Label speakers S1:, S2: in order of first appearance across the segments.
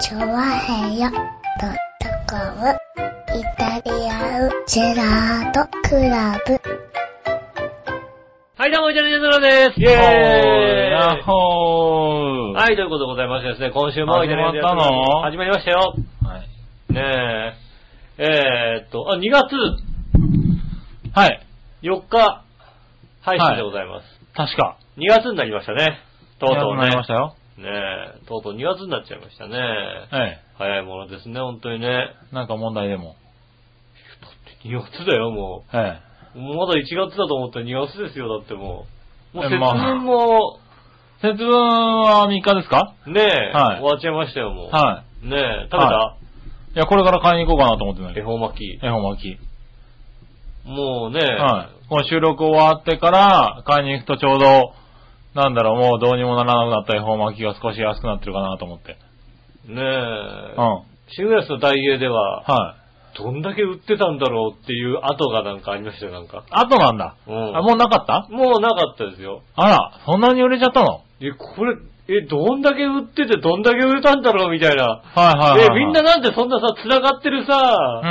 S1: チョワヘヨドットコムイタリアンジェラートクラブ。
S2: はい、どうも、イタリアンジェラートです。イェーイ
S3: やっほー。い。
S2: はい、ということでございましてですね、今週もイタリアンジェラート
S3: 始まったの
S2: 始まりましたよ。
S3: はい。
S2: ねえ、えー、っと、あ、2月
S3: はい。
S2: 4日配信でございます。
S3: 確か。
S2: 2月になりましたね。とうとう
S3: な
S2: ね
S3: り。ましたよ。
S2: ねえ、とうとう2月になっちゃいましたね。
S3: え
S2: 早いものですね、本当にね。
S3: え。なんか問題でも。
S2: 2月だよ、もう。
S3: え
S2: まだ1月だと思ったら2月ですよ、だってもう。もう
S3: え
S2: 節
S3: まあ
S2: 分も、
S3: え。節分は3日ですか
S2: ねえ、
S3: はい
S2: 終わっちゃいましたよ、もう。
S3: は
S2: ねえ、食べた、
S3: はいい。いや、これから買いに行こうかなと思ってんだ
S2: 恵
S3: けど。
S2: 方巻き。
S3: 恵方巻き。
S2: もうね、
S3: はい。この収録終わってから買いに行くとちょうど、なんだろう、もうどうにもならなくなった恵方巻きが少し安くなってるかなと思って。
S2: ね
S3: う
S2: え
S3: ん。、は
S2: シングラスのダイエーでは、
S3: い。
S2: どんだけ売ってたんだろうっていう跡がなんかありましたよ、なんか。
S3: あとなんだ。
S2: うん
S3: あ、もうなかった
S2: もうなかったですよ。
S3: あら、そんなに売れちゃったの
S2: え、これ、え、どんだけ売っててどんだけ売れたんだろうみたいな。
S3: はいはいはい、
S2: え、
S3: はい。
S2: みんななんでそんなさ、繋がってるさ、
S3: う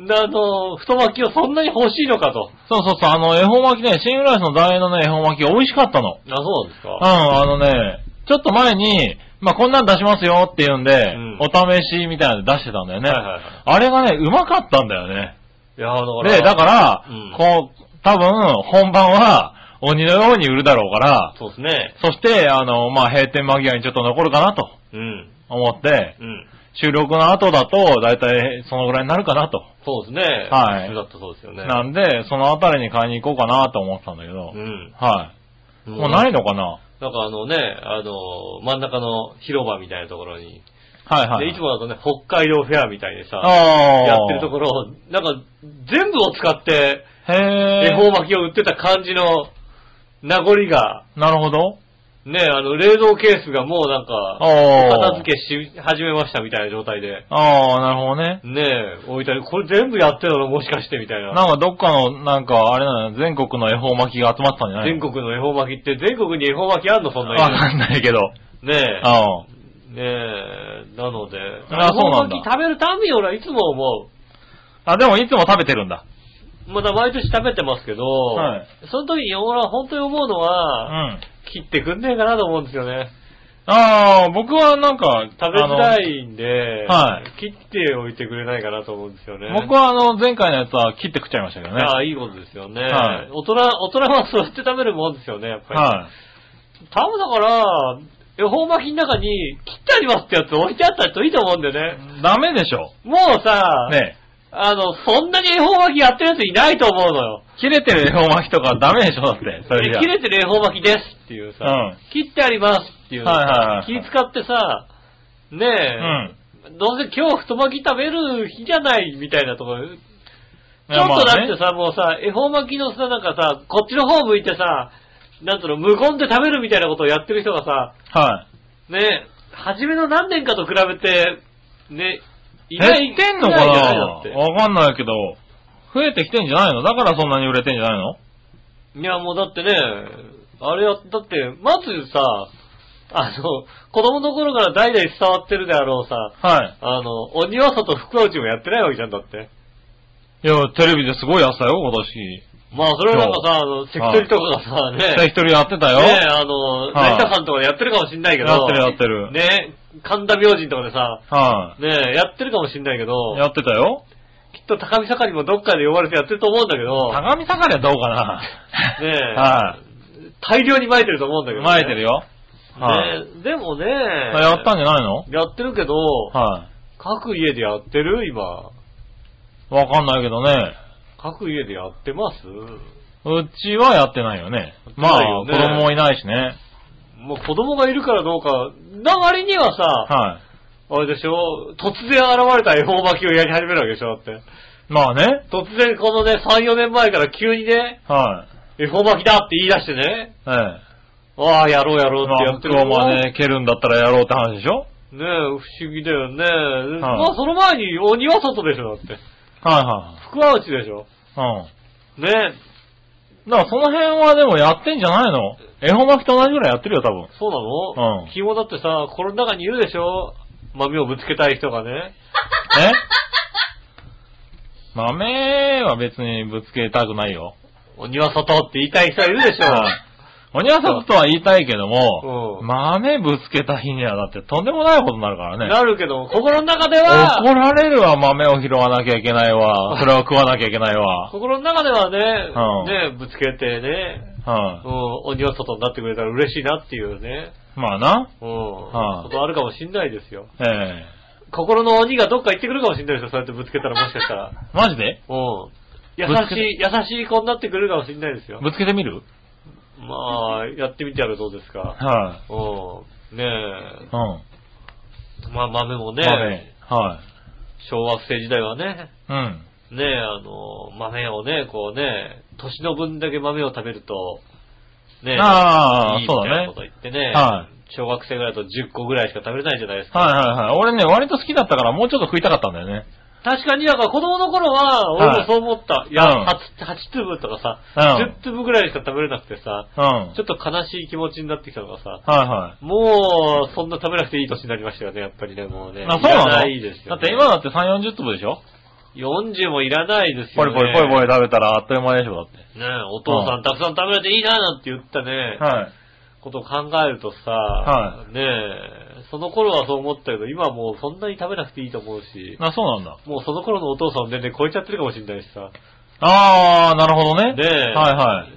S3: ん。
S2: あの、太巻きをそんなに欲しいのかと。
S3: そうそうそう、あの、恵方巻きね、シングラスの楕円のね、恵方巻き美味しかったの。
S2: あ、そうなんです
S3: うん、
S2: か。
S3: あのね、ちょっと前に、まあ、こんなん出しますよって言うんで、
S2: ん
S3: お試しみたいなので出してたんだよね。
S2: はいはいはい
S3: あれがね、うまかったんだよね。
S2: いや、だから。
S3: で、だから、
S2: うん
S3: こう、多分、本番は鬼のように売るだろうから、
S2: そうですね。
S3: そして、あの、まあ、閉店間際にちょっと残るかなと
S2: うん。
S3: 思って、
S2: うん。
S3: 収録の後だと、だいたいそのぐらいになるかなと。
S2: そうですね。
S3: は
S2: 普
S3: い
S2: 通だったそうですよね。
S3: なんで、そのあたりに買いに行こうかなと思ってたんだけど、
S2: うん。
S3: はい。もうないのかな
S2: なんかあのね、あの、真ん中の広場みたいなところに、
S3: はいはい。
S2: で、いつもだとね、北海道フェアみたいでさ、
S3: ああ。
S2: やってるところを、なんか、全部を使って、
S3: へえ。
S2: 恵方巻きを売ってた感じの名残が、
S3: なるほど。
S2: ね、あの、冷蔵ケースがもうなん
S3: お
S2: か、
S3: ー
S2: 片付けし始めましたみたいな状態で、
S3: ああ、なるほどね。
S2: ね、置いたり、これ全部やってたのもしかしてみたいな。
S3: なんかどっかの、なんかあれなの、全国の恵方巻きが集まってたんじゃない
S2: 全
S3: の
S2: 国の恵方巻きって全国に恵方巻きあんのそんな
S3: わかんないけど。
S2: に。ね
S3: ああ。
S2: ねえ、なので、
S3: あそうなんだ
S2: 恵方巻き食べるたんびに俺はいつも思う。
S3: あ、でもいつも食べてるんだ。
S2: まだ毎年食べてますけど、
S3: はい
S2: その時に俺は本当に思うの
S3: う
S2: は、
S3: ん。
S2: 切ってくんねえかなと思うんですよね。
S3: ああ、僕はなんか、
S2: 食べづらいんで、
S3: はい
S2: 切っておいてくれないかなと思うんですよ
S3: あ
S2: ね。
S3: の。僕はあの、前回のやつは切って食っちゃいましたけどね。
S2: あ
S3: は
S2: あ、いいことですよね。
S3: はい
S2: 大人、大人はそうやって食べるもんですよね、やっぱ
S3: い。
S2: り。多分だから、恵方巻きの中に切ってありますってやつ置いてあったといいと思うんだよね。
S3: ダメでしょ。
S2: もうさ、
S3: ね
S2: あの、そんなに恵方巻きやってるやついないと思うのよ。
S3: 切れてる恵方巻きとかダメでしょ、だって。それじゃ。
S2: 切れてる恵方巻きですっていうさ、
S3: うん
S2: 切ってありますっていうのさ、
S3: はいはいはい
S2: 気使ってさ、ねえ、
S3: うん。
S2: どうせ今日太巻き食べる日じゃないみたいなところ、ち
S3: いや
S2: ょっとだって
S3: ま
S2: さ、もうさ、恵方巻きのさ、なんかさ、こっちの方向いてさ、なんつうの、無言で食べるみたいなことをやってる人がさ、
S3: あね
S2: ねえ、初めの何年かと比べて、ね、い
S3: は。
S2: ない
S3: 減
S2: い、
S3: ってんの
S2: い
S3: か
S2: ない
S3: な
S2: じゃないだって。
S3: わかんないけど、増えてきてんじゃないのだからそんなに売れてんじゃないの
S2: いや、もうだってね、あれは、だって、まずさ、あの、子供の頃から代々伝わってるであろうさ、
S3: はい。
S2: あの、鬼は外福内もやってないわけじゃんだって。
S3: いや、テレビですごいやってたよ、今年。
S2: まあ、それはなんかさ、あの、関取とかがさ、ね、
S3: 一人やってたよ。
S2: ね、あの、
S3: はい
S2: 成田さんとかでやってるかもしんないけど、
S3: やってるやってる
S2: ね、神田明神とかでさ、
S3: は
S2: ね、やってるかもしんないけど
S3: い。、やってたよ。
S2: きっと高見盛りもどっかで呼ばれてやってると思うんだけど、
S3: 高見盛りはどうかな
S2: ねえ
S3: は
S2: 大量に巻いてると思うんだ
S3: い。
S2: けど、
S3: 巻いてるよ。はい。
S2: ね。でもね、
S3: やったんじゃないの
S2: やってるけど、
S3: は
S2: 各家でやってる今。
S3: い。わかんないけどね。
S2: 各家でやってます
S3: うちはやってないよね。ま
S2: ない
S3: あ、
S2: よ
S3: 子
S2: ね
S3: 供もいないしね。
S2: もう子供がいるからどうか、な割にはさ、
S3: は
S2: あれでしょ突然現れた恵方巻きをやり始めるわけでしょだって。
S3: い。まあね。
S2: 突然このね、3、4年前から急にね、
S3: はい。
S2: 恵方巻きだって言い出してね、
S3: ええ。
S2: ああ、やろうやろうっ
S3: ま
S2: て
S3: あ、
S2: やって
S3: 向
S2: る
S3: こうもね、蹴るんだったらやろうって話でしょ
S2: ねえ、不思議だよね。
S3: い
S2: まあその前に鬼は外でしょだって。
S3: は
S2: 福は内でしょ
S3: いはい。うん。
S2: ねえ、
S3: だからその辺はでもやってんじゃないの恵方巻きと同じぐらいやってるよ、多分。
S2: そうなの
S3: うん
S2: 君もだってさ、この中にいるでしょ豆をぶつけたい人がね。
S3: え豆は別にぶつけたくないよ。
S2: 鬼は外って言いたい人はいるでし
S3: 鬼は外とは言いたいけども、
S2: うん
S3: 豆ぶつけた日にはだってとんでもないことになるから
S2: ょ。
S3: ね。
S2: なるけど、心の中で
S3: 怒
S2: は、
S3: られるわ、豆を拾わなきゃいけないわ。それを食わなきゃいけないわ。
S2: 心の中ではね、
S3: う
S2: ね、ぶつけてね、
S3: は
S2: うん、鬼は外になってくれたら嬉しいなっていうね、
S3: い。まあな。
S2: うん、
S3: はい
S2: ことあるかもしんないですよ。
S3: ええ
S2: 心の鬼がどっか行ってくるかもしんないですよ、そうやってぶつけたらもしかしたら。
S3: マジで
S2: うん。優
S3: ぶつけ
S2: しい、優しい子になってくるかもしんないですよ。
S3: ぶつけてみる
S2: まあ、やってみてやるどうですか。
S3: は
S2: うん。ね
S3: い。
S2: え
S3: う。ん。
S2: まあ、豆も
S3: 豆
S2: ね、。
S3: はい。
S2: 小学生時代はね、
S3: うん。
S2: ねえ、あの、豆をね、こうね、年の分だけ豆を食べると、ねえ、
S3: ああ
S2: いいみ
S3: そう
S2: た
S3: だね
S2: いなこと言ってね、
S3: は
S2: 小学生ぐらいだと10個ぐらいしか食べれないじゃないですか。
S3: はいはいはい。俺ね、割と好きだったからもうちょっと食いたかったんだよね。
S2: 確かに、だから子供の頃は、
S3: は
S2: 俺も
S3: い
S2: そう思った。い、や、
S3: うん
S2: 8, 粒とか
S3: う
S2: さ、
S3: ん
S2: 10粒ぐらいしか食べれなくてさ、
S3: うん。はい
S2: ちょっと悲しい気持ちになってきたのがさ、
S3: は
S2: もう、そんな食べなくていい年になりましたよね、やっぱりね、もうね。
S3: い。あ、そうな
S2: い
S3: の
S2: らないですよ、
S3: だって今だって3、40粒でしょ
S2: 40もいらないです
S3: ポ
S2: よ
S3: リ
S2: ね。
S3: ポリポリポリ食べたらあっという間でしょ、だって。
S2: ねお父さんたくさん食べれていいな、なんて言ったね、
S3: はい。
S2: ことを考えるとさ、
S3: は
S2: ねえその頃はそう思ったけど、今はもうそんなに食べなくていいと思うし、
S3: あ、そうなんだ。
S2: もうその頃のお父さんの年齢超えちゃってるかもしれないしさ。
S3: あー、なるほど
S2: ね
S3: ね。
S2: え。
S3: はいはい。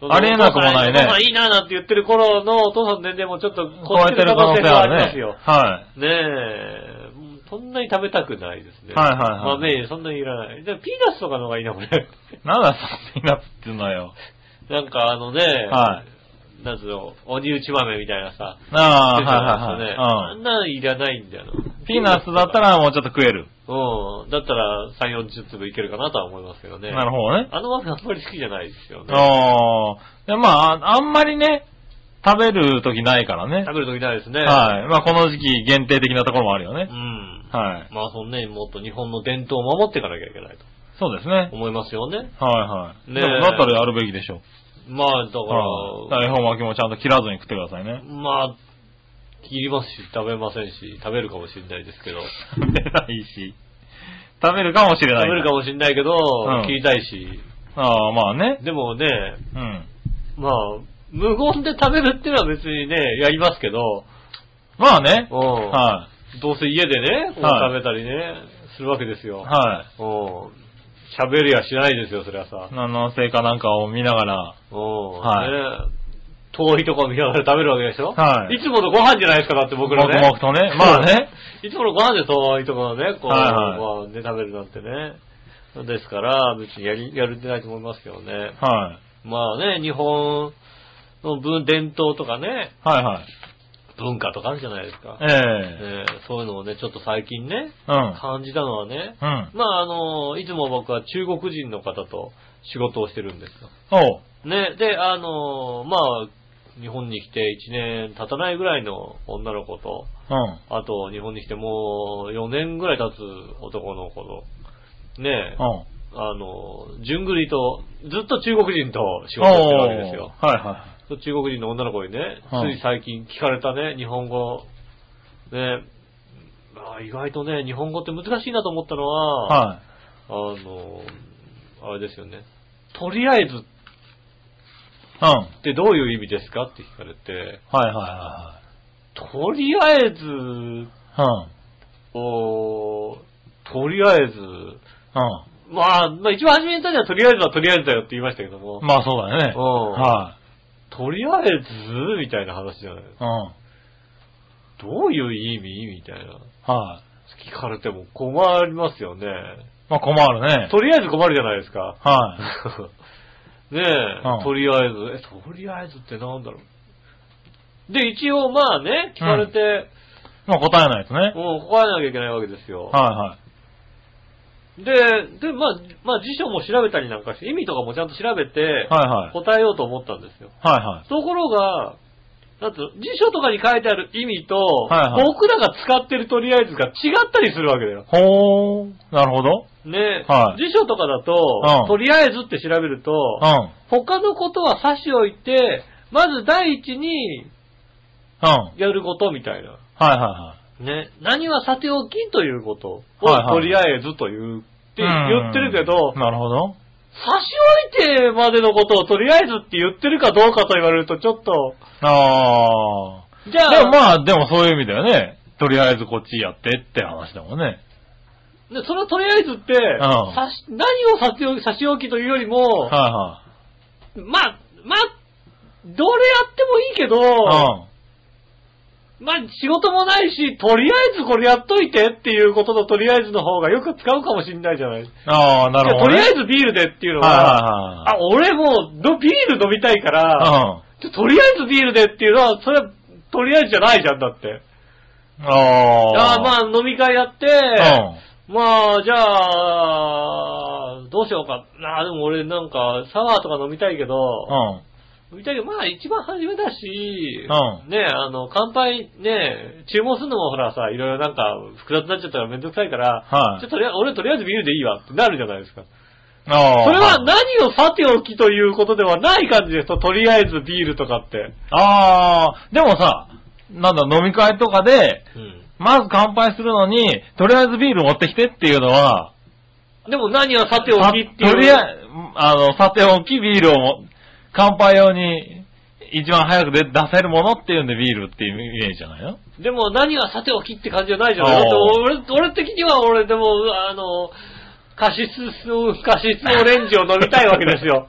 S2: その
S3: ありえなくもないね
S2: お父さんいいななんて言ってる頃のお父さんの年齢もちょっと
S3: 超えてる可能性がある
S2: 超えてる可能性があります
S3: ね。
S2: よ。
S3: は
S2: ねえ、そんなに食べたくないですね。
S3: はいはいはい
S2: まあね、そんなにいらない。でもピーナッツとかの方がいいな、これ。
S3: い。なんだ、そんなピーナッツっていうのよ。
S2: なんかあのね、。
S3: はい
S2: なんつうの、鬼打ち豆みたいなさ。
S3: あー、はい
S2: 出てる
S3: はいは
S2: やつねあ
S3: い。うん
S2: んなのいらないんだよな。
S3: ピーナッツだったらもうちょっと食える。
S2: うん。だったら3、40粒いけるかなとは思いますけどね。
S3: なるほどね。
S2: あの豆あんまり好きじゃないですよね。
S3: あー。でまあ、ああんまりね、食べる時ないからね。
S2: 食べるときないですね。
S3: はい。まあ、この時期限定的なところもあるよ
S2: い
S3: ね
S2: う。ん。
S3: はい。
S2: まあそんね、もっと日本の伝統を守っていかなきゃいけないと
S3: そうですね。
S2: 思いますよね。
S3: はいはい。
S2: ねえ
S3: でもだったらやるべきでしょ。
S2: まあだか
S3: はい。
S2: ら、
S3: 大本巻きもちゃんと切らずに食ってくださいね。
S2: まあ、切りますし、食べませんし、食べるかもしれないですけど、
S3: 食べないし。食べるかもしれない。
S2: 食べるかもしれないけど、
S3: ん
S2: 切りたいし、
S3: ああ、まあね。
S2: でもね、
S3: うん。
S2: まあ、無言で食べるっていうのは別にね、やりますけど、
S3: まあね
S2: う。ん
S3: は
S2: どうせ家でね、こう
S3: は
S2: 食
S3: い
S2: べたりね、するわけですよ
S3: い。。は
S2: うん喋りやしないですよ、そりゃさ
S3: い。。何の成果なんかを見ながら。
S2: うん
S3: は
S2: ね遠いとこ見ながら食べるわけでしょ
S3: はい
S2: いつものご飯じゃないですか、だって僕らね。
S3: 黙々と ね。まあね。
S2: いつものご飯でそういうところね、こう、
S3: はいはい
S2: まあね、食べるなんてね。ですから、別にやり、やるってないと思いますけどね。
S3: は
S2: まあね、日本の文、伝統とかね、
S3: い。はいはい。
S2: 文化とかあるじゃないですか。
S3: ええ
S2: えーそういうのをね、ちょっと最近ね、
S3: うん。
S2: 感じたのはね、
S3: うん。
S2: まああの、いつも僕は中国人の方と仕事をしてるんですよ。
S3: おう。
S2: ね、で、あの、まあ、日本に来て1年経たないぐらいの女の子と、
S3: うん。
S2: あと、日本に来てもう4年ぐらい経つ男の子の、ねえ、
S3: うん。
S2: あの、順繰りと、ずっと中国人と仕
S3: おう。
S2: 事をしてるわけですよ。
S3: はいは
S2: 中国人の女の子にね、つ
S3: はい
S2: い最近聞かれたね、日本語、ね、まあ、意外とね、日本語って難しいなと思ったの
S3: い。
S2: は、
S3: は
S2: あの、あれですよね、とりあえずっ
S3: い。うん。はい
S2: てどういう意味ですかって聞かれて、
S3: はいは
S2: とりあえず
S3: いはい。
S2: を、とりあえず、
S3: うん。うん。
S2: まあ、まあ一番初めに言ったのはとりあえずはとりあえずだよって言いましたけども、
S3: まあそうだよね。
S2: うん
S3: は
S2: とりあえずみたいな話じゃない
S3: い。うん。
S2: どういう意味みたいな。
S3: はい。
S2: 聞かれても困りますよね。
S3: まあ困るね。
S2: とりあえず困るじゃないですか。
S3: はい。
S2: ねえ、
S3: うん
S2: とりあえず、え、とりあえずってなんだろう。で、一応まあね、聞かれて、
S3: まあ答えないとね。はい
S2: もう答えなきゃいけないわけですよ。
S3: は
S2: で、で、まあ、まあ辞書も調べたりなんかして、意味とかもちゃんと調べて
S3: い。、はいはい。
S2: 答えようと思ったんですよ。
S3: はいはい。
S2: ところが、なんつうの辞書とかに書いてある意味と、
S3: いはい
S2: 僕らが使ってるとりあえずが違ったりするわけだよ。
S3: ほー。なるほど。
S2: ね、
S3: はい
S2: 辞書とかだと、
S3: うん
S2: とりあえずって調べると、
S3: うん。うん。
S2: 他のことは差し置いて、まず第一に
S3: はい
S2: やることみたいな。
S3: はいは
S2: ね、何はさておきということを、
S3: はいはい
S2: とりあえずというって言ってるけど、
S3: なるほど。
S2: 差し置いてまでのことをとりあえずって言ってるかどうかと言われるとちょっと、
S3: あ
S2: じゃ
S3: あ。
S2: あ、
S3: でもまあ、でもそういう意味だよね。とりあえずこっちやってって話だもんね。
S2: でそのとりあえずって、
S3: ん
S2: 差し何を差し置き差し置きというよりも、
S3: はいは
S2: まあ、まあ、どれやってもいいけど、
S3: い。うん。
S2: まあ仕事もないし、とりあえずこれやっといてっていうことのとりあえずの方がよく使うかもしんないじゃない
S3: ああ、なるほど、ね。
S2: じゃあとりあえずビールでっていうのは、
S3: は
S2: あ、俺もうのビール飲みたいか
S3: いはい
S2: ら、
S3: はい。
S2: ちょとりあえずビールでっていうのは、それはとりあえずじゃないじゃんだって。
S3: うん。あ
S2: あ
S3: あ。
S2: ーまあ飲み会やって、
S3: うん。
S2: まあじゃあ、どうしようか。なあでも俺なんかサワーとか飲みたいけど、
S3: うん。
S2: 飲みたいけど、まあ一番初めだし、
S3: う
S2: ねあの、乾杯ね、注文するのもほらさ、いろいろなんか複雑になっちゃったらめんどくさいから、
S3: はい
S2: ちょっととりあえず俺とりあえずビールでいいわってなるじゃないですか。
S3: ああ。
S2: それはい何をさておきということではない感じですと、とりあえずビールとかって。
S3: ああ、でもさ、なんだ、飲み会とかで、
S2: うん。
S3: まず乾杯するのに、とりあえずビール持ってきてっていうのは、
S2: でも何をさておき
S3: さ
S2: っていう。
S3: とりあえず、あの、さておきビールをも、乾杯用に、一番早くで出せるものっていうんでビールっていうイメージじゃないの
S2: でも何はさておきって感じじゃないじゃないだ
S3: あー
S2: って俺、俺的には俺でも、あの、カシス、カシスオレンジを飲みたいわけです よ。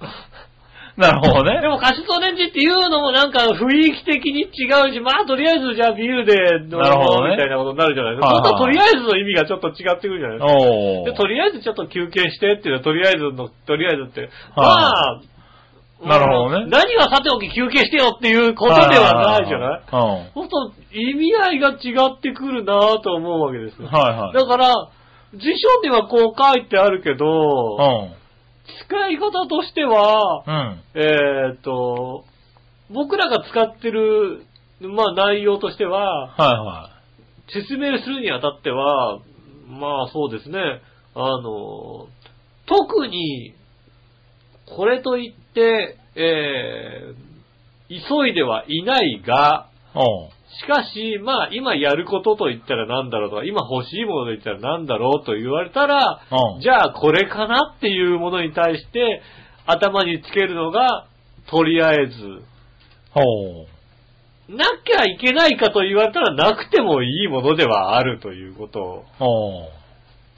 S3: なるほど
S2: で
S3: ね。
S2: もカシスオレンジっていうのもなんか雰囲気的に違うし、まあとりあえずじゃあビールで飲もう
S3: なるほどね
S2: みたいなことになるじゃないです
S3: はいはい
S2: か。そうするととりあえずの意味がちょっと違ってくるじゃないですか。
S3: お
S2: で、
S3: ー
S2: とりあえずちょっと休憩してっていうのはとりあえずの、とりあえずって。まあ、
S3: なるほどね
S2: うん何はさておき休憩してよっていうことではないじゃない
S3: は
S2: ほんと、意味合いが違ってくるなぁと思うわけです
S3: い
S2: よ。
S3: はいはい。
S2: だから、辞書にはこう書いてあるけ
S3: う
S2: ど、
S3: ん。
S2: 使い方としては、
S3: うん。
S2: えーっと、僕らが使ってる、まあ内容としては、
S3: はいはい。
S2: 説明するにあたっては、まあそうですね、あの、特に、これといって、えー急いではいないが、
S3: おう
S2: しかし、まあ今やることと言ったらなんだろうとか、今欲しいものと言ったらなんだろうと言われたら、
S3: うん。
S2: じゃあこれかなっていうものに対して頭につけるのが、とりあえず、
S3: ほう。
S2: なきゃいけないかと言われたらなくてもいいものではあるということを
S3: ほう。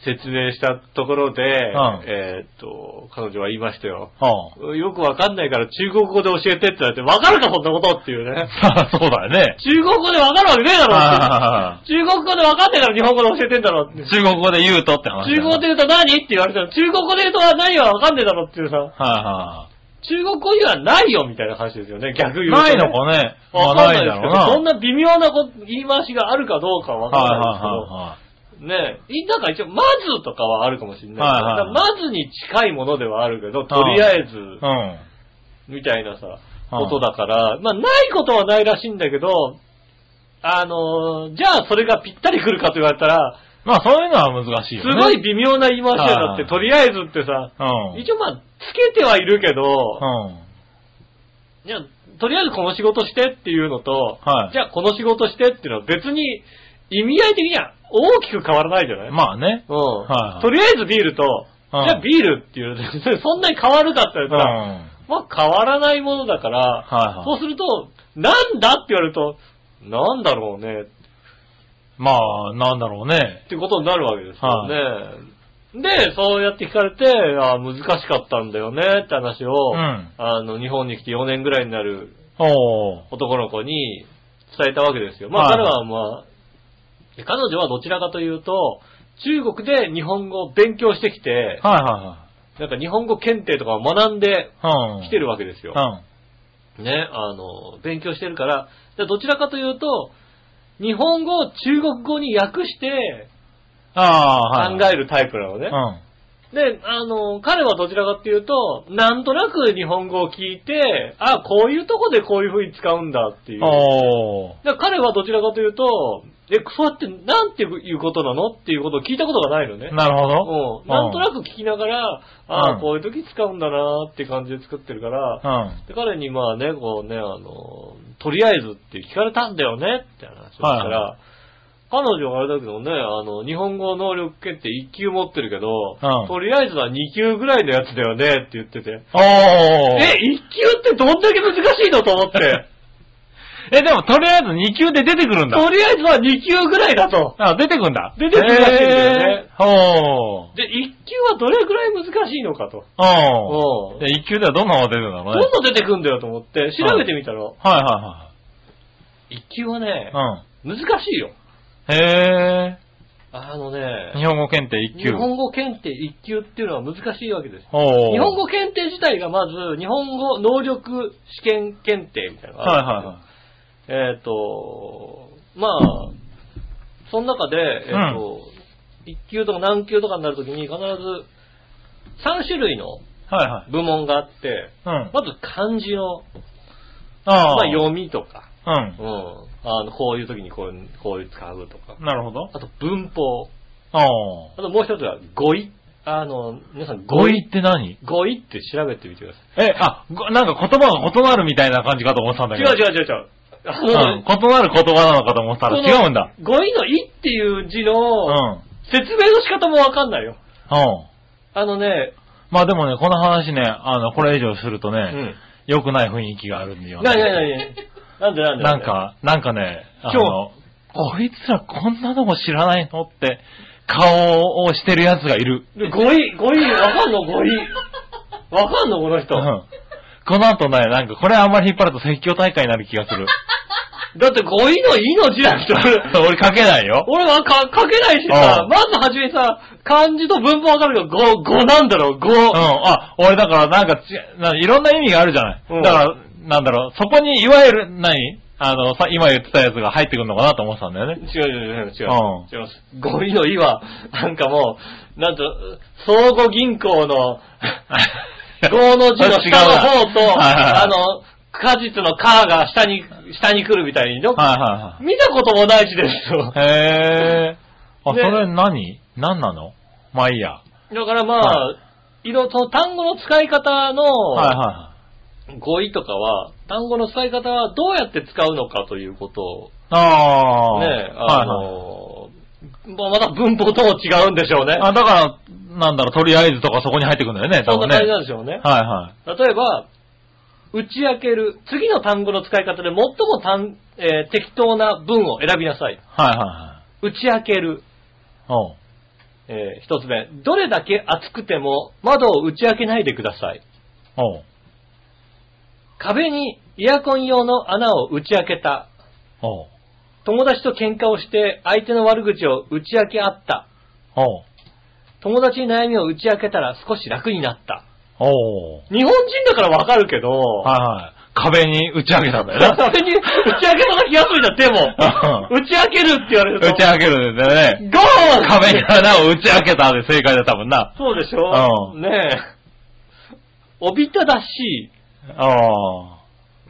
S2: 説明したところで、
S3: ん
S2: えーっと、彼女は言いましたよ。
S3: ほう。
S2: よくわかんないから中国語で教えてって言われて、わかるかそんなことっていうね。
S3: そうだよね。
S2: 中国語でわかるわけねえだろって。
S3: ああ
S2: 中国語でわかんないから日本語で教えてんだろって。
S3: 中国語で言うとって話だ
S2: 中
S3: よ。
S2: 国語で
S3: はい
S2: 言うと何って言われたら、中国語で言うとは何はわかんねえだろっていうさ。
S3: は
S2: 中国語にはないよみたいな話ですよね、逆
S3: い。
S2: 言うと、
S3: ないのかねまあ
S2: わかん
S3: な
S2: ないい
S3: だ
S2: ですけ
S3: ろう
S2: ど、そん
S3: な。
S2: な微妙なこ言い回しがあるかどうかはわかんな
S3: はい
S2: ですけど、ねえ、なんか一応、まずとかはあるかもしれないけど。
S3: はいは
S2: だ
S3: い
S2: からまずに近いものではあるけど、とりあえ
S3: いはい
S2: ず、
S3: はい。
S2: みたいなさ、
S3: うん
S2: ことだから、まあ、ないことはないらしいんだけど、あのーじゃあそれがぴったり来るかと言われたら、
S3: うん。まあそういうのは難しい
S2: す
S3: よね。
S2: ごい微妙な言い回しになって、
S3: はい
S2: とりあえずってさ、
S3: うん。
S2: 一応まあ、つけてはいるけど、
S3: うん。
S2: じゃあ、とりあえずこの仕事してっていうのと、
S3: はい
S2: じゃあこの仕事してっていうのは別に意味合い的には大きく変わらないじゃない、
S3: まあね。
S2: うん、
S3: はいはい
S2: とりあえずビールと、
S3: うん
S2: じゃあビールっていう のそんなに変わるかって言
S3: う
S2: っ
S3: ん。
S2: たら、
S3: は
S2: まあ変わらないものだから、
S3: いはい
S2: そうすると、なんだって言われると、なんだろうねっ
S3: まあ、なんだろうね。
S2: てことになるわけですよね。で、そうやって聞かれて、ああ難しかったんだよねって話を、
S3: うん
S2: あの、日本に来て4年ぐらいになる
S3: ほう。
S2: 男の子に伝えたわけですよ。まあ
S3: はい
S2: 彼はまあ、で彼女はどちらかというと、中国で日本語を勉強してきて、
S3: はいは
S2: なんか日本語検定とかを学んで
S3: いはい。うん。
S2: きてるわけですよ
S3: う。ん。
S2: ね、あの、勉強してるから、でどちらかというと、日本語を中国語に訳して
S3: ああ、はい。
S2: 考えるタイプなのね
S3: う。ん。
S2: で、あの、彼はどちらかっていうと、なんとなく日本語を聞いて、あ、こういうとこでこういう風に使うんだっていう。
S3: おー。
S2: だから彼はどちらかというと、え、そうやってなんていうことなのっていうことを聞いたことがないのね。
S3: なるほど。
S2: うん。なんとな
S3: く。
S2: く聞きながら、あ
S3: う
S2: あ、
S3: ん
S2: こういう時使うんだなーって感じで作ってるから、
S3: うん。
S2: で彼にまあね、こうね、あの、とりあえずって聞かれたんだよねって話をしたら、
S3: はいは
S2: 彼女はあれだけどね、あの、日本語能力検定1級持ってるけど、
S3: うん
S2: とりあえずは2級ぐらいのやつだよねって言ってて、
S3: おー。
S2: え、1級ってどんだけ難しいのと思って、
S3: え、でもとりあえず2級で出てくるんだ。
S2: とりあえずは2級ぐらいだと。
S3: あ、出てくんだ。
S2: 出てくるらしいんだよね
S3: へー。おー。
S2: で、1級はどれぐらい難しいのかと。
S3: おー。
S2: うん。
S3: で、1級ではどんなのが出てるんだろう
S2: どん
S3: ね。
S2: どん出てくんだよと思って、調べてみたら、
S3: はいは
S2: 1級はね
S3: い、は
S2: 難しいよ。
S3: い。うん。へ
S2: あの
S3: ー。
S2: ね、
S3: 日本語検定1級。
S2: 日本語検定1級っていうのは難しいわけです。
S3: おー。
S2: 日本語検定自体がまず、日本語能力試験検定みたいなの
S3: はい
S2: があ
S3: は
S2: る
S3: い
S2: ん
S3: はい。
S2: ですよえっ、と、まあ、その中で、えっ、と、1級とか何級とかになるときに必ず3種類の
S3: はいはい。
S2: 部門があって、
S3: うん。
S2: まず漢字の、
S3: あ
S2: まあ
S3: ー。
S2: 読みとか、
S3: うん
S2: う。ん。あの、こういう時にこう、こういう使うとか。
S3: なるほど。
S2: あと文法。
S3: おー
S2: あ。ともう一つは語彙。あの、皆さん語
S3: 語彙
S2: 彙
S3: っ。て何
S2: 語彙って調べてみてくださ
S3: え、あ、ごなんか言葉が異なるみたいな感じかと思ってたんだ
S2: い。
S3: け
S2: 違
S3: ど。
S2: う違う違う違う。あ
S3: うん。異
S2: の、
S3: なる言葉なのかと思ってたら
S2: この
S3: 違うんだ。。
S2: 語彙の意っていう字
S3: うん。
S2: の
S3: うん。
S2: 説明の仕方もわかんないよ。あのね、
S3: まあでもね、この話ね、あの、これ以上すると
S2: う
S3: ね、
S2: ん。
S3: 良、くない雰囲気があるんだよ、
S2: なになになになんでなんで
S3: なん、か、なんかね、あの、こいつらこんなのも知らないのって、顔をしてる奴がいる。
S2: で語彙、語彙、わかんの語彙。わかんのこの人。
S3: うんこの後ね、なんかこれあんまり引っ張ると説教大会になる気が する。
S2: だって語彙の意の字だ人。
S3: 俺書けないよ。
S2: 俺はか書けないしさ
S3: う、ん
S2: まずはじめさ、漢字と文法わかるけど、語、語なんだろう、語。
S3: うん。あ、俺だからなんかち、なんかいろんな意味があるじゃない。
S2: うん
S3: だから、なんだろう、そこにいわゆる、何あの、さ、今言ってたやつが入ってくるのかなと思ってたんだよ ね。
S2: 違う違う違う違う。
S3: うん
S2: 違います。語彙の意は、なんかもう、なんと、相互銀行 の、5の字の
S3: 違う
S2: 下の方と、
S3: はいはいはい
S2: あの、果実のカーが下に、下に来るみたいに、ど
S3: はいは
S2: 見たこともない字ですよ
S3: い。はい。へー。あ、
S2: ね
S3: それ何何なのまあいいや。は
S2: だからまあ、、
S3: はい
S2: ろと単語の使い方
S3: いはい
S2: の
S3: はい。
S2: 語彙とかは、単語の使い方はどうやって使うのかということを
S3: ああ。
S2: ね、
S3: は
S2: あ
S3: いはい。
S2: のー、まあまた文法とも違うんでしょうね。
S3: あ、だから、なんだろう、とりあえずとかそこに入ってくるんだよね、
S2: そ
S3: 多
S2: んな感じ
S3: 分ね。
S2: なん
S3: は
S2: でしょうね
S3: い。は
S2: 例えば、打ち明ける、次の単語の使い方で最も単、えー適当な文を選びなさい
S3: い。。はいは
S2: 打ち明ける、
S3: いはい。おう。
S2: えー一つ目。どれだけ暑くても窓を打ち明けないでください。
S3: おう。
S2: 壁にエアコン用の穴を打ち明けた。
S3: おう。
S2: 友達と喧嘩をして相手の悪口を打ち明け合った。
S3: おう。
S2: 友達に悩みを打ち明けたら少し楽になった。
S3: おう。
S2: 日本人だからわかるけど、
S3: はいはい。壁に打ち上げたんだよな。
S2: そ れに打ち明けたら気がするじゃん、で も。打ち明けるって言われると。
S3: 打ち上げるんだよね。
S2: ゴー
S3: 壁に穴を打ち上げたで正解だ、多分な。
S2: そうでしょ
S3: う
S2: ねえ。おびただしい。
S3: ああ。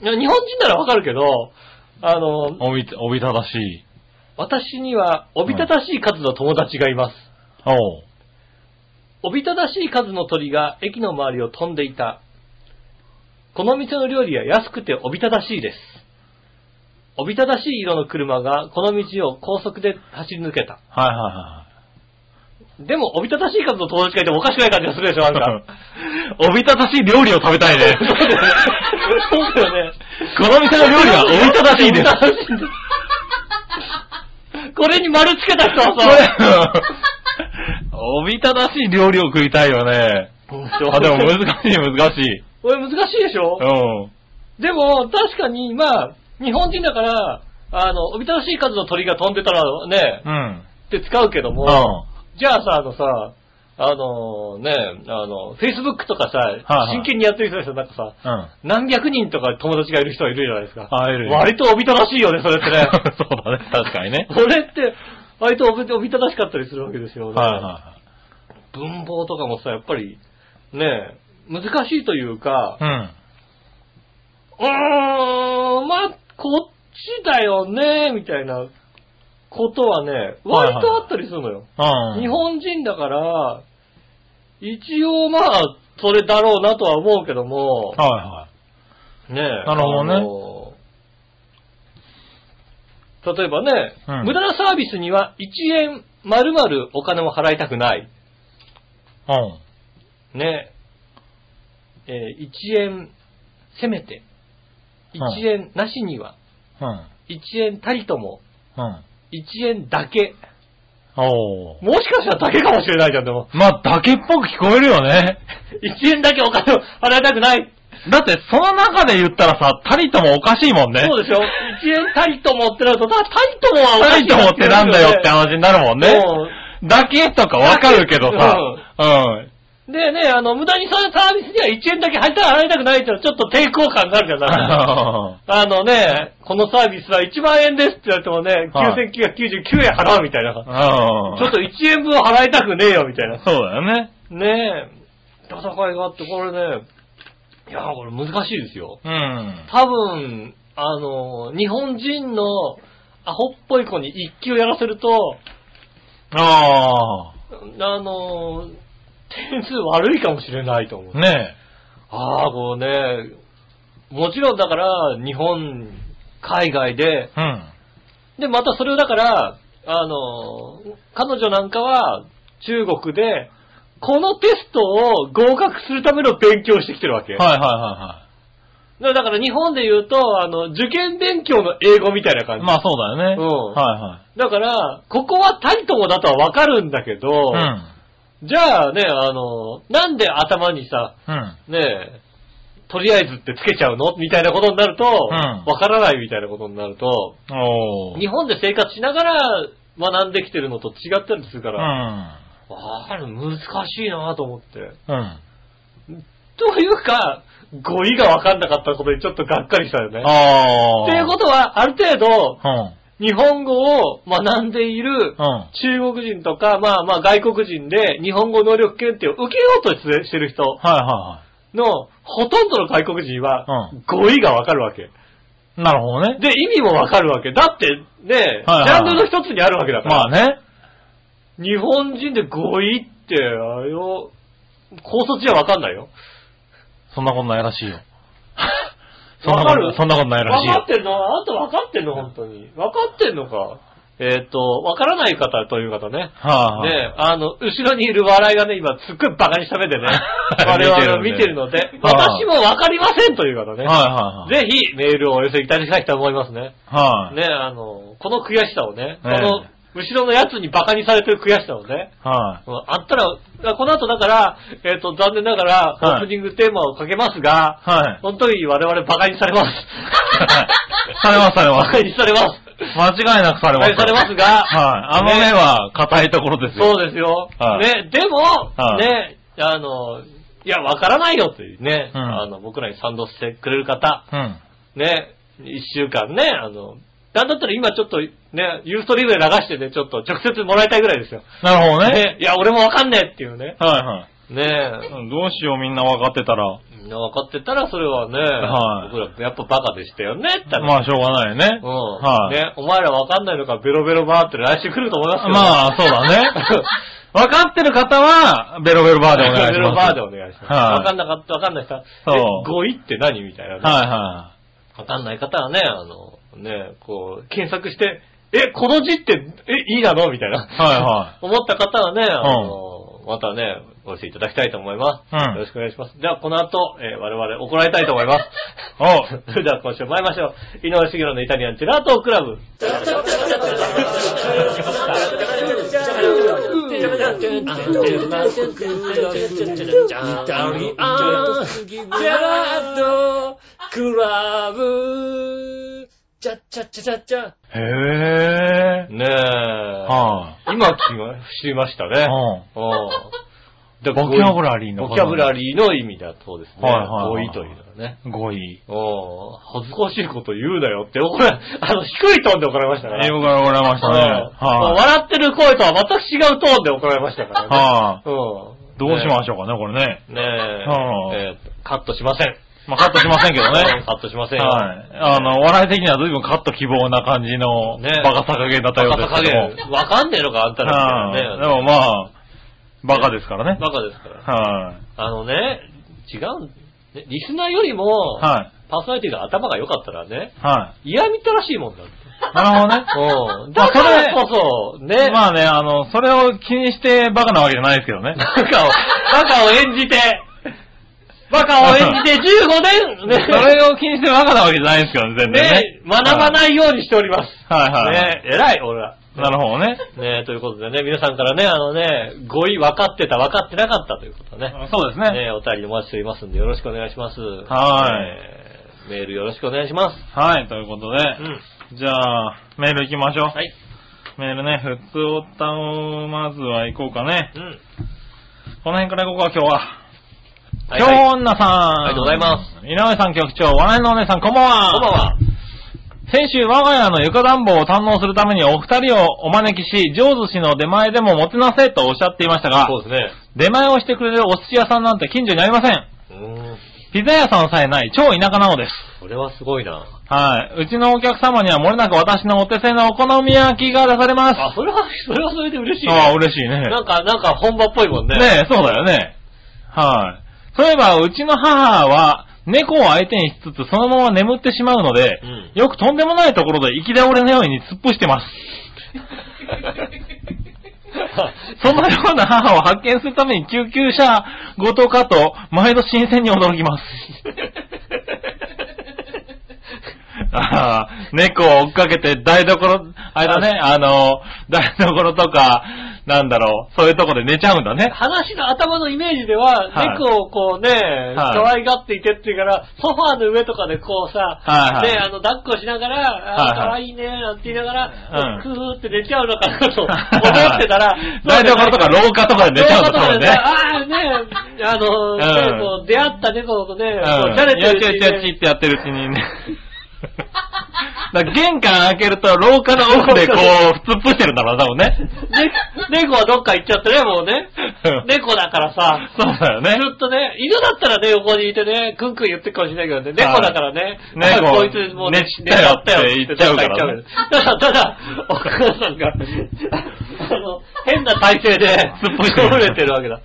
S2: いや日本人ならわかるけど、あの、
S3: おび、おびただしい。
S2: 私にはおびただしい数の友達がいます。
S3: おう。
S2: おびただしい数の鳥が駅の周りを飛んでいた。この店の料理は安くておびただしいです。おびただしい色の車がこの道を高速で走り抜けた。
S3: はいは
S2: でも、おびただしい数の友達がいてもおかしくない感じがするでしょ、なん
S3: いは
S2: か。
S3: い。おびただしい料理を食べたいね。
S2: そうだよね。
S3: この店の料理はおびただしい
S2: おび
S3: です。
S2: ただしいんですこれに丸つけた人はさ、
S3: これ、おびただしい料理を食いたいよね。あ、でも難しい難しい。
S2: これ難しいでしょ
S3: うん。
S2: でも、確かに、まあ、日本人だから、あの、おびただしい数の鳥が飛んでたらね、
S3: うん。
S2: って使うけど
S3: う
S2: も、
S3: ん。は
S2: じゃあさ、あのさ、あのね、あの、Facebook とかさ、
S3: はい
S2: 真剣にやってる人ですよ、なんかさ、
S3: い。うん。
S2: 何百人とか友達がいる人はいるじゃないですか。
S3: あいるいる
S2: 割とおびただしいよね、それってね。
S3: そうだね、確か にね。
S2: それって、割とおびおびただしかったりするわけですよね。
S3: はいは
S2: 文法とかもさ、やっぱり、ね、難しいというか、
S3: いは
S2: う
S3: い。
S2: ーん、まあ、こっちだよね、みたいなことはね、
S3: はい
S2: 割とあったりするのよ。
S3: うん。うん。
S2: 日本人だから、一応まあ、それだろうなとは思うけども、
S3: はいはい。
S2: ねえ。
S3: なるほどね
S2: あの例えばね、
S3: うん
S2: 無駄なサービスには1円丸々お金を払いたくない。
S3: うん。
S2: ね。えー1円、せめて、
S3: はい
S2: 1円なしには、
S3: うん。
S2: 1円たりとも、
S3: うん。
S2: 1円だけ。
S3: おー。
S2: もしかしたらだけかもしれないじゃん、でも。
S3: まあ、だけっぽく聞こえるよね。
S2: 1円だけお金を払いたくない。
S3: だって、その中で言ったらさ、たりともおかしいもんね。
S2: そう
S3: で
S2: でしょ ?1 円たりともってなると、たたりともはおか
S3: た
S2: し
S3: り
S2: い
S3: ともってなんだよって話になるもんね。
S2: もう
S3: だけとかわかるけどさ、うん。
S2: でね、あの、無駄にそのサービスには1円だけ入ったら払いたくないってのはちょっと抵抗感があるじゃ ないあのね、このサービスは1万円ですって言われてもね、
S3: はい
S2: 9999円払うみたいな。ち
S3: うん
S2: ょっと1円分払いたくねえよみたいな。
S3: そうだよね。
S2: ねえ、戦いがあって、これね、いや、これ難しいですよ。
S3: うん。
S2: 多分、あの、日本人のアホっぽい子に一級やらせると、
S3: あ
S2: あの、点数悪いかもしれないと思う
S3: あ。。ね
S2: ああ、こうね、もちろんだから、日本、海外で、
S3: え。うん。
S2: で、またそれをだから、あの、彼女なんかは、中国で、このテストを合格するための勉強をしてきてるわけ。
S3: はいはいは
S2: だから日本で言うと、あの、受験勉強の英語みたいな感
S3: いは
S2: じ。
S3: い。まあそうだよね。
S2: うん
S3: は
S2: だから、ここはたりともだとはわかるんだけど、
S3: いはい。
S2: じゃあね、あの、なんで頭にさ、
S3: うん。うん。
S2: ねえ、とりあえずってつけちゃうのみたいなことになると、
S3: ん
S2: わ、からないみたいなことになると、
S3: おー。
S2: 日本で生活しながら学んできてるのと違ったりするか
S3: う
S2: ら、
S3: ん。
S2: ああ、難しいなと思って。
S3: うん。
S2: というか、語彙がわかんなかったことにちょっとがっかりしたよね。
S3: ああ。
S2: っていうことは、ある程度、
S3: うん。
S2: 日本語を学んでいる
S3: うん。
S2: 中国人とか、まあまあ外国人で日本語能力検定を受けようとしてる人
S3: はいは
S2: のほとんどの外国人は
S3: う
S2: 語彙がわかるわけ。
S3: いはい。なるほどね。
S2: で、意味もわかるわけ。だってね、
S3: はいはいはい
S2: ジャンルの一つにあるわけだから。
S3: まあね。
S2: 日本人で語彙って、あれを、高卒じゃわかんないよ。
S3: そんなことないらしいよ。 そんな
S2: わ
S3: こ
S2: かる
S3: と、そんなことないらしい
S2: 分かっ
S3: よ。
S2: てんのあなた分かってんの本当に。分かってんのか。えっ、と、分からない方という方ね。
S3: は
S2: ね
S3: いはい。、
S2: え、あの、後ろにいる笑いがね、今、すっごいバカにした目でね 我々を
S3: 見
S2: 見
S3: て
S2: てる
S3: るの
S2: の
S3: で
S2: で、私もわかりませんという方ね、
S3: はいはいは
S2: ぜ
S3: い。
S2: ひメールをお寄せいただきたいと思いますね。
S3: はい。
S2: ねえ、あの、この悔しさをね、こ
S3: ええ
S2: の、後ろのやつにバカにされてる悔しさをね、
S3: はい。
S2: うんあったら、この後だから、えっ、と、残念ながら、オ
S3: はい
S2: ープニングテーマをかけますが、
S3: はい。
S2: その時に我々バカにされます。
S3: されますされま
S2: バカ
S3: す。
S2: にされます。
S3: 間違いなくされま
S2: バカ
S3: す。
S2: にされますが
S3: はい。あの目は硬いところですよ。
S2: そうですよ。
S3: はい
S2: ね、でも、
S3: はい
S2: ね、あの、いや、わからないよというね、
S3: うん
S2: あの、僕らに賛同してくれる方、
S3: うん。
S2: ね、一週間ね、あの、なんだったら今ちょっとね、ユーストリームで流してね、ちょっと直接もらいたいぐらいですよ。
S3: なるほどね。
S2: ね、いや、俺もわかんねえっていうね。
S3: はいはい。
S2: ね
S3: うんどうしようみんな分かってたら。
S2: みんな分かってたらそれはね、
S3: はい
S2: 僕らやっぱバカでしたよねって、
S3: まあしょうがないよね。
S2: うん、
S3: はい。
S2: ね、お前ら分かんないのかベロベロバーって来週来ると思いますけど、
S3: まあそうだね。分かってる方は、ベロベロバーでお願いします。
S2: ベロベロバーでお願いします。
S3: はい
S2: 分かんなかった、分かんない人
S3: そう
S2: え語彙って何みたいなね。
S3: はいは
S2: 分かんない方はね、あの、ね、こう、検索して、え、この字って、え、いいなのみたいな。
S3: い。は
S2: 思った方はね、あの、またね、お寄せいただきたいと思います。
S3: うん
S2: よろしくお願いします。では、この後、えー我々怒られたいと思い ます。
S3: いはい。
S2: それでは今週参りましょう。井上茂のイタリアンジェラートクラブ。ねえ。
S3: おへぇー。は
S2: 今聞きま知りましたね
S3: い。。うん。
S2: うん。で
S3: ボキャブラリーの
S2: ボキャブラリーの意味だそうですね。
S3: はいはいはい
S2: 多いというのはね。
S3: 5位。
S2: お恥ずかしいこと言うなよって、怒ら、 あの、低いトーンで怒られましたから。
S3: 英語からもらいましたね。
S2: うんもう
S3: はい。
S2: 笑ってる声とは全く違うトーンで怒られましたからね。
S3: はい。
S2: うん。
S3: どうしましょうかね、これね。
S2: ねえ
S3: はい
S2: えーカットしません。
S3: まあカットしませんけどね。
S2: カットしませんよ。
S3: はい。あの、笑い的には随分カット希望な感じの、
S2: ね
S3: バカさ加減だったよう
S2: バ
S3: で
S2: カ
S3: す
S2: 加
S3: けども。
S2: 減、わかんねえのか、あんたらみたい
S3: は
S2: ないね。
S3: でもまあ、バカですからね。
S2: バカですから。
S3: は
S2: あのね、違うんねリスナーよりも、
S3: い。はい。
S2: パーソナリティが頭が良かったらね、
S3: は
S2: 嫌みったらしいもんだって。
S3: い。なる ほどね。
S2: うん。
S3: ま
S2: だ
S3: あ
S2: から
S3: それ
S2: こそ、ね。
S3: まあね、あの、それを気にしてバカなわけじゃないですけどね。
S2: バカを、バカを演じて、バカを演じて15年、
S3: そ
S2: ね。
S3: れを気にしてバカなわけじゃないですけどね、全然ね
S2: ね、。学ば
S3: い。
S2: ないようにしております。
S3: はいはいはい。
S2: ね、偉い、俺ら。
S3: なるほどね。
S2: ね、ということでね、皆さんからね、あのね、語彙分かってた、分かってなかったということね。
S3: そうですね。
S2: ね、お便りお待ちしておりますんで、よろしくお願いします。
S3: はい
S2: えーメールよろしくお願いします。
S3: はい、ということで。
S2: うん。
S3: じゃあ、メール行きましょう。
S2: はい。
S3: メールね、普通おったをまずは行こうかね。
S2: うん。
S3: この辺から行こうか、今日は。
S2: はい
S3: 今日
S2: はい
S3: 女さん。。
S2: ありがとうございます
S3: 井上さん局長、笑いのお姉さん、こんばんは。
S2: こんばんは。
S3: 先週、我が家の床暖房を堪能するためにお二人をお招きし、上寿司の出前でももてなせとおっしゃっていましたが、
S2: そうですね。
S3: 出前をしてくれるお寿司屋さんなんて近所にありません。
S2: うーん。
S3: ピザ屋さんさえない、超田舎なのです。
S2: それはすごいな。
S3: はい。うちのお客様には漏れなく私のお手製のお好み焼きが出されます。
S2: あ、それは、それはそれで嬉しい、ね。
S3: ああ、嬉しいね。
S2: なんか、なんか本場っぽいもんね。
S3: ねえ、そうだよね。はい。そういえば、うちの母は、猫を相手にしつつ、そのまま眠ってしまうので、
S2: うん
S3: よくとんでもないところで生き倒れのように突っ伏してます。そんなような母を発見するために救急車ごとかと、毎度新鮮に驚きます。 ああ、猫を追っかけて台所、あれだね、あの、台所とか、なんだろう、そういうとこで寝ちゃうんだね。
S2: 話の頭のイメージでは、
S3: はい
S2: 猫をこうね、可愛がっていてっていうから、ソファーの上とかでこうさ、
S3: はいはい
S2: ね、あの、抱っこしながら、あー可
S3: はいは
S2: 愛いね、なんて言いなが
S3: うん、
S2: ら、クーって寝ちゃうのかなと思ってたら
S3: 台所とか廊下とかで寝ちゃうんだと思
S2: そういうこ
S3: うね。
S2: とでねああ、ね、あの、
S3: うん
S2: ねこう出会った猫とね、こ
S3: うん
S2: うじゃれてるうち
S3: や
S2: に
S3: ちやちやちってやってるうちにね。だから玄関開けると廊下の 奥でこう、突っ伏してるんだろうな、多分ね。
S2: ね猫はどっか行っちゃってね、もうね
S3: うん。
S2: 猫だからさ、
S3: そうだよ
S2: ず
S3: ね。
S2: っとね、犬だったらね、横にいてね、くんくん言ってるかもしれないけどね、猫だからね、
S3: はい
S2: あ
S3: 猫
S2: こいつもうね
S3: 寝ちったよって言っちゃうからね
S2: 寝ちゃったよただ、ただ、お母さんが、あの、変な体勢で、
S3: 突っ伏してる
S2: 倒れてるわけだ。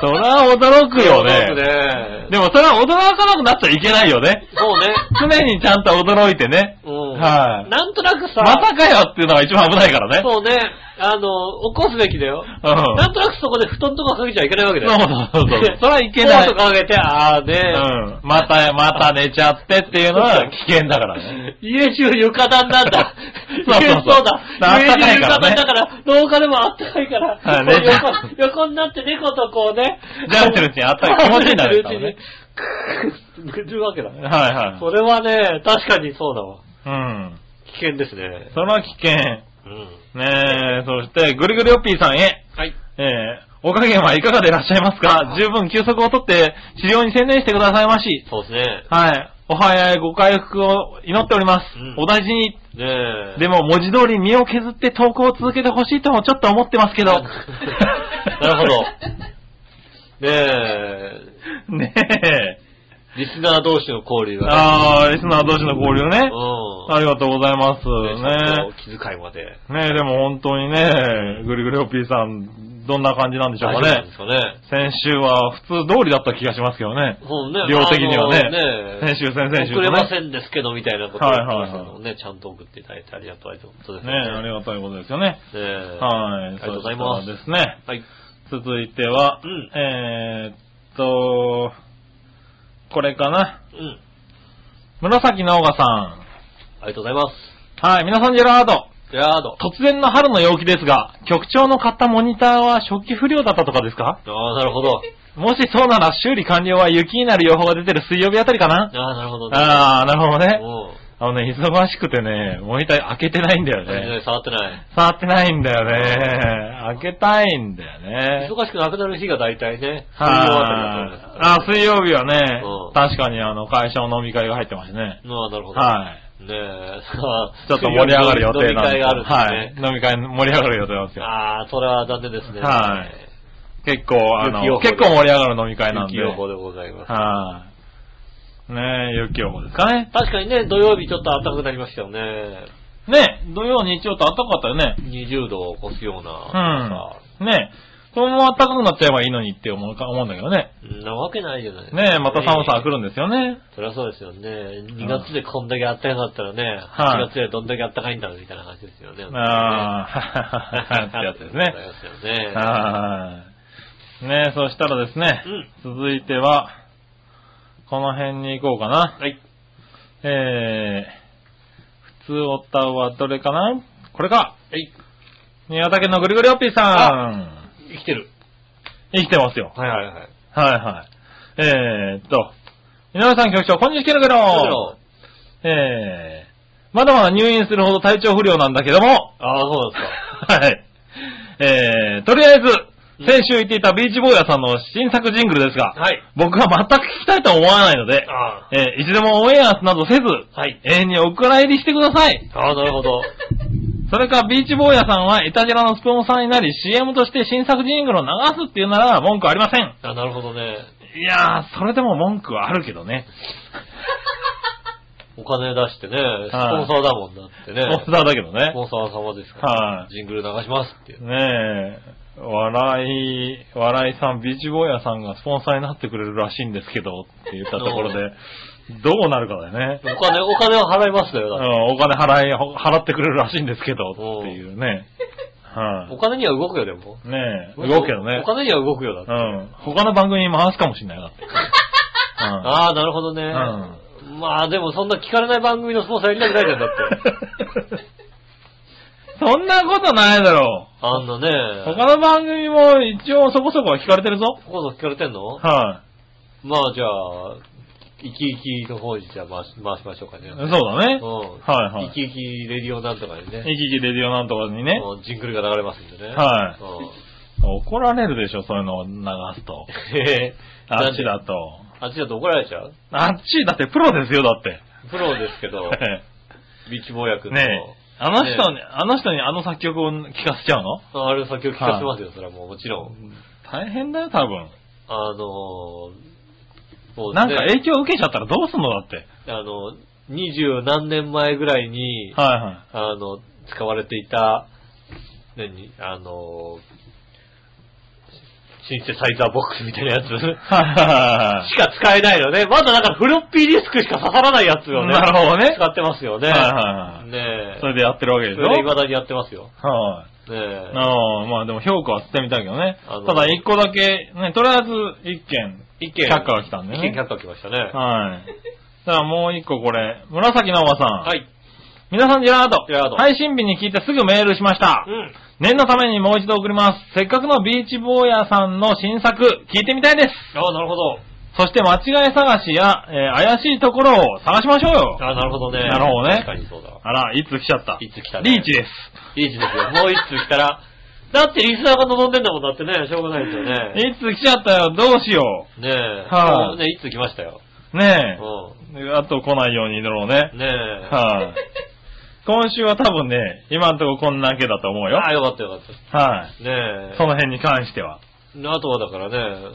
S3: それは驚くよ
S2: そう
S3: ね。
S2: ね。
S3: でもそれは驚かなくなっちゃいけないよね。
S2: そうね。
S3: 常にちゃんと驚いてね。
S2: うん。
S3: はい
S2: なんとなくさ、
S3: またかよっていうのが一番危ないからね。
S2: そうね、あの、起こすべきだよ。
S3: うん。
S2: なんとなくそこで布団とかかけちゃいけないわけだよ。
S3: そうそうそうそう
S2: でそれはいけない。コートかけて、あーね、
S3: うん。また、また寝ちゃってっていうのは危険だからね。
S2: 家中床暖なんだ。
S3: そうそうそう
S2: 家そうだ。
S3: 暖
S2: 家
S3: か
S2: 中
S3: いから
S2: 床暖
S3: ね
S2: だから、廊下でもあったかいから、
S3: はいね
S2: こう横横になって猫とこうね、
S3: じゃれてるうちにあったかい気持ちになるからね。
S2: じゃれてるうちに、クーッてるわけだ。
S3: はいはい。
S2: それはね、確かにそうだわ。
S3: うん。
S2: 危険ですね。
S3: それは危険。
S2: うん。
S3: ねえ、そして、ぐりぐりおっぴーさんへ、
S2: はい。
S3: えー、お加減はいかがでいらっしゃいますか十分休息をとって治療に専念してくださいまし。
S2: そうですね。
S3: はい。お早いご回復を祈っております。
S2: うん
S3: お大事に。
S2: ね え。
S3: でも、文字通り身を削って投稿を続けてほしいともちょっと思ってますけ
S2: な
S3: ど。
S2: るほど。ねえ。
S3: ど。 ねえ。
S2: リスナー同士の交流がね。
S3: あー、リスナー同士の交流ね。
S2: うん。
S3: ありがとうございます。
S2: ちょ
S3: ね
S2: っと気遣いまで。
S3: ねえ、でも本当にね、ぐりぐりおっぴーさん、どんな感じなんでしょうか
S2: 大丈夫なん
S3: ね
S2: で。すかね。
S3: 先週は普通通りだった気がしますけどね。
S2: そうね。
S3: 量的にはね
S2: あのね
S3: 先週先々
S2: 送
S3: 週とね
S2: れませんですけど、みたいなことを
S3: はいはいはい
S2: 皆さんもね、ちゃんと送っていただいてありがたいということです
S3: ねえ、ありがたいことですよね。
S2: ねえ
S3: はい。
S2: ありがとうございます
S3: そしたらですね。
S2: はい。
S3: 続いては、
S2: うん
S3: えーっと、これかな。
S2: うん。
S3: 紫直賀さ
S2: ありがとうございます。
S3: ん。はい、皆さんジェラード。
S2: ジェラード。
S3: 突然の春の陽気ですが、局長の買ったモニターは初期不良だったとかですか
S2: ああ、なるほど。
S3: もしそうなら修理完了は雪になる予報が出てる水曜日あたりかな
S2: ああ、なるほどね。
S3: あー、なるほど
S2: あ
S3: ね。
S2: も
S3: あのね、忙しくてね、モニター開けてないんだよ
S2: う、全
S3: ね。
S2: 然触ってない。
S3: 触ってないんだよね。開けたいんだよね。
S2: 忙しくなくなる日が大体ね、水曜あたりだったんです
S3: はい。あ、水曜日はね
S2: う、ん
S3: 確かにあの、会社の飲み会が入ってましたね。
S2: ああ、なるほど。
S3: はい。
S2: い。ねえ、 さあ
S3: ちょっと盛り上がる予定なん
S2: 飲み会があるん
S3: はい
S2: で。すね。
S3: 飲み会盛り上がる予定なんですよ。
S2: ああ、それは残念ですね。
S3: はい結構、あ
S2: 雪予
S3: の、
S2: 報で
S3: 結構盛り上がる飲み会なん
S2: 雪
S3: で。
S2: 予報でございます。
S3: はい。ねえ、雪予報ですかね。
S2: 確かにね、土曜日ちょっと暖かくなりましたよね。
S3: ねえ、土曜日曜と暖かかったよね。
S2: 20度を超すような。
S3: うん。ねえ。このまま暖かくなっちゃえばいいのにって思うか思うんだけどね。
S2: んなわけないじゃないですか
S3: ねえ、また寒さが来るんですよね。
S2: そりゃそうですよね。2月でこんだけ暖かかったらね、
S3: はい
S2: 8月でどんだけ暖かいんだろうみたいな話ですよね。
S3: あ
S2: あ
S3: あ、 ってやつ ですね。
S2: ですよね。
S3: はい。ねえ、そしたらですね、続いては、この辺に行こうかな。
S2: はい。
S3: えー、普通おたはどれかなこれか
S2: はい。
S3: 新潟県のぐりぐりおっぴーさん
S2: 生きてる。
S3: 生きてますよ。
S2: はいはいはい。
S3: はいはい。えーっと、井上さん局長、こんにちは、けろえー、まだまだ入院するほど体調不良なんだけども、
S2: ああ、そうなんです
S3: はい。えー、とりあえず、先週言っていたビーチボーイヤさんの新作ジングルですが、
S2: か。はい。
S3: 僕は全く聞きたいとは思わないので、
S2: あ
S3: えー、いつでもオンエアなどせず、
S2: あ。はい。
S3: 永遠にお蔵入りしてください。
S2: ああ、なるほど。
S3: それか、ビーチボーイヤさんは、イタジラのスポンサーになり、CM として新作ジングルを流すっていうなら、文句ありません。
S2: あなるほどね。
S3: いやー、それでも文句はあるけどね。
S2: お金出してね、スポンサーだもんだってね。
S3: スポンサーだけ ど
S2: ス
S3: ね。
S2: ポンサー様ですから、
S3: はい
S2: ジングル流しますっていう。
S3: ねえ、笑い、笑いさん、ビーチボーイヤさんがスポンサーになってくれるらしいんですけど、って言ったところ で、どうなるかだよね。
S2: お金、お金を払いますよ、
S3: う
S2: だ
S3: ん
S2: って。
S3: お金払い、払ってくれるらしいんですけど、っていうね。 は
S2: お金には動くよ、でも。
S3: い。ねえ、動くけどね
S2: お。金には動くよ、だって
S3: う。ん。他の番組に回すかもしれないよ だって。
S2: ああ、なるほどね。まあでもそんな聞かれない番組のスポンサーやりたくないじゃん、だ って。
S3: うんそんなことないだろう。
S2: あんなね、
S3: 他の番組も一応そこそこは聞かれてるぞ。
S2: ここぞ聞かれてんの
S3: は
S2: まあじゃあ、生き生きの方にじゃあ回し回しましょうかね。
S3: い。
S2: う。
S3: そうんだね。はいはい
S2: 生き生きレディオなんとかにね、
S3: 行き来レディオなんとかにね。
S2: もうジングルが流れますんでね。。
S3: はい怒られるでしょ、そういうのを流すと。
S2: へへ
S3: あっち。
S2: なん
S3: だ
S2: で
S3: と。
S2: あっちだと怒られちゃう
S3: あっちだってプロですよ、だって。
S2: プロですけど、ビーチボーヤ君の。
S3: ねえ。あの人に、
S2: ね
S3: あの人にあの作曲を聞かせちゃうの
S2: あれ先を聞かせますよ、それはもうもちろん。
S3: 大変だよ、多分。
S2: あのー、そうで
S3: な
S2: す
S3: ん
S2: ね
S3: か影響受けちゃったらどうすんのだって。
S2: あの、二十何年前ぐらいに、
S3: はいはい。
S2: あの、使われていた、何あの、シンセサイザーボックスみたいなやつし
S3: はいはい
S2: か使えないのね。まだなんかフロッピーディスクしか刺さらないやつをね。
S3: なるほどね
S2: 使ってますよね。
S3: はいはいはい
S2: ねえ。
S3: それでやってるわけで
S2: そ
S3: し
S2: れで
S3: ょ
S2: 未だにやってますよ。
S3: はい。
S2: ねえ。
S3: ああ、まあでも評価はしてみたいけどね。
S2: あの
S3: ただ一個だけ、ね、とりあえず一件。
S2: 意見。
S3: 却下が来たんでね
S2: 意見却下来ましたね。
S3: はい。だからもう一個これ。紫のおばさん。
S2: はい。
S3: 皆さん、ジェラート。
S2: ジェラード
S3: 配信日に聞いてすぐメールしました。
S2: うん。
S3: 念のためにもう一度送ります。せっかくのビーチ坊やさんの新作、聞いてみたいです。
S2: ああ、なるほど。
S3: そして間違い探しや、えー怪しいところを探しましょうよ。
S2: ああ、なるほどね。
S3: なるほどね
S2: 確かにそうだわ。
S3: あら、いつ来ちゃった。
S2: いつ来たね
S3: リーチです。
S2: いいですよ。もう一通来たら。だってリスナーが望んでんだもんだってね、しょうがないですよね。
S3: いつ来ちゃったよ、どうしよ
S2: ねえ。
S3: はい
S2: もうね、一通来ましたよ。
S3: う。ね
S2: う
S3: え。あと来ないようにだろうね。
S2: ん。ねえ。
S3: はい、今週は多分ね、今んとここんだけだと思うよ。
S2: あ
S3: はい、
S2: あ、よかったよかった。ねえ。
S3: その辺に関しては。
S2: あとはだからね、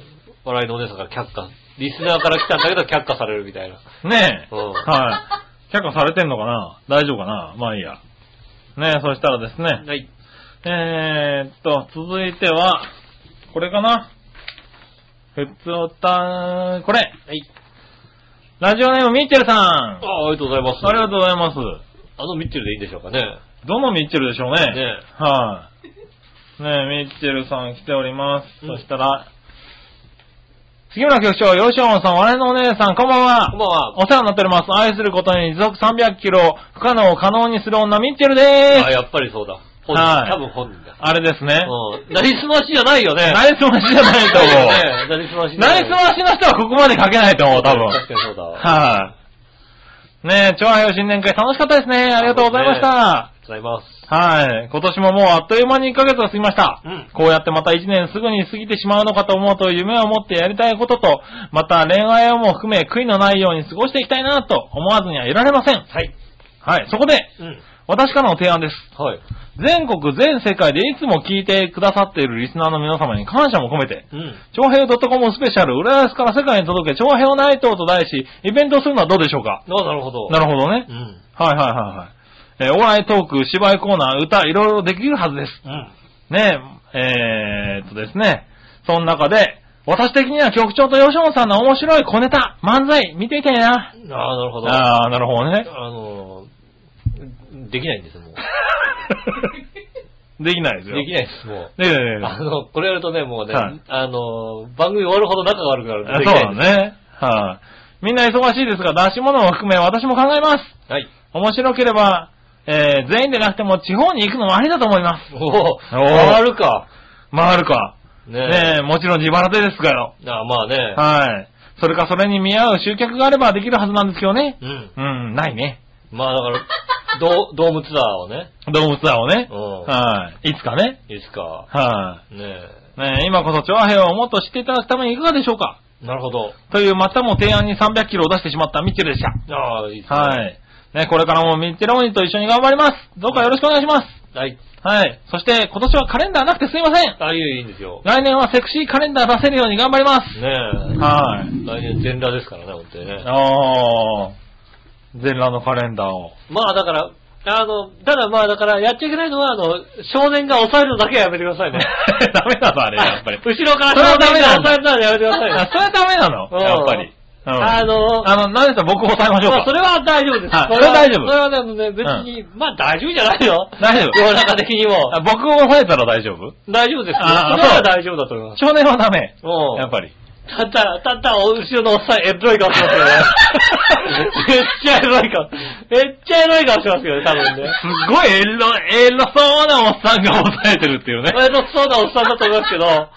S2: 笑いのお姉さんから却下。リスナーから来たんだけど却下されるみたいな。
S3: ね
S2: う
S3: え。
S2: ん
S3: はい。却下されてんのかな大丈夫かなまあいいや。ねえ、そしたらですね。
S2: はい。
S3: えー、っと、続いては、これかなふつおた、これ
S2: はい。
S3: ラジオネームミッチェルさんあ
S2: ああ、ありがとうございます。
S3: りがとうございます。
S2: あのミッチェルでいいんでしょうかね。
S3: どのミッチェルでしょうね。
S2: ねえ
S3: はい、ねえ、ミッチェルさん来ております。
S2: うん
S3: そしたら、杉村局長、吉本さん、我のお姉さん、こんばんは。
S2: こんばんは。
S3: お世話になっております。愛することに持続300キロ、不可能を可能にする女、ミッチェルでーす。
S2: あやっぱりそうだ。本
S3: はい
S2: 人。多分本人だ。
S3: あれですね。
S2: うん。なりすましじゃないよね。
S3: ナイスマシじゃないと思う。
S2: ねえなりすましじゃ
S3: ナ
S2: な
S3: イ
S2: い。
S3: スマシの人はここまで書けないと思う、多分。
S2: 確かにそうだわ。
S3: はい。ねえ、調和表新年会楽しかったですね。ありがとうございました。
S2: ありがとうございます。
S3: はい。今年ももうあっという間に1ヶ月が過ぎました。
S2: うん
S3: こうやってまた1年すぐに過ぎてしまうのかと思うと、夢を持ってやりたいことと、また恋愛をも含め悔いのないように過ごしていきたいなと思わずにはいられません。
S2: はい。
S3: はい。そこで、
S2: うん。
S3: 私からの提案です。
S2: はい。
S3: 全国、全世界でいつも聞いてくださっているリスナーの皆様に感謝も込めて、
S2: うん。
S3: 長平 .com スペシャル、浦安から世界に届け、長平ナイトと題し、イベントをするのはどうでしょうか
S2: あ、なるほど。
S3: なるほどね。
S2: うん。
S3: はいはいはいはい。えーお笑いトーク、芝居コーナー、歌、いろいろできるはずです。
S2: うん。
S3: ねえ、えーっとですね、その中で、私的には局長と吉本さんの面白い小ネタ、漫才、見ていたい
S2: あ
S3: な。
S2: あ、なるほど。あ
S3: ああ、なるほどね。
S2: の、できないんです、もう。
S3: できないですよ。
S2: できないです、もう。
S3: できないで
S2: あの、これやるとね、もうね、
S3: はい
S2: あの、番組終わるほど仲が悪くなるんででき
S3: すよ。
S2: ない
S3: そ
S2: ん
S3: うだ
S2: です。
S3: ね。はい、みんな忙しいですが、出し物を含め私も考えます。
S2: はい。
S3: 面白ければ、えー、全員でなくても地方に行くのもありだと思います。
S2: おお
S3: おー
S2: 終わるか。
S3: 回るか。
S2: ね
S3: ねえ、もちろん自腹でですからよ。
S2: え。あまあね。
S3: はい。それかそれに見合う集客があればできるはずなんですけどね。
S2: うん。
S3: うん、ないね。
S2: まあだから、ドードームツアーをね。
S3: 動物だをね。
S2: う
S3: はい。いつかね。
S2: ん。いつか。
S3: は
S2: ね
S3: い。ねえ、今こそ長平をもっと知っていただくためにいかがでしょうか
S2: え。なるほど。
S3: というまたも提案に300キロを出してしまったミッチェルでした。
S2: ああ、いいですね。
S3: はい。ね、これからもミッチェローニと一緒に頑張ります。どうかよろしくお願いします。
S2: はい。
S3: はい。そして今年はカレンダーなくてすいません。
S2: ああ、いいよいいんですよ。
S3: 来年はセクシーカレンダー出せるように頑張りま
S2: ね
S3: す。
S2: え。
S3: はい。
S2: 来年全裸ですからね、本当にね。
S3: ああ、全裸のカレンダ ーを。
S2: まあだから、あの、ただまあだから、やっちゃいけないのは、あの、少年が抑えるのだけはやめてくださいね。
S3: ダメなのあれ、やっぱり。
S2: 後ろから少年が抑えるのはやめてください
S3: あ
S2: ね。
S3: それはダメなの、
S2: うん
S3: やっぱり。うん
S2: あの、
S3: あの、なでさん僕抑えましょう
S2: まあ
S3: か。
S2: それは大丈夫です。
S3: はい
S2: こ
S3: それは大丈夫
S2: それはでもね、別に、まあ大丈夫じゃないよ。
S3: 大丈
S2: 世の
S3: 夫。
S2: 中的にも
S3: あ。僕を抑えたら大丈夫
S2: 大丈夫ですよ。それ
S3: あー
S2: は大丈夫だと思います。
S3: 少年はダメ。
S2: うん
S3: やっぱり。
S2: たった、たった、後ろのおっさん、エロい顔してますよね。めっちゃエロい顔。めっちゃエロい顔してますけどね、多分ね。
S3: すっごいエロ、エロそうなおっさんが抑えてるっていうね。
S2: エロそうなおっさんだと思いますけど、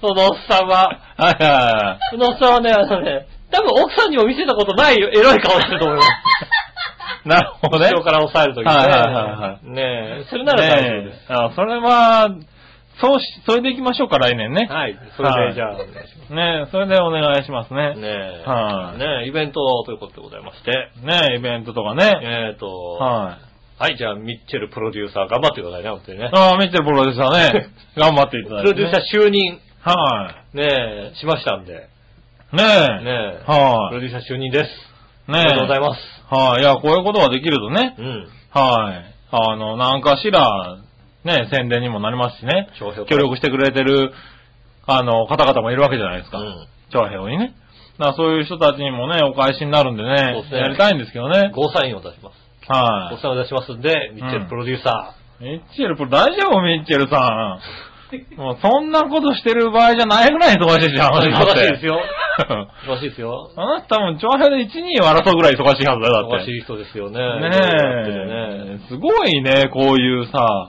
S2: そのおっさんは。
S3: はいは
S2: そのおっさんはね、あのね、多分奥さんにも見せたことないエロい顔してると思います。
S3: い。なるほどね。
S2: 後ろから押さえるときね。
S3: はいはいは
S2: ねえ、それなら大丈夫です。
S3: ねえあそれは、そうし、それで行きましょうか、来年ね。
S2: はい。それでじゃあ、お願いしま
S3: ねえそれでお願いしますね
S2: す。。ねえ。
S3: はい
S2: ねえ、イベントということでございまして。
S3: ねえイベントとかね。
S2: えっ、と、は
S3: はい。
S2: い、じゃあ、ミッチェルプロデューサー頑張ってくださいね、本当にね。
S3: ああ、見てるプロデューサ ーね。頑張っていた
S2: プ
S3: だい
S2: ロ
S3: て、
S2: デュー
S3: ね。
S2: サー就任、
S3: ー。は
S2: ねえ、しましたんで。
S3: い。ね
S2: ね
S3: え。
S2: え、プ
S3: は
S2: ロ
S3: い。
S2: デューサー就任です。
S3: ねえ。
S2: ありがとうございます。
S3: はい。いや、こういうことができるとね
S2: う。ん。
S3: はい。あの、なんかしら、ねえ、宣伝にもなりますしね。
S2: 商標
S3: 協力してくれてる、あの、方々もいるわけじゃないです
S2: う
S3: か。
S2: ん。
S3: 長編にね。だからそういう人たちにもね、お返しになるん
S2: そ
S3: で
S2: う
S3: ね
S2: で。すね
S3: やりたいんですけどね。
S2: ゴーサインを出します。ゴ
S3: は
S2: ーサインを出しますんで、ミッチェルプロデューサ
S3: い。ミッチェル、これ大丈夫ミッチェルさ ん。もうそんなことしてる場合じゃないぐらい忙しいじゃん、
S2: ー。
S3: 話になっ
S2: 忙
S3: て
S2: しいですよ。忙しいですよ。
S3: あなたも長編で1、2を争うぐらい忙しいはずだよ、だ
S2: 忙
S3: って。
S2: しい人ですよね。
S3: ねえ。すごいね、こういうさ、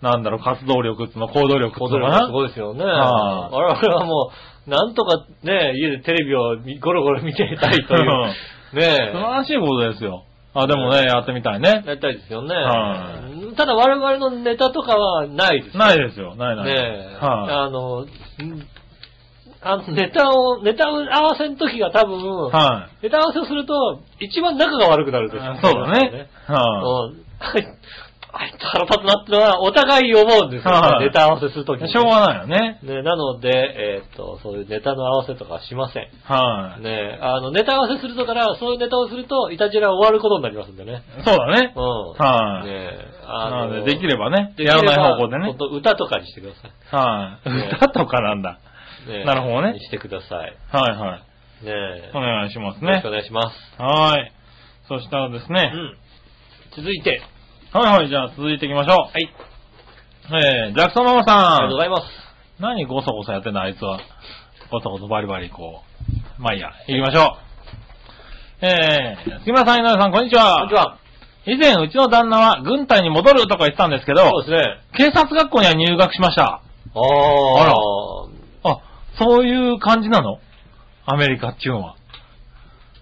S3: なんだろう、活動力っていうの、行動力ってい
S2: 行
S3: うの
S2: 動
S3: か
S2: 力す
S3: な。
S2: ごいですよね。
S3: は
S2: 我々はもう、なんとかね、家でテレビをみゴロゴロ見ていたいというう。
S3: 素
S2: ね
S3: 晴らしいことですよ。あ、でもね、やってみたいね。
S2: やりたいですよね
S3: は。
S2: ただ我々のネタとかはないです。
S3: ないですよ、ないない。
S2: ね
S3: は
S2: あの、んあのネタを、ネタ合わせの時が多
S3: い。
S2: 分、
S3: は
S2: ネタ合わせをすると、一番仲が悪くなるん
S3: い。そ
S2: で
S3: う
S2: すよ
S3: だね。。は
S2: うんあいあいつ腹立つなってのは、お互い思うんですよ
S3: は
S2: ね。
S3: い
S2: ネタ合わせするとき
S3: い。しょうがないよね。
S2: ね、なので、えーっと、そういうネタの合わせとかはしません。
S3: はい。
S2: ね、あの、ネタ合わせするとから、そういうネタをすると、いたじら終わることになりますんでね。
S3: そうだね
S2: う。ん。
S3: はい
S2: ね
S3: な
S2: あ
S3: の
S2: の、
S3: で、できればね、
S2: できれ
S3: や
S2: ば、
S3: らない方向でね。
S2: ほんと歌とかにしてくださ
S3: はい。
S2: ね
S3: 歌とかなんだ。
S2: い。ね
S3: なるほどね
S2: にしてください。
S3: はいは
S2: ね
S3: い。お願いします
S2: よろし
S3: ね
S2: くお。願いします。
S3: はい。そしたらです
S2: う
S3: ね。
S2: ん。続いて、
S3: はいはい、じゃあ続いていきましょう。
S2: はい。
S3: えー、ジャクソンマ
S2: あ
S3: マ
S2: り
S3: さ
S2: がとうご
S3: ん。
S2: ざいます。
S3: 何ごそごそやってんのあいつは。ごそごそバリバリこう。まあいいや、行きましょう。えー、杉村さん、井上さん、こんにちは。
S2: こんにちは。
S3: 以前、うちの旦那は軍隊に戻るとか言ってたんですけど、
S2: そうですね。
S3: 警察学校には入学しました。
S2: あー
S3: あらあ、そういう感じなのアメリカっていうのは。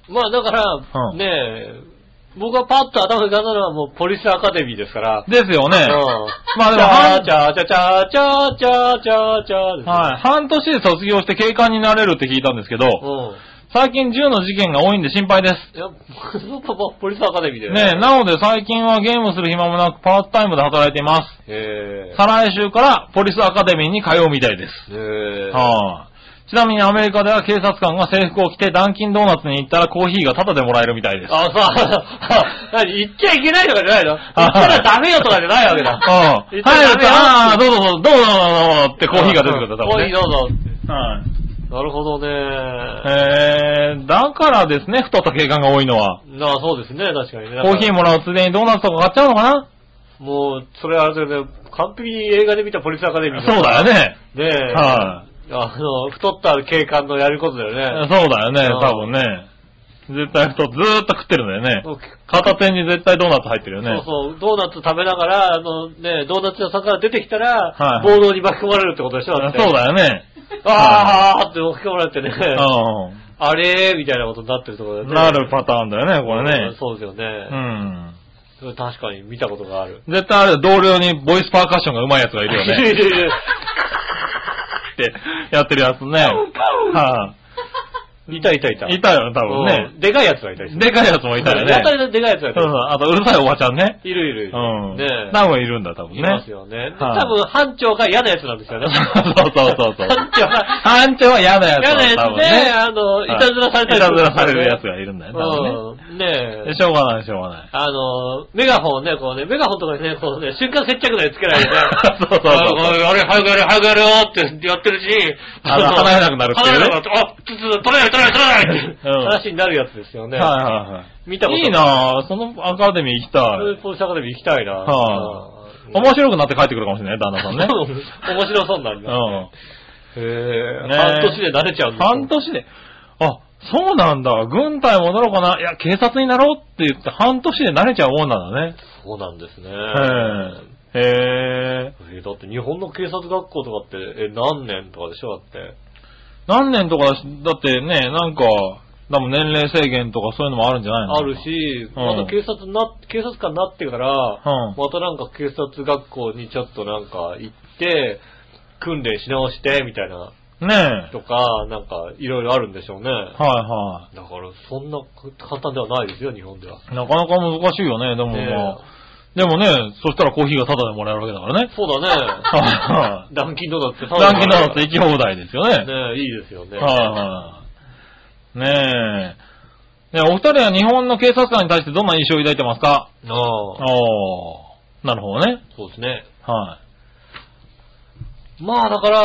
S2: まあだから、
S3: うん
S2: ねえ、僕がパッと頭に浮かんだのはもうポリスアカデミーですから。
S3: ですよね。
S2: うん
S3: まあでも半
S2: チャーチャーチャーチャーチャーチャーチャーです。
S3: はい。半年で卒業して警官になれるって聞いたんですけど、
S2: うん。
S3: 最近銃の事件が多いんで心配です。
S2: いや、 パパポリスアカデミーだよ
S3: ねえ、なので最近はゲームする暇もなくパートタイムで働いています。
S2: え
S3: 再来週からポリスアカデミーに通うみたいです。
S2: え。ええ。
S3: はい、ちなみにアメリカでは警察官が制服を着てダンキンドーナツに行ったらコーヒーがタダでもらえるみたいです。
S2: あ、さ、何言っちゃいけないとかじゃないの言ったらダメよとかじゃないわけ
S3: うん。
S2: だ。
S3: 入ると、ああ、どうぞどうぞ、どうぞどうぞってコーヒーが出てくるんだ、多
S2: コー
S3: 分
S2: ヒーど
S3: ね。
S2: うぞ。
S3: はい。
S2: なるほどね。
S3: えー、だからですね、太った警官が多いのは。
S2: なあ、そうですね、確かにね。
S3: コーヒーもらうついでにドーナツとか買っちゃうのかな
S2: もう、それはあれだよね、完璧に映画で見たポリスアカデミー
S3: そうだよ
S2: ね。
S3: ね。
S2: ねえ。
S3: は
S2: あの、太った警官のやることだよね。
S3: そうだよね、
S2: うん
S3: 多分ね。絶対太、ずーっと食ってるんだよね。
S2: もう
S3: 片手に絶対ドーナツ入ってるよね。
S2: そうそう、ドーナツ食べながら、あのね、ドーナツ屋さんから出てきたら、
S3: はい
S2: 暴動に巻き込まれるってことでしょ
S3: あそう
S2: だって。
S3: だよね。
S2: あーって巻き込まれてね、
S3: う
S2: あれーみたいなことになってるところだよ
S3: ん。
S2: ね。
S3: なるパターンだよね、これ
S2: うん
S3: ね。
S2: そうですよね。
S3: うん。
S2: それ確かに見たことがある。
S3: 絶対あれ、同僚にボイスパーカッションが上手いやつがいるよね。
S2: いるいる
S3: ってやってるやつね。はい
S2: たいたいた。
S3: い。いたよ、多分ね
S2: うん。でかいやつがいたりする。
S3: でかいやつもいたよね。
S2: やたらでかいやつがいた
S3: そう
S2: り
S3: そう。あと、うるさいおばちゃんね。
S2: する。いるいるいる。
S3: うん。
S2: ねえ
S3: 多分いるんだ、多分ね。
S2: いますよね。多
S3: はい
S2: 分班長が嫌なやつなんですよね。
S3: そうそうそうそう。
S2: 班長が
S3: 班長は嫌なやつ
S2: 嫌なや
S3: だ多分
S2: つで、あの、いたずらされたり
S3: い
S2: す
S3: た
S2: る
S3: ずらされるやつがいるんだよね多分ね。
S2: うん。ねえ
S3: で。しょうがない、しょうがない。。
S2: あの、メガホンをね、こうね、メガホンとかにね、こうね、瞬間接着剤つけないでね
S3: そうそうそう
S2: あのあれ、早くやれ、早くやれよってやってるし、
S3: あの
S2: そうそう
S3: 離れなくなるっていう
S2: 離
S3: ね
S2: れなくなって、あ、つつ取れない、取れない、取れないって
S3: うん
S2: 話になるやつですよね。
S3: はいはいはい。
S2: 見たこと
S3: いいなぁ、そのアカデミー行きた
S2: そういう
S3: い。
S2: ポジションアカデミー行きたいな。
S3: は
S2: うん
S3: 面白くなって帰ってくるかもしれない、旦那さんね。
S2: 面白そうになります。
S3: う
S2: へえ、
S3: ね
S2: 半年で慣れちゃうん
S3: ん。
S2: ですよ
S3: 半年で、あ、そうなんだ、軍隊戻ろうかな、いや、警察になろうって言って半年で慣れちゃうもんなんだね。
S2: そうなんですね。
S3: へえ。へえ。
S2: えーだって日本の警察学校とかって、え、何年とかでしょだって。
S3: 何年とかだし、だってね、なんか、多分年齢制限とかそういうのもあるんじゃないの
S2: ある。し、また警察な、警察官になってから、
S3: うん
S2: またなんか警察学校にちょっとなんか行って、訓練し直して、みたいな、
S3: ねえ。はい
S2: とか、なんかいろいろあるんでしょうね。
S3: はい。
S2: だから、そんな簡単ではないですよ、日本では。
S3: なかなか難しいよね、でも
S2: ねえ
S3: まあ。でもね、そしたらコーヒーがタダでもらえるわけ だからね。
S2: そうだ
S3: は
S2: ね。ダンキンドーナツって
S3: ランキングだって
S2: ね
S3: 行き放題ですよね。
S2: えいいですよね。
S3: はいはい。ねえ。ねえお二人は日本の警察官に対してどんな印象を抱いてますか
S2: ああ、
S3: おー。なるほどね。
S2: そうですね。
S3: は
S2: まあだから、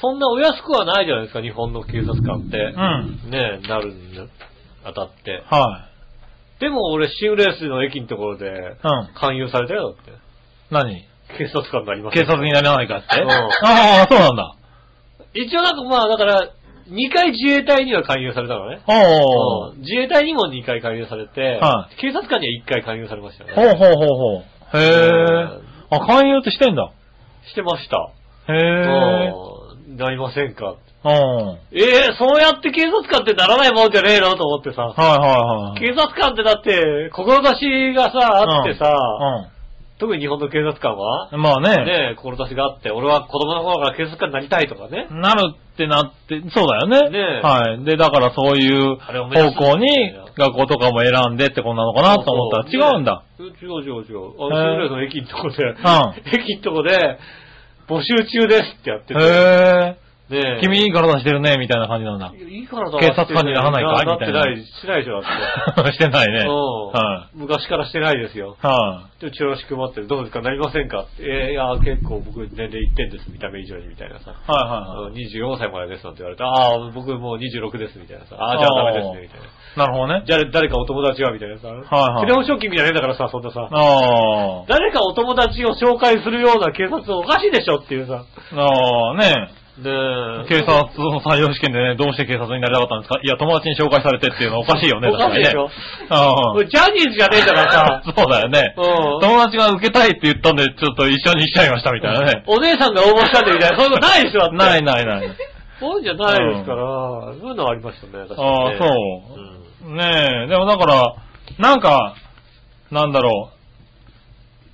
S2: そんなお安くはないじゃないですか、日本の警察官って。
S3: い。うん。
S2: ねえ、なるに当たって。
S3: は
S2: でも俺、シングレースの駅のところで
S3: い。、うん。
S2: 勧誘されたよ、だって。
S3: 何
S2: 警察官になります
S3: 警察にならないかって
S2: うん
S3: ああ、そうなんだ。
S2: 一応なんかまあ、だから、2回自衛隊には勧誘されたのね。
S3: おー。
S2: うん自衛隊にも2回勧誘されて、
S3: は
S2: 警察官には1回勧誘されましたよ
S3: ほうほう
S2: ね。
S3: ほうほう。へえ。あ、勧誘ってしてんだ。
S2: してました。
S3: へえ。
S2: うんなりませんか
S3: うん。はい
S2: ええそうやって警察官ってならないもんじゃねえのと思ってさ。
S3: はいはい。
S2: 警察官ってだって、志がさ、あってさ、
S3: う
S2: 特に日本の警察官は、
S3: ん。まあね。
S2: ねえ、志があって、俺は子供の頃から警察官になりたいとかね。
S3: なるってなって、そうだよね。
S2: ねえ
S3: はい。で、だからそういう
S2: あれを目指す
S3: 方向に学校とかも選んでってこんなのかなと思ったら違うんだ。
S2: そうそう。違う違う違う。
S3: へえ
S2: あの、シングレーの駅のとこで、
S3: う
S2: 駅のとこで、募集中ですってやってて。
S3: へ
S2: ね
S3: え。
S2: え
S3: 君いい体してるね、みたいな感じなんだ。
S2: いいからだ
S3: 警察官にならないか
S2: なってな
S3: みたい
S2: い、しないでしょ、だって。
S3: してない ね。
S2: うん
S3: は
S2: 昔からしてないですよ。
S3: い。は
S2: で、チラシ配ってる、どうですかなりませんかってえー、いや、結構僕年齢いってんです、見た目以上に、みたいなさ。
S3: い。はいはいは
S2: あの24歳までですなんて言われたああ、僕もう26です、みたいなさ。ああ、じゃあダメですね、みたいな。
S3: い。なるほどね。
S2: じゃあ、誰かお友達が、みたいなさ。
S3: はいはい
S2: テレフォンショッキングじゃねえんだからさ、そんなさ。
S3: ああ。
S2: 誰かお友達を紹介するような警察おかしいでしょっていうさ。
S3: ああ、ね
S2: ね
S3: え
S2: え
S3: 警察の採用試験でね、どうして警察になりたかったんですかいや、友達に紹介されてっていうのはおかしいよね、
S2: おかしいでしょ
S3: 確か
S2: こ
S3: に
S2: れ
S3: ね。
S2: ジャニーズじゃねえんだからさ
S3: う。ん。そうだよね。
S2: うん。
S3: 友達が受けたいって言ったんで、ちょっと一緒にしちゃいました みたいなね。
S2: お姉さんが応募したんでみたいな、そういうのないでしょだって
S3: ないないない。
S2: そうじゃないですから、そういうのはありましたね、確かに、ね。
S3: ああ、そう。ねえ、でもだから、なんか、なんだろ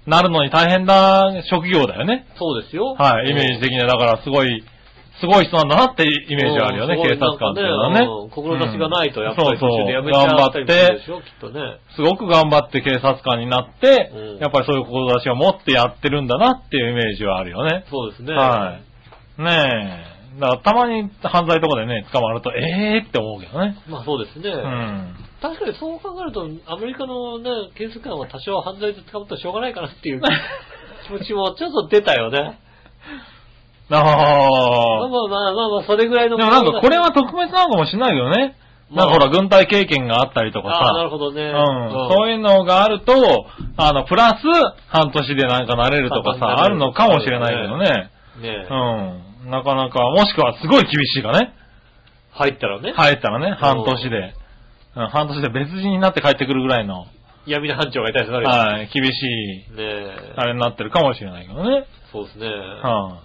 S3: う。なるのに大変な職業だよね。
S2: うん。そうですよ。
S3: はい、イメージ
S2: で
S3: 的には。だからすごい、すごい人なんだなってイメージはあるよね、警察官っていうのはね。
S2: 志がないと、やっぱ
S3: そう
S2: り途中でやめちゃ
S3: そう頑
S2: った
S3: 張
S2: りする
S3: っ
S2: で
S3: て
S2: し、ょ、きっとね。
S3: すごく頑張って警察官になって、
S2: うん
S3: やっぱりそういう志を持ってやってるんだなっていうイメージはあるよね。
S2: そうですね。
S3: はい。ねえ。だからたまに犯罪とかでね、捕まると、えーって思うけどね。
S2: まあそうですね。
S3: うん。
S2: 確かにそう考えると、アメリカのね、警察官は多少犯罪で捕まったらしょうがないかなって いう気持ちもちょっと出たよね。まあ
S3: ああ。
S2: まあまあまあまあ、それぐらい
S3: で
S2: の。
S3: もなんかこれは特別なのかもしれないけどね。
S2: ま
S3: な
S2: あ
S3: んかほら、軍隊経験があったりとかさ。
S2: ああ、なるほどね。
S3: うん。そういうのがあると、あの、プラス、半年でなんか慣れるとかさ、あ
S2: 半年慣れる
S3: るのかもしれないけどね。
S2: ねえ
S3: うん。なかなか、もしくはすごい厳しいかね。
S2: 入ったらね、
S3: 入ったらね、半年で。うん、半年で別人になって帰ってくるぐらいの、
S2: 闇の班長がいたりするわ
S3: はい、厳しい、
S2: けですねえ。
S3: あれになってるかもしれないけどね。
S2: そうですね。
S3: は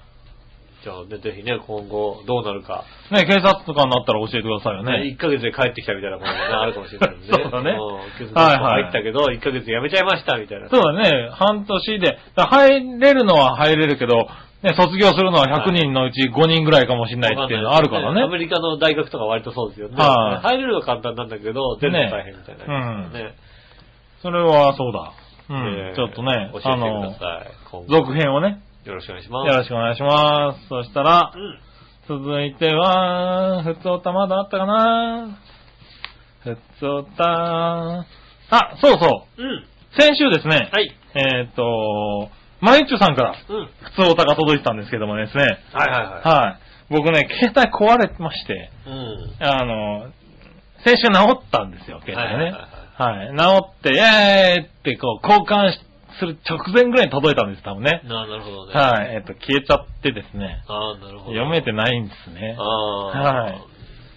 S2: じゃあね、ぜひね、今後どうなるか。
S3: い。ね、警察とかになったら教えてくださいよ
S2: ね、
S3: ね。
S2: 1ヶ月で帰ってきたみたいなことがねあるかもしれないんで。
S3: そうだね
S2: ん警察
S3: はいはい
S2: 入ったけど、1ヶ月で辞めちゃいましたみたいな。
S3: そうだね、半年で、だ入れるのは入れるけど、ね、卒業するのは100人のうち5人ぐらいかもしれないっていうのはあるから
S2: ア
S3: ね。
S2: メリカの大学とか割とそうですよね。
S3: はい
S2: 入れるのは簡単なんだけど、全部大変みたいな、ね。
S3: それはそうだ。う
S2: え
S3: ん、
S2: ー
S3: ちょっとね
S2: 教え、てく
S3: あの
S2: だ、さい。今後
S3: 続編をね、
S2: よろしくお願いし
S3: よ
S2: ます。
S3: ろしくお願いします。そしたら
S2: う、ん。
S3: 続いては、ふつおたまだあったかなふつおた、あ、そうそ
S2: うん。
S3: う、先週ですね、
S2: はい。
S3: えーっと、まゆっちゅさんから、
S2: うん。はい
S3: ふつおたが届いてたんですけどもですね、
S2: はいは
S3: はい。僕ね、携帯壊れてまして、
S2: い。うん。
S3: あの、先週治ったんですよ、携帯ね。はい。治って、イェーイってこう、交換しする直前ぐらいに届いたんです、多分ね。
S2: ななるほどね。
S3: はい。えっと、消えちゃってですね。
S2: ああ、なるほど。
S3: 読めてないんですね
S2: あ。あ。
S3: はい。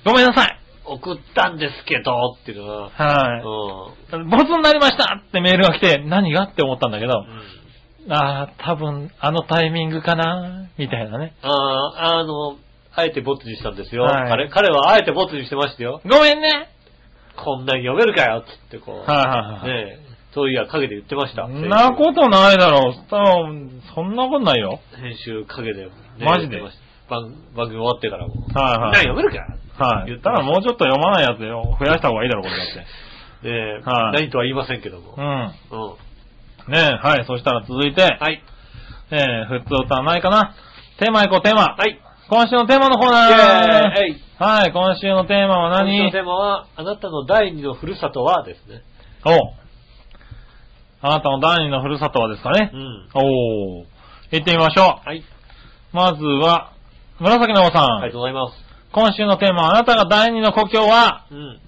S3: ごめんなさい
S2: 送ったんですけど、っていうのは。
S3: は
S2: うん。
S3: い。ボツになりましたってメールが来て、何がって思ったんだけど
S2: う、ん
S3: あー、多分、あのタイミングかなみたいなね。
S2: ああ、あの、あえてボツにしたんですよ。
S3: はい
S2: 彼彼はあえてボツにしてましたよ。
S3: ごめんね
S2: こんなに読めるかよっつってこう。
S3: はいはいはい。
S2: ねえ、そういや、陰で言ってました。
S3: そんなことないだろう。多分、そんなことないよ。
S2: 編集陰で、ね。
S3: マジで
S2: 言ってました番番組終わってからも。
S3: はいはい
S2: みんな読めるかよ言
S3: はい。言
S2: っ
S3: ってた
S2: ま
S3: ら
S2: した
S3: もうちょっと読まないやつよ増やした方がいいだろう、これだって。
S2: ねえ、
S3: はい
S2: 何とは言いませんけども。
S3: う
S2: うん。
S3: ん。ねえ、はい。そしたら続いて、
S2: はい。
S3: えー、普通歌ないかな。テーマいこう、テーマ。
S2: はい。
S3: 今週のテーマのコーナー
S2: イェーイ
S3: はい、今週のテーマは
S2: 今週の
S3: 何
S2: テーマは、あなたの第二のふるさとはですね。
S3: おあなたの第二のふるさとはですかね
S2: う。ん。
S3: おー。行ってみましょ
S2: はい。
S3: う。まずは、紫のおさん。
S2: ありがとうございます。
S3: 今週のテーマ、あなたが第二の故郷は、
S2: うん。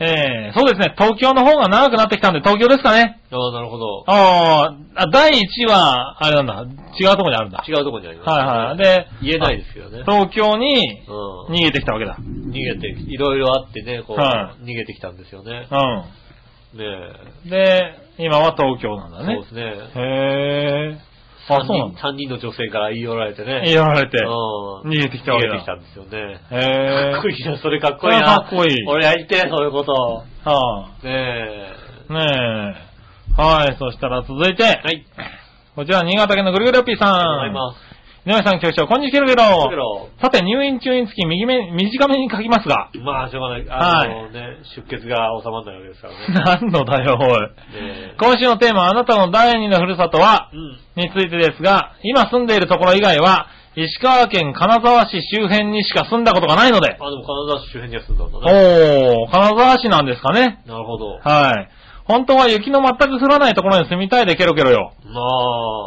S3: えー、そうですね、東京の方が長くなってきたんで、東京ですかね。
S2: ああ、なるほど。
S3: あーあ、第一は、あれなんだ、違うところにあるんだ。
S2: 違うところにあります、
S3: はいはい。で、
S2: 言えないですけどね。
S3: 東京に
S2: うん。
S3: 逃げてきたわけだ。
S2: 逃げて、いろいろあってね、こう、
S3: は
S2: 逃げてきたんですよね。
S3: う
S2: ね
S3: ん。で、今は東京なんだ
S2: え。
S3: ね。
S2: そうですね。
S3: へー。あ、そうなんだ。
S2: 三人の女性から言い寄られてね。
S3: 言われて。
S2: うん。
S3: 逃げてきたわけだ
S2: 逃げてきたんですよね。
S3: へ
S2: か
S3: ー。
S2: っこいいな、それかっこいいな。
S3: かっこいい
S2: 俺やりてえ、そういうこと。
S3: はあ、
S2: ねえ。
S3: ねえ。はい、そしたら続いて、
S2: はい。
S3: こちら新潟県のぐるぐるよっぴーさ
S2: ありがとうござい
S3: ん。
S2: ます。
S3: 井上さん、局長、こんにちは、ゲロゲ
S2: だ
S3: ロ
S2: けど、
S3: さて、入院中につき右め、短めに書きますが、
S2: まあ、しょうがない。あのね、出血が収まらないわけですからね。
S3: 何のだよ、おい。
S2: ねえ
S3: 今週のテーマ、あなたの第二のふるさとは、
S2: うん。
S3: についてですが、今住んでいるところ以外は、石川県金沢市周辺にしか住んだことがないので、
S2: あ、でも金沢市周辺には住んだんだね。
S3: おー、金沢市なんですかね。
S2: なるほど。
S3: はい。本当は雪の全く降らないところに住みたいでケロケロよ。
S2: ま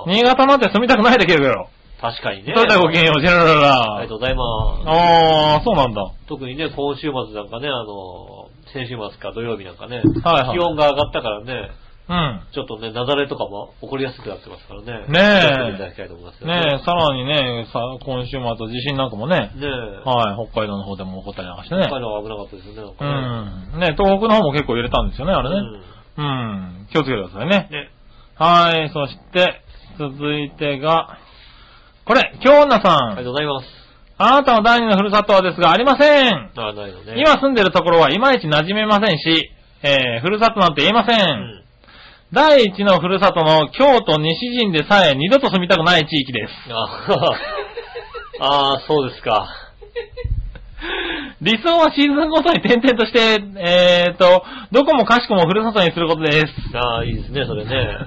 S2: あ、
S3: 新潟なんて住みたくないでケロケロ。
S2: 確かにね。
S3: それではごきげんよう、ジェララ
S2: ありが
S3: ラ
S2: と。うございます。
S3: あー、そうなんだ。
S2: 特にね、今週末なんかね、あの、先週末か土曜日なんかね、
S3: はいはい
S2: 気温が上がったからね、
S3: うん。
S2: ちょっとね、雪崩とかも起こりやすくなってますからね。気をつけ
S3: ねえ
S2: ていただきたいと思いますよ
S3: ねえ、さらにね、さ、今週末地震なんかもね、
S2: ねえ。
S3: はい、北海道の方でも起こったりなんかしてね
S2: 北。海道は危なかったですよね、なん
S3: う
S2: かね。
S3: ん。ね東北の方も結構揺れたんですよね、あれね。うん。気をつけてくださいね。
S2: ね。
S3: はい、そして、続いてが、これ、京女さ
S2: ありがと
S3: ん。
S2: うございます。
S3: あなたの第二のふるさとはですが、ありません。
S2: あ、ないのね。
S3: 今住んでるところはいまいち馴染めませんし、えー、ふるさとなんて言えません。
S2: うん。
S3: 第一のふるさとの京都西陣でさえ二度と住みたくない地域です。
S2: あ あー、そうですか。
S3: 理想はシーズンごとに点々として、えーと、どこもかし こもふるさとにすることです。
S2: ああ、いいですね、それね。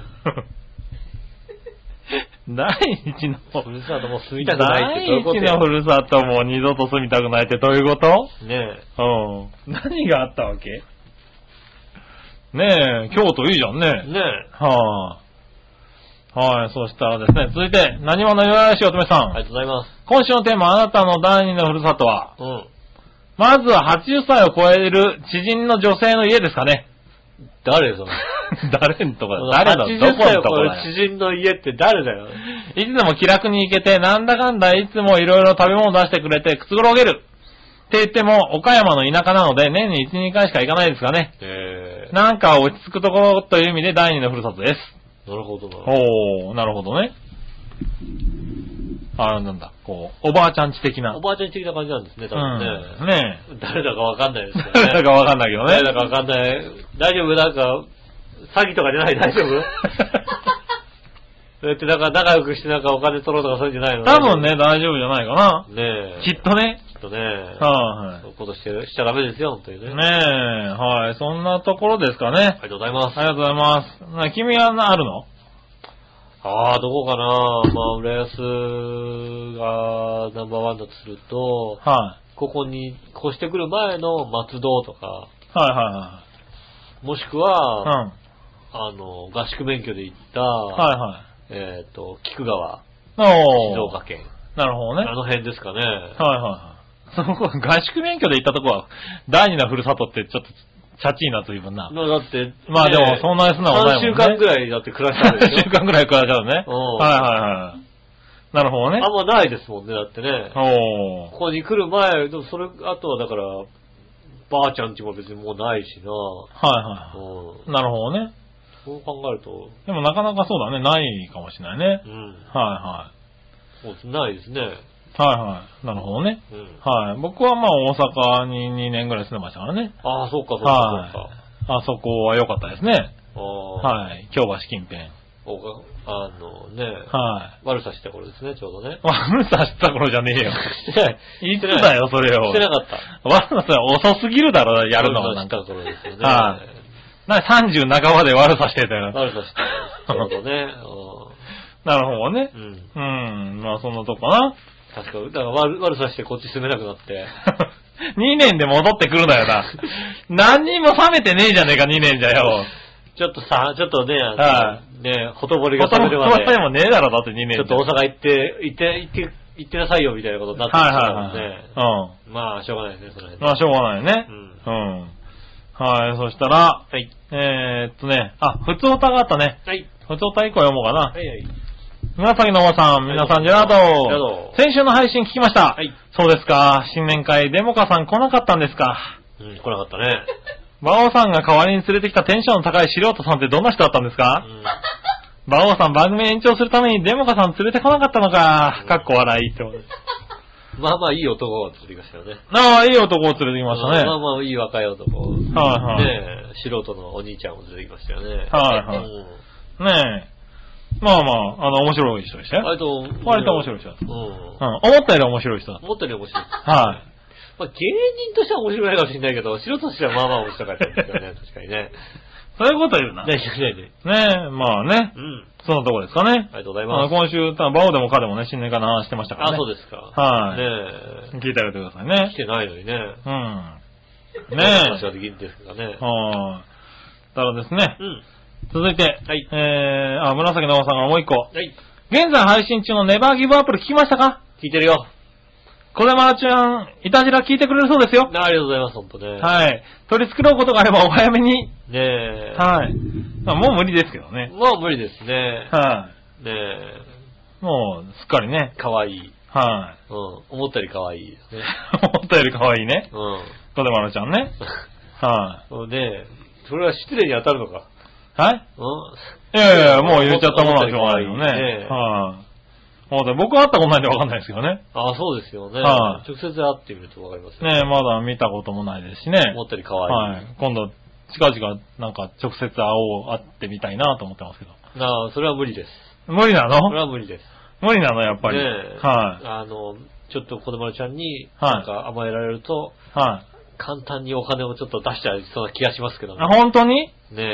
S3: 第一の、
S2: ふるさともう住みたくないってどういうこと
S3: 第一のふるさとも二度と住みたくないってどういうこと
S2: ね
S3: うん。何があったわけねえ、京都いいじゃん
S2: え。
S3: ね。
S2: ね
S3: はあ。はい、そしたらですね、続いて、何者よらしい乙女さ
S2: え。
S3: ん。
S2: ありがとうございます。
S3: 今週のテーマ、あなたの第二のふるさとは、
S2: うん。
S3: まずは80歳を超える知人の女性の家ですかね。
S2: 誰 その。
S3: 誰のとこだ誰のどこの
S2: 歳
S3: と
S2: を
S3: こ
S2: 超
S3: だ
S2: え
S3: よ
S2: る知人の家って誰だよ。
S3: いつでも気楽に行けて、なんだかんだいつもいろいろ食べ物出してくれてくつろげる。って言っても、岡山の田舎なので、年に1、2回しか行かないですかね。
S2: ええ
S3: なんか落ち着くところという意味で第二のふるさとです。
S2: なるほどな。
S3: おー、なるほどね。あーなんだ、こう、おばあちゃんち的な。
S2: おばあちゃん的な感じなんですね、多分
S3: うん。
S2: ね。
S3: ね
S2: 誰だかわかんないです
S3: え
S2: よね。。
S3: 誰だかわかんないけどね。
S2: 誰だかわかんない。大丈夫なんか、詐欺とかじゃない大丈 夫そうやってなんか仲良くしてなんかお金取ろうとかそういうんじゃないの
S3: 多分。ね、大丈夫じゃないかな。
S2: ねえ。
S3: きっとね。
S2: きっとね。
S3: はい、
S2: そういうことしてるしちゃダメですよ、本当にね。
S3: ねえ、はい。そんなところですかね。
S2: ありがとうございます。
S3: ありがとうございます。な君はなあるの
S2: ああ、どこかなまあ、浦安がナンバーワンだとすると、
S3: は
S2: ここに越してくる前の松戸とか、
S3: い。はいは
S2: もしく
S3: い
S2: は、
S3: はい。うん。
S2: あの、合宿免許で行った、
S3: は
S2: えっ、と、菊川、
S3: いはい。
S2: 静
S3: おー。
S2: 岡県、
S3: なるほ
S2: あ
S3: どね。はい
S2: の辺ですかね。
S3: はいはい。そこ、合宿免許で行ったとこは、第二のふるさとってちょっと、チャチいな、随分な。
S2: まあだって、
S3: まあでも、そん
S2: な
S3: なに素直ないもんね。
S2: 3週間ぐらいだって暮らしたんです
S3: 3
S2: よ
S3: 週。間ぐらい暮らしちゃうね。
S2: うん
S3: はいはいはい。なるほどね
S2: あ。んまないですもんね、だってね。
S3: おー
S2: こ。こに来る前、でもそれ、あとはだから、ばあちゃんちも別にもうないしな。
S3: はい
S2: うん
S3: は。い。なるほどね。
S2: そう考えると、
S3: でもなかなかそうだね。ないかもしれないね
S2: う。ん。
S3: は
S2: もうないですね。
S3: いはい。はいはい。なるほどね。
S2: うん。
S3: はい。僕はまあ大阪に2年ぐらい住んでましたからね。
S2: ああ、そうか、そう
S3: はい
S2: か、
S3: あそこは良かったですね。
S2: そうか。ああ。い。
S3: はい。京橋近辺。
S2: おか、あのね、
S3: はい。
S2: 悪さした頃ですね、ちょうどね。
S3: 悪さした頃じゃねえよ。
S2: してない。
S3: いつだよ、それを。
S2: してなかった。
S3: 悪さ遅すぎるだろ、やるのは。
S2: 悪さ
S3: なん
S2: し
S3: か、
S2: た頃ですよね。
S3: はいな30半ばで悪さしてたよな。
S2: 悪さ した。ちょうどね。
S3: なるほどね
S2: う。ん。うん
S3: うん。まあ、そんな とこか
S2: 確か、だから悪悪さしてこっち住めなくなって。
S3: な。2年で戻ってくるなよな。何にも冷めてねえじゃねえか、2年じゃよ。
S2: ちょっとさ、ちょっとね、あの
S3: は
S2: ね、ほとぼり
S3: 言
S2: が冷めるまで、
S3: 葉で
S2: ち
S3: もねえだろ、だって2年
S2: ょっと大阪行って、行って、行って、行ってなさいよみたいなことになって
S3: はい
S2: ましたもん
S3: はいはい
S2: ね。。
S3: うん。
S2: まあ、しょうがないですね、その辺。
S3: まあ、しょうがないよね。
S2: う
S3: うん。はい、そしたら、
S2: はい。
S3: えー、っとね、あ、普通歌があったね。
S2: はい。
S3: 普通歌以降読もうかな。
S2: はいはい。
S3: 紫のおばさん、皆さん、ジェラー
S2: ジェラー
S3: ド
S2: ド
S3: 先週の配信聞きました。
S2: はい
S3: そうですか。新年会、デモカさん来なかったんですか。
S2: うん、来なかったね。
S3: 馬王さんが代わりに連れてきたテンションの高い素人さんってどんな人だったんです
S2: う
S3: か、
S2: ん
S3: 馬王さん番組延長するためにデモカさん連れてこなかったのか。かっこ笑いってことです。
S2: まあまあ、いい男を連れてきましたよね。
S3: ああ、いい男を連れてきましたね。
S2: まあまあ、いい若い男を。
S3: はい
S2: ねえ素人のお兄ちゃんを連れてきましたよね。
S3: はいはい
S2: うん
S3: ねえ。まあまあ、あの、面白い人でしたよ。
S2: 割と、
S3: 割と面白い人だった。
S2: うん。
S3: うん。思ったより面白い人だっ
S2: 思ったより面白い。
S3: た。はい。
S2: まあ、芸人としては面白いかもしれないけど、素人としてはまあまあ面白かったです よね、確かにね。
S3: そういうこと言うな。
S2: 大
S3: ね
S2: 丈夫大丈
S3: え、まあね
S2: 夫。。うん。
S3: そのとこですかね
S2: あ。りがとうござい
S3: あ
S2: ます。
S3: 今週、たバオでもカでもね、新年会の話してましたから
S2: あ、
S3: ね。
S2: そう
S3: で
S2: ですか。
S3: はい
S2: ね
S3: 聞いてあげてください
S2: え。来
S3: ね。
S2: てないのにね。
S3: うん。
S2: どういう話
S3: ね
S2: ができるんですかね
S3: え。。はい。たらですね
S2: う、ん。
S3: 続いて、
S2: はい
S3: えー、あ、紫の王さんがもう一個。
S2: はい。
S3: 現在配信中のネバーギブアップル聞きましたか
S2: 聞いてるよ。
S3: これまらちゃん、いたじら聞いてくれるそうですよ。
S2: あありがとうございます、ほんとね。
S3: はい。取り繕うことがあればお早めに。
S2: い。ねえ。
S3: はい。まあ、もう無理ですけどね。
S2: まあ無理ですね。
S3: は
S2: ねえ。
S3: い。もう、すっかりね。
S2: かわいい。
S3: はい。
S2: うん。思ったよりかわいいですね。
S3: 思ったより可愛いね。
S2: う
S3: とでもあるちゃんね。は
S2: ん。 ねえ。それは失礼に当たるのか。
S3: い。はい
S2: うん。
S3: いやいやいや、もう言っちゃったものはしょうがないよ
S2: 思ったより可愛い
S3: ね。
S2: ね
S3: はい。もうだ僕は会ったことないんでわかんないですけどね。
S2: ああ、そうですよね。
S3: はい
S2: 直接会ってみるとわかりますよ
S3: ねまだ見たこともないですしね。
S2: 思ったよりかわいい。
S3: はい。今度、近々、なんか直接会おう、会ってみたいなと思ってますけど。
S2: なあ、それは無理です。
S3: 無理
S2: そ
S3: な
S2: れ
S3: の
S2: は無理です。
S3: 無理なの、やっぱり。
S2: ねえ
S3: はい。
S2: あの、ちょっと子供ちゃんに、
S3: はい
S2: なんか甘えられると、
S3: はい。
S2: 簡単にお金をちょっと出しちゃいそうな気がしますけど
S3: あ、
S2: ね。
S3: 本当に
S2: ね
S3: じゃ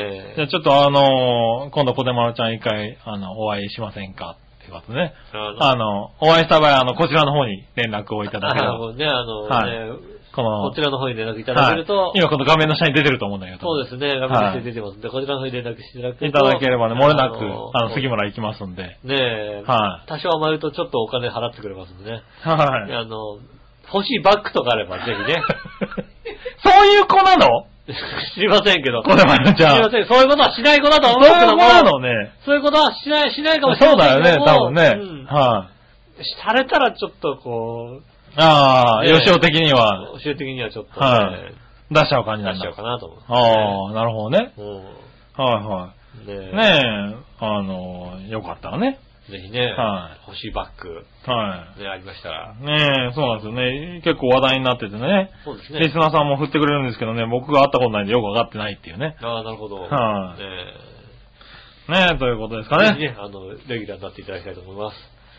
S3: あ
S2: え。
S3: ちょっとあのー今度小手丸ちゃん一回、あの、お会いしませんかっいうことでね。
S2: あ
S3: あの、お会いした場合、あの、こちらの方に連絡をいただけれ
S2: の、
S3: ば、
S2: もうね、あの、
S3: はい
S2: ね、
S3: この、
S2: こちらの方に連絡いただけると、
S3: はい今この画面の下に出てると思うんだけど。
S2: そうですね、画面に出てますんで、こちらの方に連絡していただくと。
S3: いただければね、漏れなく、あの、杉
S2: も。
S3: 村行きますんで。
S2: ねえ、
S3: は
S2: 多少余るとちょっとお金払ってくれますんでね。
S3: はい。
S2: あの、欲しいバッグとかあればぜひね。
S3: そういう子なの
S2: 知りませんけど。
S3: これはねじゃあ
S2: 知りません。そういうことはしない子だと
S3: そ
S2: 思
S3: う
S2: うけ
S3: いう
S2: ど
S3: 子
S2: も。
S3: なのね。
S2: そういうことはしない、しないか
S3: そ
S2: も
S3: う
S2: しれな
S3: だ
S2: い
S3: よ
S2: け
S3: ね
S2: ど、も
S3: 多分ね。
S2: うん
S3: はい。
S2: されたらちょっとこう、
S3: ああ、
S2: ねえ
S3: 吉尾的には
S2: 教え的にはちょっと、ね
S3: はい出しちゃう感じ
S2: 出
S3: なん
S2: しちゃおう
S3: だ。
S2: かなと思う、
S3: ああ、なるほどね。
S2: あ。うん。
S3: はいは
S2: ね
S3: い。ねえ、あの、よかったらね。
S2: え。ぜひね、
S3: は
S2: 欲しいバッグ、
S3: は
S2: ね、ありましたら。
S3: い。ねえ、そうなんですよね。結構話題になっててね。
S2: そうです
S3: リ
S2: ね
S3: ス。ナーさんも振ってくれるんですけどね、僕が会ったことないんでよくわかってないっていうね。
S2: ああ、なるほど。
S3: はい
S2: ね
S3: ねえ、ということです
S2: え。
S3: か
S2: ぜひ
S3: ね。
S2: ね、あの、レギュラーになっていただきたいと思います。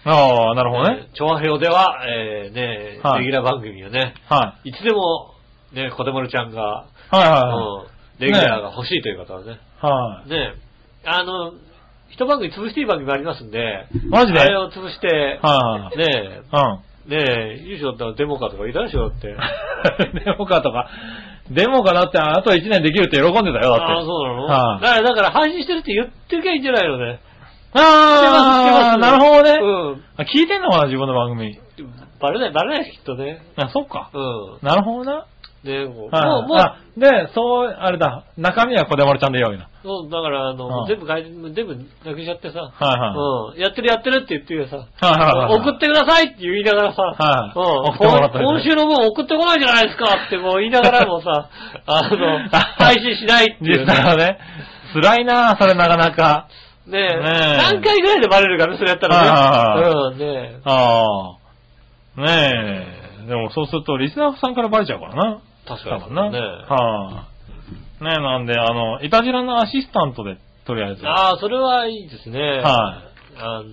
S3: ああ、なるほどね。
S2: えー。調和表では、えーね、
S3: はい
S2: レギュラー番組をね、
S3: はい
S2: つでも、ね、小手丸ちゃんが、
S3: い。はいはいは
S2: うんレギュラーが欲しいという方はね、
S3: い。はい。
S2: ね、あの、一番組潰していい番組がありますんで、
S3: マジで
S2: あれを潰して、
S3: はいはい
S2: ね
S3: うん。
S2: え、ねえ、優勝だったらデモかとかいたでしょ、だ って。
S3: デモかとか。デモかだってあと1年できるって喜んでたよ、だって。
S2: ああ、そうなの、
S3: はい
S2: だからだから配信してるって言ってきゃいいんじゃないのね。
S3: あー、
S2: してますしてます
S3: なるほどね。
S2: うん。
S3: あ聞いてんのかな、自分の番組。
S2: バレない、バレないし、きっとね。
S3: あ、そっか。
S2: うん。
S3: なるほどな。
S2: ねもう、
S3: は
S2: も、
S3: いう
S2: も
S3: あで、そう、あれだ、中身は小出丸ちゃんでいいわけだ。
S2: う、もうだから、あの、
S3: うん
S2: 全部変え、全部なくしちゃってさ、
S3: はいは
S2: うん。やってるやってるって言ってるさ、
S3: い。はいはいはい。
S2: 送ってくださいって言いながらさ、
S3: はい
S2: うん、
S3: 送ってもらったりね
S2: 今今週の分送ってこないじゃないですかってもう言いながらも さ、あの、配信しないっていう
S3: 実際はね、辛いなそれなかなか。
S2: ねえ
S3: え
S2: 何回ぐらいでバレるかね、それやった
S3: はい
S2: らね。うん、ね
S3: ああ。ねえ。でもそうすると、リスナーさんからバレちゃうからな。
S2: え確
S3: 多
S2: かに
S3: 分な。
S2: ね。
S3: はい。ねえ、なんで、あの、イタジラのアシスタントで、とりあえず。
S2: ああ、それはいいですね。
S3: は
S2: あの、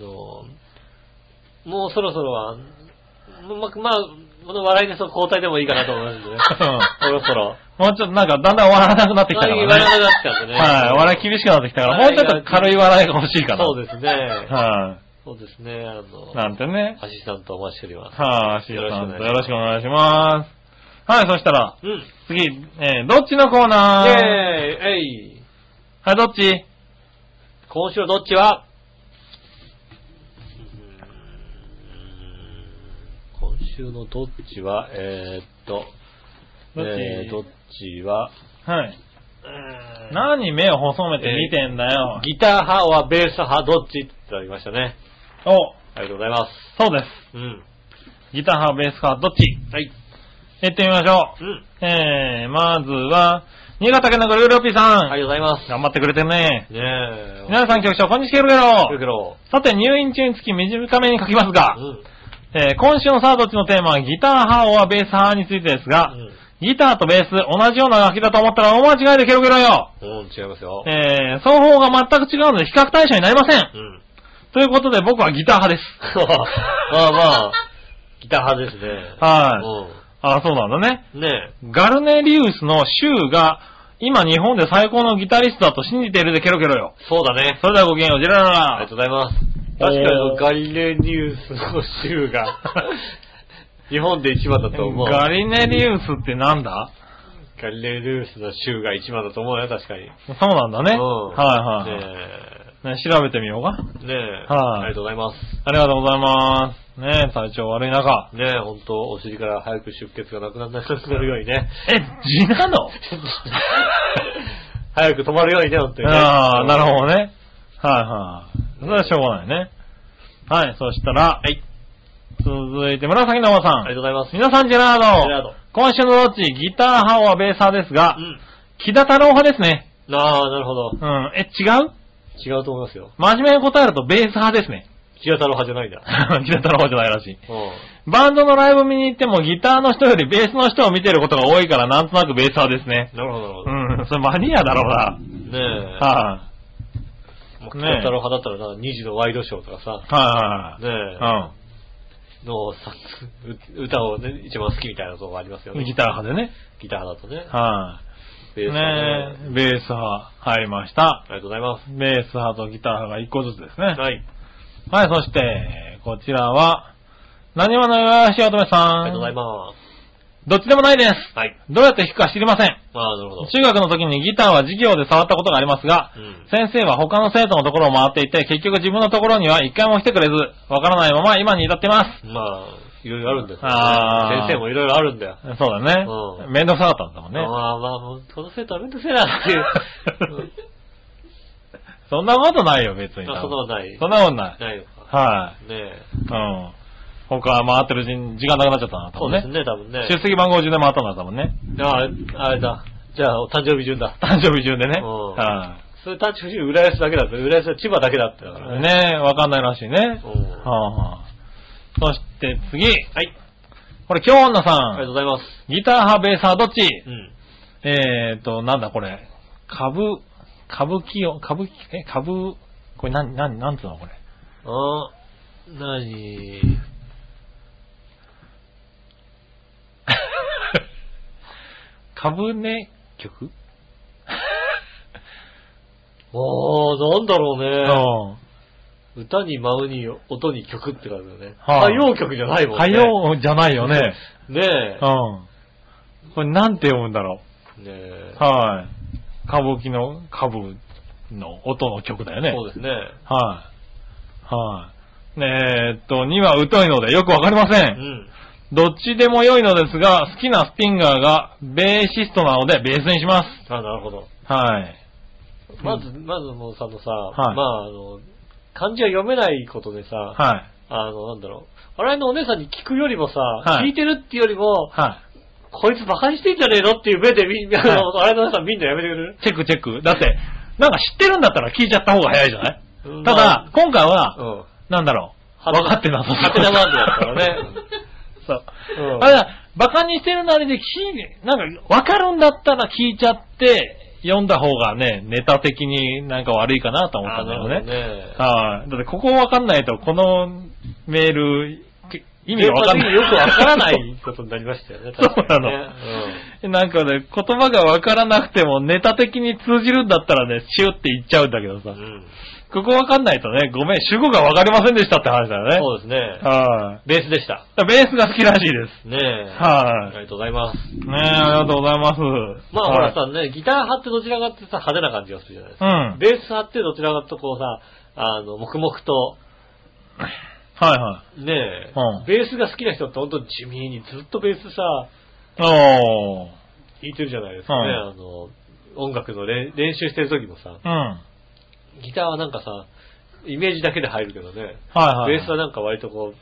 S2: もうそろそろは、ま、まあ、この笑いの交代でもいいかなと思いますんでね。
S3: うん
S2: そろそろ。
S3: もうちょっとなんか、だんだん笑わなくなってきたからね。
S2: 笑いがなくなってきたんでね。
S3: はい、笑い厳しくなってきたから、もうちょっと軽い笑いが欲しいかな。
S2: そうですね。
S3: は
S2: そうですね。あ
S3: い。
S2: の、
S3: なんてね。
S2: アシスタントお待ちしております。
S3: はい、アシスタントよろしくお願いします。はい、そしたら、
S2: うん。イェ
S3: 次、えー、どっちのコーナ
S2: ー
S3: ー
S2: イえい
S3: はい、どっち
S2: 今週のどっちはうーん今週のどっちは、えー、っと、
S3: どっち
S2: えーどっちは、
S3: はい。
S2: うーん
S3: 何目を細めて見てんだよ。
S2: ギター派はベース派どっちっていただきましたね。
S3: お、
S2: ありがとうございます。
S3: そうです。
S2: うん。
S3: ギター派、ベース派、どっち
S2: はい。
S3: 行ってみましょ
S2: うん。
S3: う。えー、まずは、新潟県のグルールーピーさん。
S2: ありがとうございます。
S3: 頑張ってくれてね。
S2: ねえ。
S3: 皆さん局長、こんにちは、ゲロ
S2: くる
S3: ゲ
S2: く
S3: ロ。
S2: るを
S3: さて、入院中につき短めに書きますが
S2: う、ん。
S3: えー今週のサードッチのテーマはギター派オアベース派についてですが、
S2: うん
S3: ギターとベース同じような楽器だと思ったら大間違いでケロケロよ。
S2: うん、違いますよ。
S3: えー、双方が全く違うので比較対象になりません。
S2: うん。
S3: ということで僕はギター派です。
S2: まあまあ、ギター派ですね。
S3: はい。あ、そうなんだね。
S2: うん。ね
S3: ガルネリウスのシューが今日本で最高のギタリストだと信じているでケロケロよ。
S2: え。そうだね。
S3: それではごきげんよう、ジェララ
S2: ありが
S3: ラ
S2: とうございます。確かにガリレニウスの州 が、日本で一番だと思う。
S3: ガリネリウスってなんだ
S2: ガリレニウスの州が一番だと思うよ、確かに。
S3: そうなんだね。
S2: うん
S3: はいはい、
S2: ね
S3: ね調べてみようか。
S2: え。ねえ。
S3: はい
S2: ありがとうございます。
S3: ありがとうございます。ね体調悪い中。
S2: ねえ、ほんと、お尻から早く出血がなくならなくなるように ね。
S3: え、地なの
S2: 早く止まるようにね、ほんとにね。
S3: ああ、なるほどね。はいはい。それはしょうがないね。はい、そしたら、はい。続いて、紫のおばさ
S2: ありがと
S3: ん。
S2: うございます。
S3: 皆さん、ジェラード。
S2: ェラード
S3: 今週のどっち、ギター派はベーサーですが
S2: う、ん。
S3: 木田太郎派ですね。
S2: ああ、なるほど
S3: う。ん。え、違う
S2: 違うと思いますよ。
S3: 真面目に答えるとベース派ですね。
S2: 木田太郎派じゃないんだ。
S3: 木田太郎派じゃないらしい。
S2: うん。
S3: バンドのライブ見に行ってもギターの人よりベースの人を見てることが多いから、なんとなくベース派ですね。
S2: なるほど、なるほ
S3: う
S2: ど。
S3: ん、 それマニアだろうな。
S2: ねえ。
S3: はい、
S2: もう北太郎派だったらな、2時のワイドショーとかさ、
S3: はいはい
S2: ねえ、
S3: は
S2: のさう歌をね、一番好きみたいなとこありますよ
S3: い。う
S2: ね。
S3: ん。ギター派でね。
S2: ギターだとね。
S3: は
S2: ベ
S3: い。
S2: ース
S3: ね
S2: だね
S3: えベース派入りました
S2: あ。りがとうございます。
S3: ベース派とギター派が一個ずつですね。
S2: はい。
S3: はい、そして、こちらは、何話のよしおとめさん。
S2: ありがとうございま
S3: どっちでもないです。
S2: す。はい。
S3: どうやって弾くか知りません。
S2: ああ、なるほど。
S3: 中学の時にギターは授業で触ったことがありますが、
S2: うん
S3: 先生は他の生徒のところを回っていて、結局自分のところには一回も来てくれず、わからないまま今に至ってます。
S2: まあ、いろいろあるんですよ、
S3: あー
S2: 先生もいろいろあるんだよ。
S3: そうだね。
S2: うん
S3: めんどくさかったんだもんね。
S2: まあまあ、もうこの生徒はめんどくせえなっていう。うん
S3: そんなことないよ、別に。
S2: あそんなことない
S3: そんなことない。
S2: ないのか。
S3: は
S2: ねえ。
S3: い。うん。他回ってるうちに時間なくなっちゃったな、
S2: そ
S3: 多
S2: うで
S3: 分
S2: す
S3: ね。
S2: ね、多分ね。
S3: 出席番号順で回ったんだ、多分ね。
S2: ああ、あれだ。じゃあ、お誕生日順だ。
S3: 誕生日順でね。
S2: うん
S3: は
S2: それ誕生日順、浦安だけだった。浦安は千葉だけだったから
S3: い。。ねわかんないらしいね。
S2: うん
S3: はあはあそして次。
S2: はい。
S3: これ、京女
S2: ありが
S3: さ。
S2: とうんございます。
S3: ギター派、ベーサー、どっち
S2: うん。
S3: えーと、なんだこれ。株、株企業、株、え、株、これ何、何、なんつうのこれ。
S2: あー、なに
S3: 株ね、曲
S2: おー、なんだろ
S3: う
S2: うね。
S3: ん。
S2: 歌に舞うに音に曲って感じだね。
S3: は
S2: 歌
S3: い
S2: 謡曲じゃないもんね。
S3: 歌。謡じゃないよね。
S2: ね
S3: う
S2: え
S3: ん。。これなんて読むんだろ
S2: ねえ
S3: う。。はい。歌舞伎の、歌舞の音の曲だよね。
S2: そうですね。
S3: はい。はい。ねえっと、2は疎いのでよくわかりませ。
S2: うんん。
S3: どっちでも良いのですが、好きなスピンガーがベーシストなのでベースにします。
S2: あ、なるほど。
S3: はい。
S2: まず、まずもうさ、あのさ、
S3: はい
S2: まあ、あの、漢字は読めないことでさ、
S3: はい。
S2: あの、なんだろう。我々のお姉さんに聞くよりもさ、聞
S3: い
S2: いてるっていうよりも、
S3: は
S2: こいつバカにしてんじゃねえのっていう目でみ、 あの、我々のお姉さんみんなやめてくれる
S3: い。チェックチェック。だって、なんか知ってるんだったら聞いちゃった方が早いじゃない
S2: うん
S3: ただ、今回は、
S2: うん。
S3: なんだろう。分かってなさそう。
S2: ハテナマークだからね。
S3: そう。
S2: うん
S3: あれだ、バカにしてるなりで聞い、なんか、分かるんだったら聞いちゃって、読んだ方がね、ネタ的になんか悪いかなと思ったんだよ
S2: あ
S3: ね。
S2: ね。
S3: はい。だって、ここ分かんないと、このメール、け意味が分かんない。
S2: よくわからな。 いことになりましたよね。
S3: そう
S2: 確か
S3: な
S2: に
S3: の
S2: ね。
S3: なんかね、言葉が分からなくても、ネタ的に通じるんだったらね、シュって言っちゃうんだけどさ。
S2: うん。うん。
S3: ここわかんないとね、ごめん、主語がわかりませんでしたって話だよね。
S2: そうですね。
S3: は
S2: ベースでした。
S3: い。ベースが好きらしいです。
S2: ねえ。
S3: はい
S2: ありがとうございます。
S3: ねえ、ありがとうございます。
S2: まあほ
S3: はい
S2: らさ、ね、ギター派ってどちらかってさ、派手な感じがするじゃないです
S3: う
S2: か。
S3: ん。
S2: ベース派ってどちらかとこうさ、あの、黙々と、
S3: はいはい。
S2: ねえ、
S3: うん
S2: ベースが好きな人って本当に地味にずっとベースさ、
S3: おー。
S2: 弾いてるじゃないですかね。
S3: うん
S2: あの、音楽の練練習してる時もさ、
S3: うん。は
S2: ギターはなんかさ、イメージだけで入るけどね、
S3: いはい。
S2: ベースはなんか割とこう、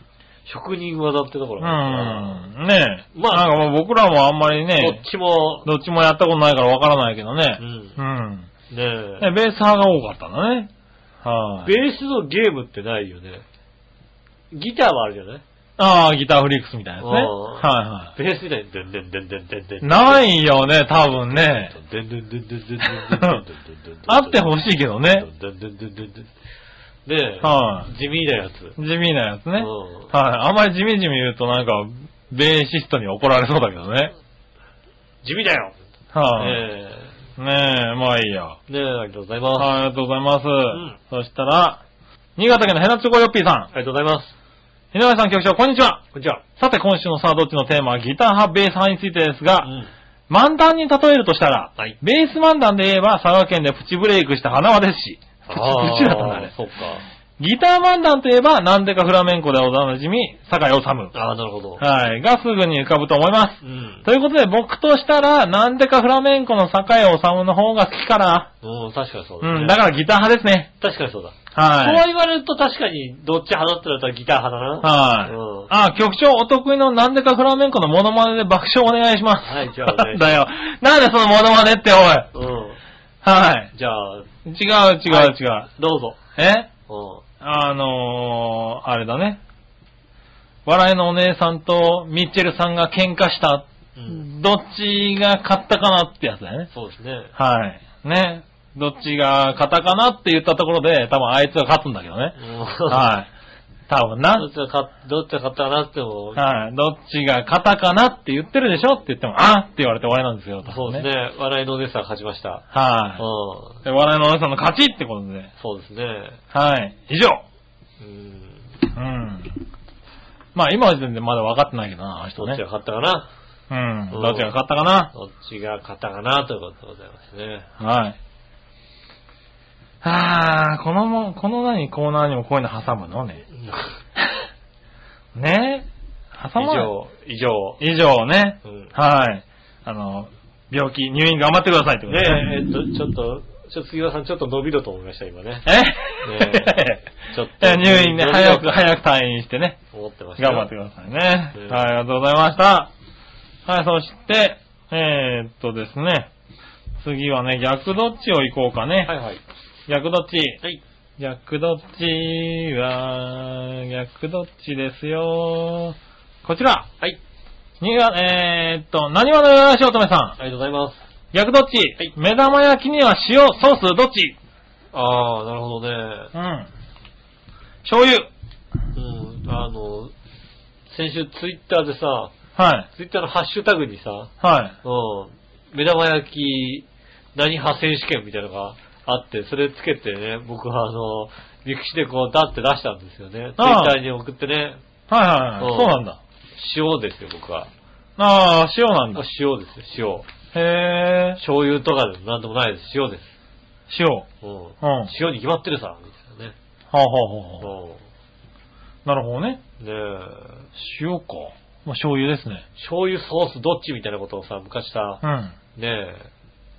S2: 職人技ってところがある
S3: うん。ねえ。
S2: ま
S3: ま
S2: あ
S3: あ、なんかもう僕らもあんまり
S2: から
S3: ね
S2: ど、っちも、
S3: どっちもやったことないからわからないけどね
S2: う。ん
S3: う、ん。
S2: ねえ
S3: ね、ベース派が多かったんだね。はい。
S2: ベースのゲームってないよね。ギターはあるじゃない
S3: ああ、ギターフリックスみたいなやつね。
S2: うん
S3: はいは
S2: ベースみたいに、でんでんでんでんでんで
S3: い。
S2: ん。
S3: ないいよね、多分ね。
S2: でんでんでんでんでんでんでんでんでんでん。
S3: あってほしいけどね。
S2: でんでんでんでんでん。ねえ、
S3: は
S2: 地味なやつ。
S3: 地味なやつね。
S2: う
S3: はい。
S2: ん
S3: あんまり地味地味言うとなんか、ベーシストに怒られそうだけどね。
S2: 地味だよ
S3: はい、
S2: ね
S3: ねえ、まあいいや。
S2: え、ねえ、ありがとうございます。
S3: はい、ありがとうございます。
S2: ん
S3: そしたら、新潟県のヘナチョコヨッピーさん。
S2: ありがとうございます。
S3: 井上さん局長、こんにちは。
S2: こんにちは。
S3: さて、今週のさあどっちのテーマはギター派、ベース派についてですが、
S2: うん
S3: 漫談に例えるとしたら、
S2: はい
S3: ベース漫談で言えば佐賀県でプチブレイクした花輪ですし、プチプチだったんだね。
S2: そっか。
S3: ギター漫談といえば、なんでかフラメンコでおなじみ、坂井治。
S2: ああ、なるほど。
S3: はい、がすぐに浮かぶと思います。
S2: うん。
S3: ということで、僕としたら、なんでかフラメンコの坂井治の方が好きかな。
S2: うん、確かにそうだ、ね。
S3: うん、だからギター派ですね。
S2: 確かにそうだ。そう
S3: はい。
S2: 言われると確かに、どっち派だったらったらギター派だな。
S3: はい。
S2: うん
S3: あ、局長、お得意のなんでかフラメンコのモノマネで爆笑お願いします。
S2: はいじゃあお願いしま
S3: だよ。なんでそのモノマネって、おい。
S2: う
S3: はい。
S2: ん。じゃあ、
S3: 違う、違う、違う。
S2: どうぞ。
S3: え
S2: う
S3: あのー、あれだね。笑いのお姉さんとミッチェルさんが喧嘩した。
S2: ん。うん。
S3: どっちが勝ったかなってやつだよね。
S2: そうですね。
S3: はい。ね。どっちが勝ったかなって言ったところで、多分あいつが勝つんだけどね。
S2: は
S3: はい。多
S2: ど
S3: 分な
S2: っ。ちが勝っどっちが勝ったかなっても、
S3: はい。どっちが勝ったかなって言ってるでしょって言っても、あって言われて終わりなんですよ。
S2: そうですね。。笑いのお姉さんが勝ちました。う
S3: は
S2: ん。
S3: い。で、笑いのお姉さんの勝ちってことで。
S2: そうですね。
S3: はい。以上。
S2: うん。
S3: うん。まあ今は全然まだ分かってないけどな、あの人
S2: どっ
S3: ね
S2: ち。が勝ったかな
S3: うん。
S2: うん
S3: どっちが勝ったかな。
S2: どっちが勝ったかなということでございますね。
S3: はい。あー、このも、この何コーナーにもこういうの挟むのね。 ね挟まない。
S2: 以上、
S3: 以上ね。
S2: 以上。うん。
S3: はい。あの、病気、入院頑張ってくださいってこと
S2: ねえ、え
S3: ね。
S2: っと、ちょっと、ちょっと杉田さんちょっと伸びろと思いました、今ね。
S3: え
S2: ねちょっ
S3: い
S2: と。
S3: や入院ね、早く早く退院してね。
S2: 思ってましたよ。
S3: 頑張ってくださいね。
S2: うん
S3: はい、ありがとうございました。はい、そして、えー、っとですね。次はね、逆どっちを行こうかね。
S2: はいはい。
S3: 逆どっち。
S2: はい。
S3: 逆どっちは、逆どっちですよ。こちら。
S2: はい。
S3: にが、えー、っと、何話のよしおとめさん。
S2: ありがとうございます。
S3: 逆どっち、
S2: はい
S3: 目玉焼きには塩、ソース、どっち
S2: ああ、なるほどね。
S3: うん。醤油。
S2: うん、あの、先週ツイッターでさ、
S3: はい。
S2: ツイッターのハッシュタグにさ、
S3: はい。
S2: うん、目玉焼き何派選手権みたいなのがあって、それつけてね、僕はあの、ミクシでこう、だって出したんですよね。ツイッ
S3: ああ
S2: ターに送ってね、
S3: はいはいはい。
S2: うん
S3: そうなんだ。
S2: 塩ですよ、僕は。
S3: ああ、塩なんだ。
S2: 塩ですよ、塩。
S3: へえ。
S2: 醤油とかでもなんでもないです、塩です。
S3: 塩。うん。
S2: うん。
S3: は
S2: 塩に決まってるさ、みたいなね。
S3: あ、はあはあは
S2: う
S3: あ、なるほどね。
S2: ん。ねえ、
S3: 塩か。まあ、醤油ですね。
S2: 醤油ソースどっちみたいなことをさ、昔さ
S3: う、ん。
S2: ねえ、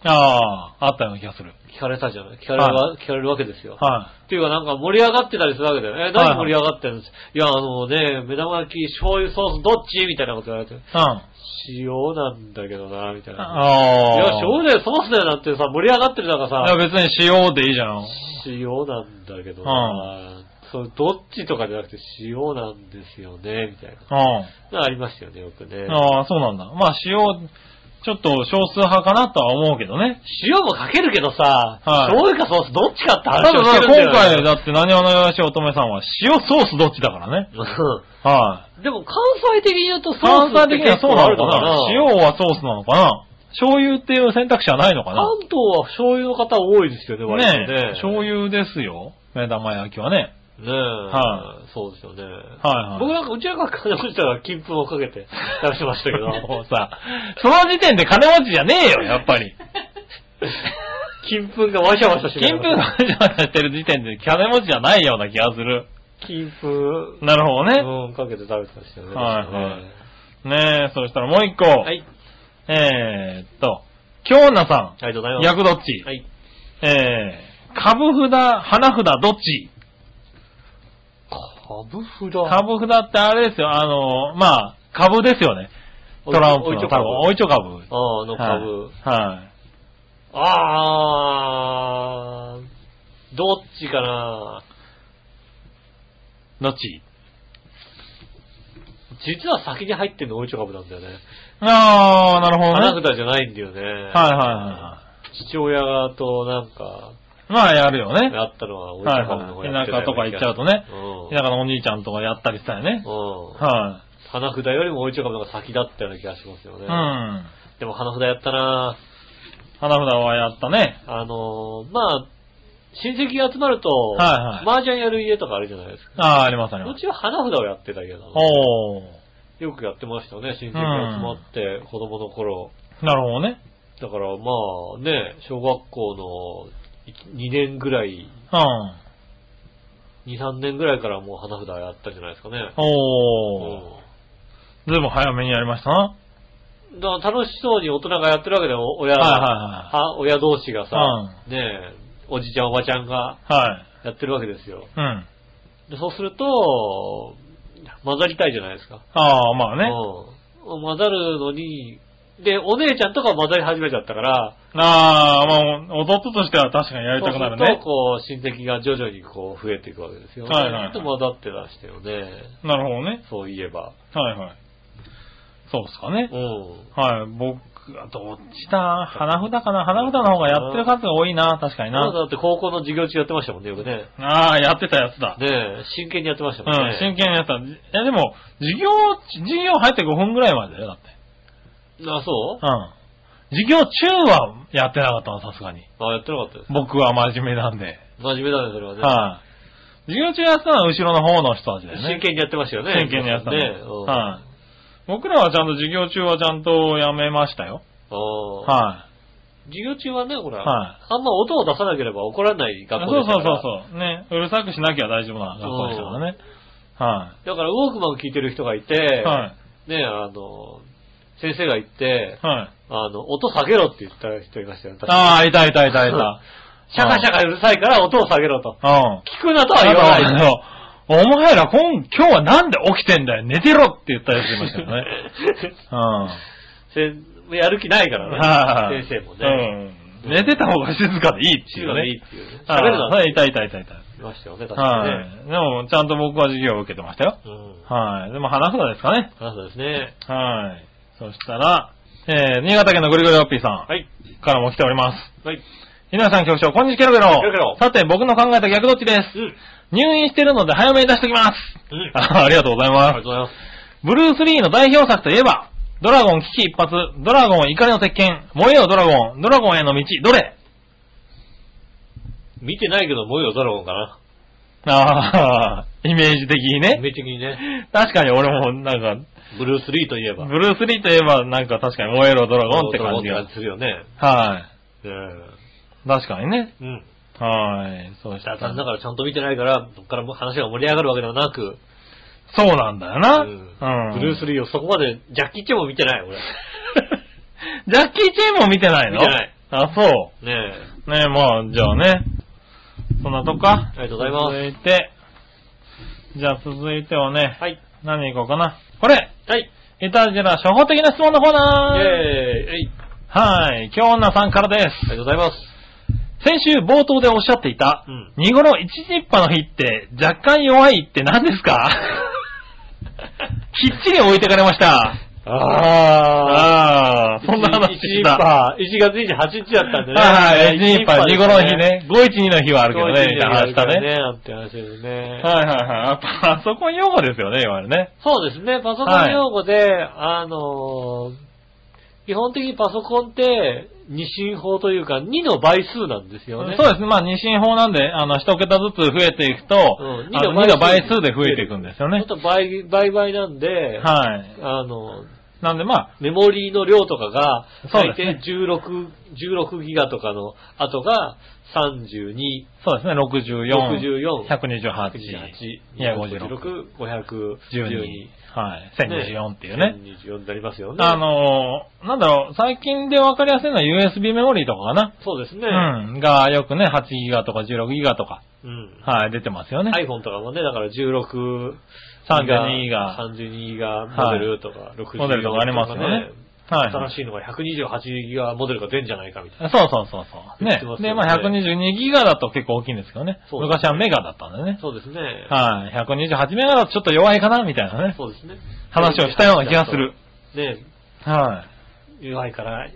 S3: ああー、あったような気がする。
S2: 聞かれたじゃない聞かれるわ、聞かれるわけですよ。
S3: は
S2: っていうかなんか盛り上がってたりするわけだよね。え、
S3: はいはい
S2: 何盛り上がってるんですいや、あのね、目玉焼き、醤油ソースどっちみたいなこと言われて、
S3: い。うん。あ
S2: 塩なんだけどな、みたいな。い
S3: あー。
S2: や、醤油だよ、ソースだよなってさ、盛り上がってる中
S3: いや、
S2: さ、
S3: 別に塩でいいじゃん。
S2: 塩なんだけどな、そう、どっちとかじゃなくて塩なんですよね、みたい
S3: うん。
S2: な。ありましたよね、よくね。
S3: ああ、そうなんだ。まあ、塩、ちょっと少数派かなとは思うけどね。
S2: 塩もかけるけどさ、
S3: はい
S2: 醤油かソースどっちかって
S3: ただ
S2: 話をし
S3: さ
S2: てるんだよ、
S3: 今回だって何話のよしおとめさんは塩ソースどっちだからね。
S2: うん
S3: は
S2: でも関西的に言うと
S3: い。
S2: ソ
S3: 関
S2: ースって
S3: 西的には
S2: 結
S3: そう
S2: 構
S3: な
S2: あ
S3: の
S2: る
S3: か
S2: のか
S3: な
S2: な
S3: 塩はソースなのかな醤油っていう選択肢はないのかな
S2: 関東は醤油の方多いですよね、割とね。
S3: ねえ、醤油ですよ。目玉焼きはね。
S2: ねえ。
S3: は
S2: そうですよね。
S3: はい
S2: 僕なんか、うちらが金持ちだから金粉をかけ て出してましたけど、
S3: もうさ、その時点で金持ちじゃねえよ、やっぱ り。
S2: 金粉がワシャワシャして
S3: 金粉がわじゃわじゃしてる時点で金持ちじゃないような気がする。
S2: 金粉、
S3: なるほどね。
S2: うん、かけて食べてましたよね。
S3: はいはい
S2: ね
S3: ねえ、そしたらもう一個。
S2: はい。
S3: えーっと、京奈さ
S2: ありがとうござい
S3: ん、
S2: ます。
S3: 役どっち、
S2: はい。
S3: えー、株札、花札、どっち
S2: 株札。
S3: 株札ってあれですよ、あの、まあ、株ですよね。トランプ
S2: おいちょ
S3: の
S2: 株
S3: 多分、おいちょ株。
S2: ああ、あの株。
S3: はい。
S2: あー、どっちかな
S3: どっち
S2: 実は先に入ってんの大いちょ株なんだよね。
S3: あー、なるほ
S2: 花
S3: どね。
S2: 札じゃないんだよね。はい
S3: はいはいは
S2: 父親側となんか、
S3: い。まあ、やるよね。
S2: あったのは大いちょ株の方やってたような気が
S3: はいはい田舎とか行っちゃうとね。
S2: うん
S3: 田舎のお兄ちゃんとかやったりしたよね。
S2: うん。
S3: は
S2: 花札よりも大いちょ株の方が先だったような気がしますよ
S3: い。う
S2: ね
S3: ん。。花
S2: でも花札やったな
S3: 札はやったね。
S2: あのー、まあ、親戚が集まると、
S3: はいはい
S2: 麻雀やる家とかあるじゃないですか。
S3: あー、ありますありま
S2: う
S3: す。
S2: ちは花札をやってたけど、
S3: おー。
S2: よくやってましたね、親戚が集まって、子供の頃。
S3: なるほどね。
S2: だからまあね、小学校の2年ぐらい、
S3: うん。
S2: 2、3年ぐらいからもう花札やったんじゃないですかね。
S3: おー。ずいぶん早めにやりましたな。
S2: うんだから楽しそうに大人がやってるわけでも、親
S3: はいはいは
S2: は親同士がさ、ねえ、おじちゃんおばちゃんが
S3: い。はい。
S2: やってるわけですよ。
S3: うん。
S2: でそうすると、混ざりたいじゃないですか。
S3: ああ、まあね。
S2: うん。混ざるのに、で、お姉ちゃんとか混ざり始めちゃったから、
S3: ああ、まあ、弟としては確かにやりたくなる
S2: そうする
S3: ね
S2: と、。こう、親戚が徐々にこう、増えていくわけですよね。
S3: はいはいはい
S2: で混ざってらしたよね。
S3: なるほどね。
S2: そういえば。
S3: はいはい。そうっすかね
S2: う。ん。
S3: はい。僕はどっちだ花札かな花札の方がやってる数が多いな、確かに
S2: なだ
S3: な。
S2: って高校の授業中やってましたもんね、よくね。
S3: ああ、やってたやつだ。
S2: ねえ真剣にやってました
S3: う
S2: もん
S3: ん
S2: ね、。
S3: 真剣にやってた。じえ、でも、授業、授業入って5分ぐらいまでだよ、だって。
S2: あ、そ
S3: うん。授業中はやってなかったな、さすがに。
S2: うあ、やってなかったです。
S3: 僕は真面目なんで。
S2: 真面目だね、それはね。
S3: は授業中やってたのは後ろの方の人たちだよ
S2: 真
S3: ね。
S2: 剣にやってましたよね。
S3: 真剣にやってたの。
S2: ね。い。
S3: はい。僕らはちゃんと授業中はちゃんとやめましたよ。
S2: ああ
S3: は
S2: 授業中はね、ほら、
S3: は
S2: あんま音を出さなければ怒らない
S3: い。
S2: 学校
S3: そ
S2: で
S3: う
S2: し
S3: そ
S2: た
S3: う
S2: か
S3: そう
S2: ら。
S3: そう。ね。うるさくしなきゃ大丈夫な学校でしたからね。は
S2: だから、ウォークマンを聞いてる人がいて、
S3: い。は
S2: ね、あの、先生が言って、
S3: い。はい。
S2: あの、音下げろって言った人いましたよ、確か
S3: ああ、いたいた いたいた。
S2: シャカシャカうるさいから音を下げろと。
S3: うん。
S2: 聞くなとは言わない。
S3: あのお前ら今、今日はなんで起きてんだよ、寝てろって言ったやついましたよね。 うん。
S2: せやる気ないから
S3: はい
S2: ね、先生もね。
S3: うん。寝てた方が静かでいいって
S2: 静
S3: い
S2: か
S3: う
S2: でいいっ
S3: ね。
S2: ていうね。
S3: あ
S2: 喋るなっ
S3: は
S2: て
S3: い、いたいたいたいた。
S2: 言いましたよね、確かにね。
S3: はい。でも、ちゃんと僕は授業を受けてましたよ。
S2: うん。
S3: はい。でも、花札ですかね。
S2: あそうですね。
S3: はい。そしたら、えー、新潟県のぐりぐりおっぴーさん。
S2: はい。
S3: からも来ております。
S2: はい。
S3: 皆さん局長、こんにちはケロケロ。
S2: ケロケロ
S3: さて、僕の考えた逆どっちです。
S2: うん。
S3: 入院してるので早めに出しておきます。
S2: うん。あ
S3: あありがとうございます。
S2: りがとうございます。
S3: ブルース・リーの代表作といえば、ドラゴン危機一発、ドラゴン怒りの鉄拳、燃えよドラゴン、ドラゴンへの道、どれ
S2: 見てないけど、もうよ、ドラゴンかな。
S3: ああ、イメー ジ的に
S2: イ
S3: ね。
S2: メージ的にね。
S3: 確かに俺もなん
S2: ブルース・リーといえ
S3: か、
S2: ば。
S3: ブルース・リーといえばなんか確かに燃えろドラゴンって感じ
S2: ドラゴン
S3: が
S2: っ。てするよね。
S3: は
S2: うん
S3: い。確かにね。
S2: うん。
S3: はい。そうした
S2: だ
S3: ら
S2: から、だからちゃんと見てないから、そこからもう話が盛り上がるわけではなく、
S3: そうなんだよな。
S2: う
S3: うんん。
S2: ブルース・リーをそこまで、ジャッキー・チェンも見てない、俺。
S3: ジャッキー・チェーンも見てないの
S2: 見てない。
S3: あ、そう。
S2: ね
S3: ねえ、まあ、じゃあね。そんなとこか。
S2: ありがとうございます
S3: 続いて。じゃあ続いてはね
S2: え。、はい。
S3: 何いこうかな。これ
S2: はい。
S3: イタジェラ初歩的な質問のコー
S2: イェー
S3: ナ
S2: イ
S3: ー
S2: えい。
S3: はい。今日女さんからで
S2: ありがとうございます。
S3: す。先週冒頭でおっしゃっていた、
S2: うん
S3: 見頃一日っぱの日って若干弱いって何ですかきっちり置いてかれました。
S2: ああ。
S3: ああー、そんな話した。
S2: 1月28日だったんでね。
S3: はいはい、1日いっぱい、見頃の日。ね。512の日はあ
S2: あ
S3: るけどね、みたいな話したね。
S2: ね。なんて話ですね。
S3: はいはいはい。やっぱパソコン用語ですよね、いわゆるね。
S2: そうですね、パソコン用語で、あのー基本的にパソコンって、二進法というか、2の倍数なんです
S3: そ
S2: よ
S3: う
S2: ね。
S3: ですね。まあ、二進法なんで、あの、一桁ずつ増えていくと、
S2: うん
S3: あの
S2: 二
S3: 二
S2: の
S3: の
S2: 倍
S3: 倍
S2: 数
S3: 数で増えていくんですよ
S2: ちょ
S3: ね
S2: っ。と倍、倍々なんで、
S3: はい。
S2: あの、
S3: なんでまあ、
S2: メモリーの量とかが、
S3: そう
S2: 最
S3: です
S2: 低
S3: ね
S2: 16、16ギガとかの後が32、
S3: そうですね、64、
S2: 64、
S3: 128、256、
S2: 256、512
S3: 12、はい、1024っていうね。
S2: 1024になりますよね。
S3: あのー、なんだろう、最近でわかりやすいのは USB メモリーとかかな。
S2: そうですね。
S3: うん。が、よくね、8ギガとか16ギガとか、
S2: うん
S3: はい、出てますよね。
S2: iPhone とかもね、だから16、
S3: 32が
S2: 32ギガモデルとか、64
S3: モデルとかありますよねはい。
S2: 新しいのが128ギガモデルが出んじゃないかみたいな。
S3: そうそうそうそう。
S2: 言っ
S3: ね
S2: てますよね。
S3: で、まあ122ギガだと結構大きいんですけどね。
S2: そうですね
S3: 昔はメガだったんでね。
S2: そうですね。
S3: はい。128メガだとちょっと弱いかなみたいなね。
S2: そうですね。
S3: 話をしたような気がする。
S2: ね、
S3: は
S2: UI からね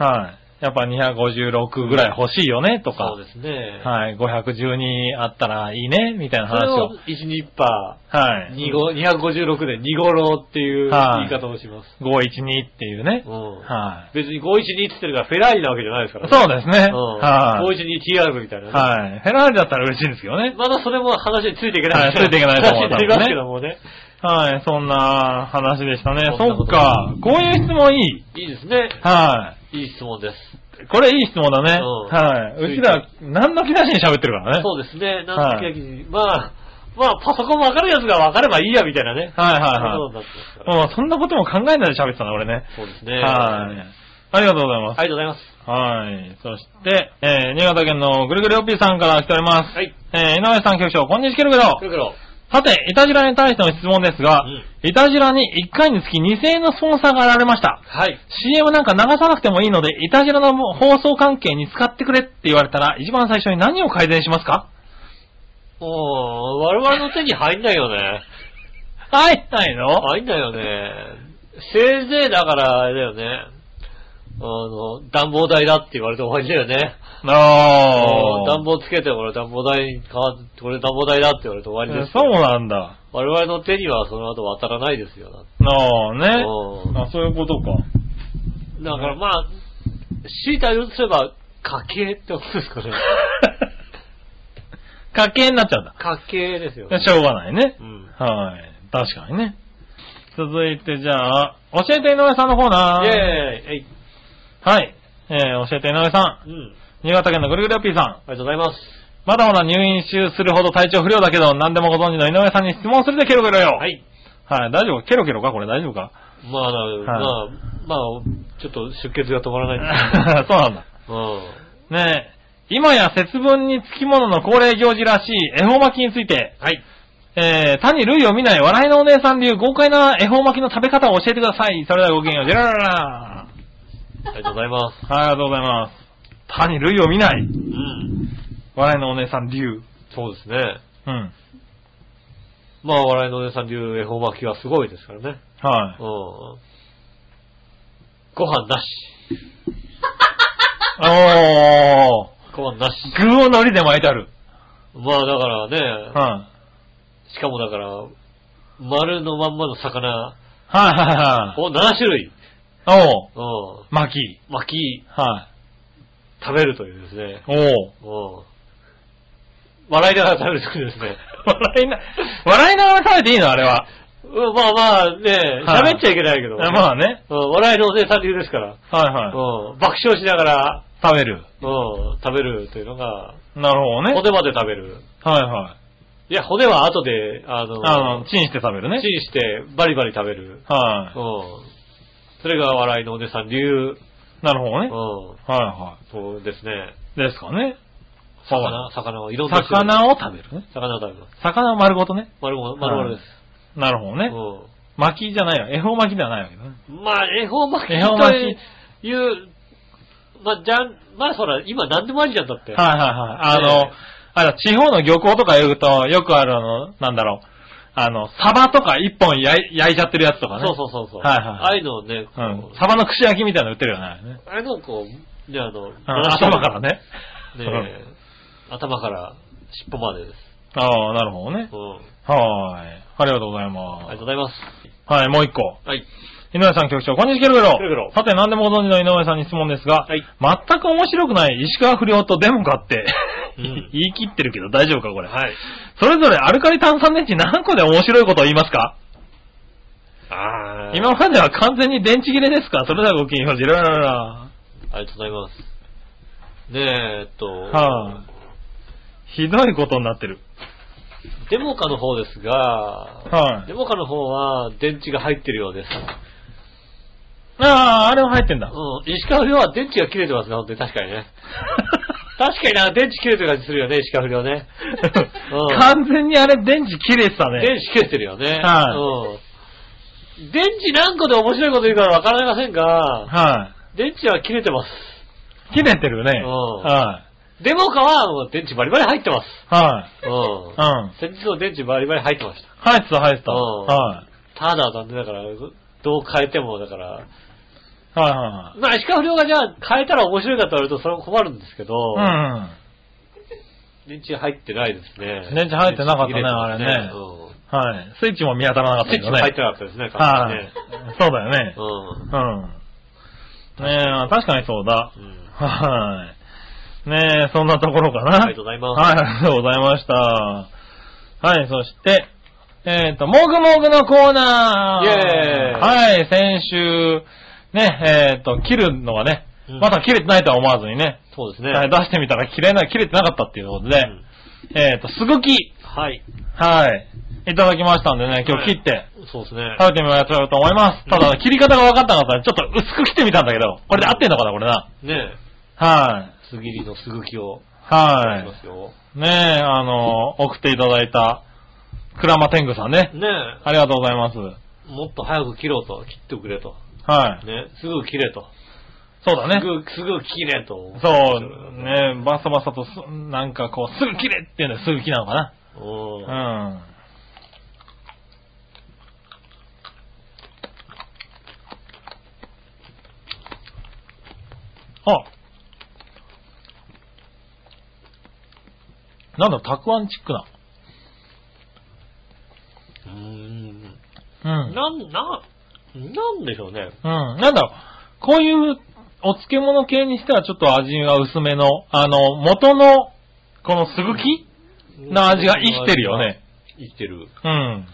S3: い。、はい。やっぱ256ぐらい欲しいよねとか
S2: そう。ですね。
S3: はい。512あったらいいねみたいな
S2: それ
S3: 話
S2: を
S3: を。
S2: 1、2パ
S3: は
S2: ー、二
S3: い。
S2: 五256で2頃っていう
S3: は
S2: 言い
S3: い
S2: 方をします。
S3: 512っていうね
S2: う。ん
S3: は
S2: 別に512って言ってるからフェラーリなわけじゃないですから
S3: い。そうですね。はい。
S2: 512TR みたいなね。
S3: はい。フェラーリだったら嬉しいんですけどね。
S2: まだそれも話についていけない。
S3: はいついていけないと思
S2: 話
S3: う
S2: になりますけどもね。
S3: はい。そんな話でしたね。
S2: そんな
S3: そ
S2: こ
S3: っ
S2: と
S3: か。こういう質問いい。
S2: いいですね。
S3: はい。
S2: いい質問です。
S3: これいい質問だね。
S2: うん
S3: はい。うちら、何の気なしに喋ってるからね。
S2: そうですね。なん
S3: はい
S2: か焼きにまあ、まあ、パソコンわかるやつがわかればいいや、みたいなね。
S3: はいは
S2: そう
S3: い
S2: な
S3: は
S2: ってますから
S3: い。うん、そんなことも考えないで喋ってたな、俺ね。
S2: そうですね。
S3: はい。ありがとうございます。
S2: ありがとうございます。
S3: はい。そして、えー、新潟県のぐるぐるおっぴーさんから来ております。
S2: はい。
S3: えー、井上さん局長、こんにちは、けるけど
S2: く。るくる。
S3: さて、イタジラに対しての質問ですが
S2: うん、
S3: イタジラに1回につき2000円のスポンサーが現れました。
S2: はい。
S3: CM なんか流さなくてもいいので、イタジラの放送関係に使ってくれって言われたら、一番最初に何を改善しますか
S2: もう、我々の手に入んないよね。
S3: はい、ないの
S2: 入んないよね。せいぜいだから、あれだよね。あの、暖房代だって言われて終わりだよね。うん
S3: あ
S2: 暖房つけてもらう暖房代に変わって、これ暖房代だって言われて終わりです
S3: そ
S2: よ。
S3: うなんだ。
S2: 我々の手にはその後渡らないですよ。だって
S3: ああね。
S2: うん
S3: あ、そういうことか。
S2: だからまあ、 強いてあげるとすれば、家計ってことですかね。
S3: 家計になっちゃうんだ。
S2: 家計ですよ、ね。
S3: しょうがないね
S2: う。ん。
S3: はい。確かにね。続いてじゃあ、教えて井上さんのコーナー。
S2: イェーイえい
S3: はい。えー、教えて井上さん。
S2: うん。
S3: 新潟県のぐるぐるよっぴーさん。
S2: ありがとうございます。
S3: まだまだ入院中するほど体調不良だけど、何でもご存知の井上さんに質問するでケロケロよ。
S2: は。い。
S3: はい、大丈夫ケロケロかこれ大丈夫か
S2: まあ、
S3: は
S2: まあ、まあ、ちょっと出血が止まら
S3: そ
S2: ない
S3: う
S2: ん です
S3: なんだ。
S2: けど。うん。
S3: ねえ、今や節分につきものの恒例行事らしい恵方巻きについて、
S2: はい。
S3: えー、単に類を見ない笑いのお姉さん流豪快な恵方巻きの食べ方を教えてください。それではごきげんよう。ジェラララ
S2: ありがとうございます。
S3: はい、ありがとうございます。単に類を見ない
S2: うん。
S3: 笑いのお姉さん流。
S2: そうですね。
S3: うん。
S2: まあ、笑いのお姉さん流恵方巻きはすごいですからね。
S3: は
S2: うん
S3: い。。
S2: ご飯なし。
S3: お
S2: ご飯なし。
S3: ー。具を海苔で巻いてある。
S2: まあ、だからね、
S3: はい。
S2: しかもだから、丸のまんまの魚
S3: はいはい
S2: を7種類、
S3: はい。おー。
S2: うん、
S3: 巻き。
S2: 巻き
S3: は
S2: 食べるというですね
S3: い。、おー。
S2: うん、笑いながら食べるというですね、
S3: 笑いな、笑いながら食べていいのあれは。
S2: うんまあまあね、
S3: はい
S2: 喋っちゃいけないけど、
S3: まあね。
S2: うん、笑いのお姉さん流ですから、
S3: はいうは
S2: ん、爆笑しながら、
S3: い。食べる。
S2: うん、食べるというのが、
S3: なるほどね。
S2: 骨まで食べる。
S3: はいはい。
S2: いや、骨は後で、あの、
S3: あの、チンして食べるね
S2: チ。ンしてバリバリ食べる。うん
S3: は、
S2: それが笑いのお姉さん流、
S3: い。なるほど
S2: うん
S3: ね。、はいは
S2: そうですね。
S3: い。ですかね。
S2: 魚、魚をいろんな種類。
S3: 魚を食べるね。
S2: 魚を食べます。
S3: 魚を丸ごとね。
S2: 丸々、丸々です。
S3: なるほどね。巻きじゃないよ。恵方巻きではないわけだね。
S2: うんまあ、恵方巻き
S3: 恵方巻
S2: という、まあ、じゃん、まあ、そら、今何でもありじゃんだって。
S3: はいはいはい。あ
S2: ね
S3: の、あれ、地方の漁港とか言うと、よくあるあの、なんだろう。あの、サバとか一本焼い焼いちゃってるやつとかね。
S2: そうそうそうそう。
S3: はいはい
S2: ああいうのをね、こう
S3: うん。サバの串焼きみたいなの売ってるよねあれね。
S2: ああいうのをこう、ね、あの、
S3: うん頭からね。
S2: ね
S3: うん
S2: 頭から尻尾までです。
S3: ああ、なるほどね。
S2: うん。
S3: はーい。ありがとうござい
S2: あり
S3: ま
S2: がとうございます。
S3: す。はい、もう一個。
S2: はい。
S3: 井上さん局長、こんにちは、
S2: ケ
S3: ケル
S2: ル
S3: グ
S2: グ
S3: ロ
S2: ロ。
S3: さて、何でもご存知の井上さんに質問ですが、
S2: はい
S3: 全く面白くない石川不良とデモカって、
S2: うん
S3: 言い切ってるけど大丈夫か、これ。
S2: はい。
S3: それぞれアルカリ炭酸電池何個で面白いことを言いますか
S2: あー
S3: 今までは完全に電池切れですかそれではごきげんよう、ジラララ。
S2: ありがとうございます。ねえ、えっと、
S3: はいひどいことになってる。
S2: デモカの方ですが、
S3: い
S2: デモカの方は電池が入ってるようです。
S3: ああ、あれは入ってんだ。
S2: うん、石川不良は電池が切れてますね、本当に確かにね。確かにな、電池切れてる感じするよね、石川不良ね。うん
S3: 完全にあれ電池切れてたね。
S2: 電池切れてるよね。
S3: は
S2: うん。電池何個で面白いこと言うかわからませんが、
S3: はい、
S2: 電池は切れてます。
S3: 切れてるね。
S2: うん
S3: は
S2: デモカはもう電池バリバリ入ってます。
S3: い。は
S2: う
S3: い。うんん。。入
S2: 先日の電池バリバリ入ってまし
S3: ってた、入ってた。
S2: うん
S3: はい。
S2: た。ただ残念だから、どう変えても、だから、
S3: はいは
S2: まあ、石川不良がじゃあ変えたら面白いかと言われるとそれも困るんですけど、
S3: いはい。
S2: 電池入ってないですね。
S3: 電池入ってなかったねあれね
S2: うん
S3: うん。はい。スイッチも見当たらなかった
S2: スイッ
S3: け
S2: チ
S3: ど
S2: も
S3: ね。
S2: 入ってなかったですね、完
S3: は
S2: 全に
S3: い
S2: ね。。
S3: そうだよね
S2: う。ん
S3: うん。ねえ、確かにそうだ。
S2: うん。
S3: はい。ねえ、そんなところかな。
S2: ありがとうございます
S3: はい、ありがとうございました。はい、そして、えっ、と、もぐもぐのコーナー
S2: イェーイ
S3: はい、先週、ね、えっ、と、切るのがね、
S2: うん
S3: まだ切れてないとは思わずにね、
S2: そうですね。
S3: はい出してみたら切れな、切れてなかったっていうことで、
S2: うん
S3: えっ、と、すぐき、
S2: はい。
S3: はい、いただきましたんでね、今日切って、
S2: そうですね。
S3: 食べてみようと思います。ただ、
S2: う
S3: 切り方が分かったから、ちょっと薄く切ってみたんだけど、これで合ってんのかな、これな。
S2: ねえ、
S3: はい。
S2: すぎりのすぐきを、
S3: は
S2: しますよ。
S3: い。ねえ、あの、送っていただいた、クラマテングさんね。
S2: ねえ、
S3: ありがとうございます。
S2: もっと早く切ろうと、切ってくれと。
S3: はい。
S2: ね、すぐ切れと。
S3: そうだね
S2: す。ぐ、すぐ切れと。
S3: そう、ねバサバサとす、なんかこう、すぐ切れっていうのはすぐ切なのか
S2: うん。
S3: な。うん。あなんだ、たくあんチックな。
S2: うーん。
S3: うん。
S2: なん、な、なんでしょうね。
S3: うん。なんだろう、こういうお漬物系にしてはちょっと味が薄めの、あの、元の、このすぐきな味が生きてるよね。
S2: 生きてる。
S3: うん。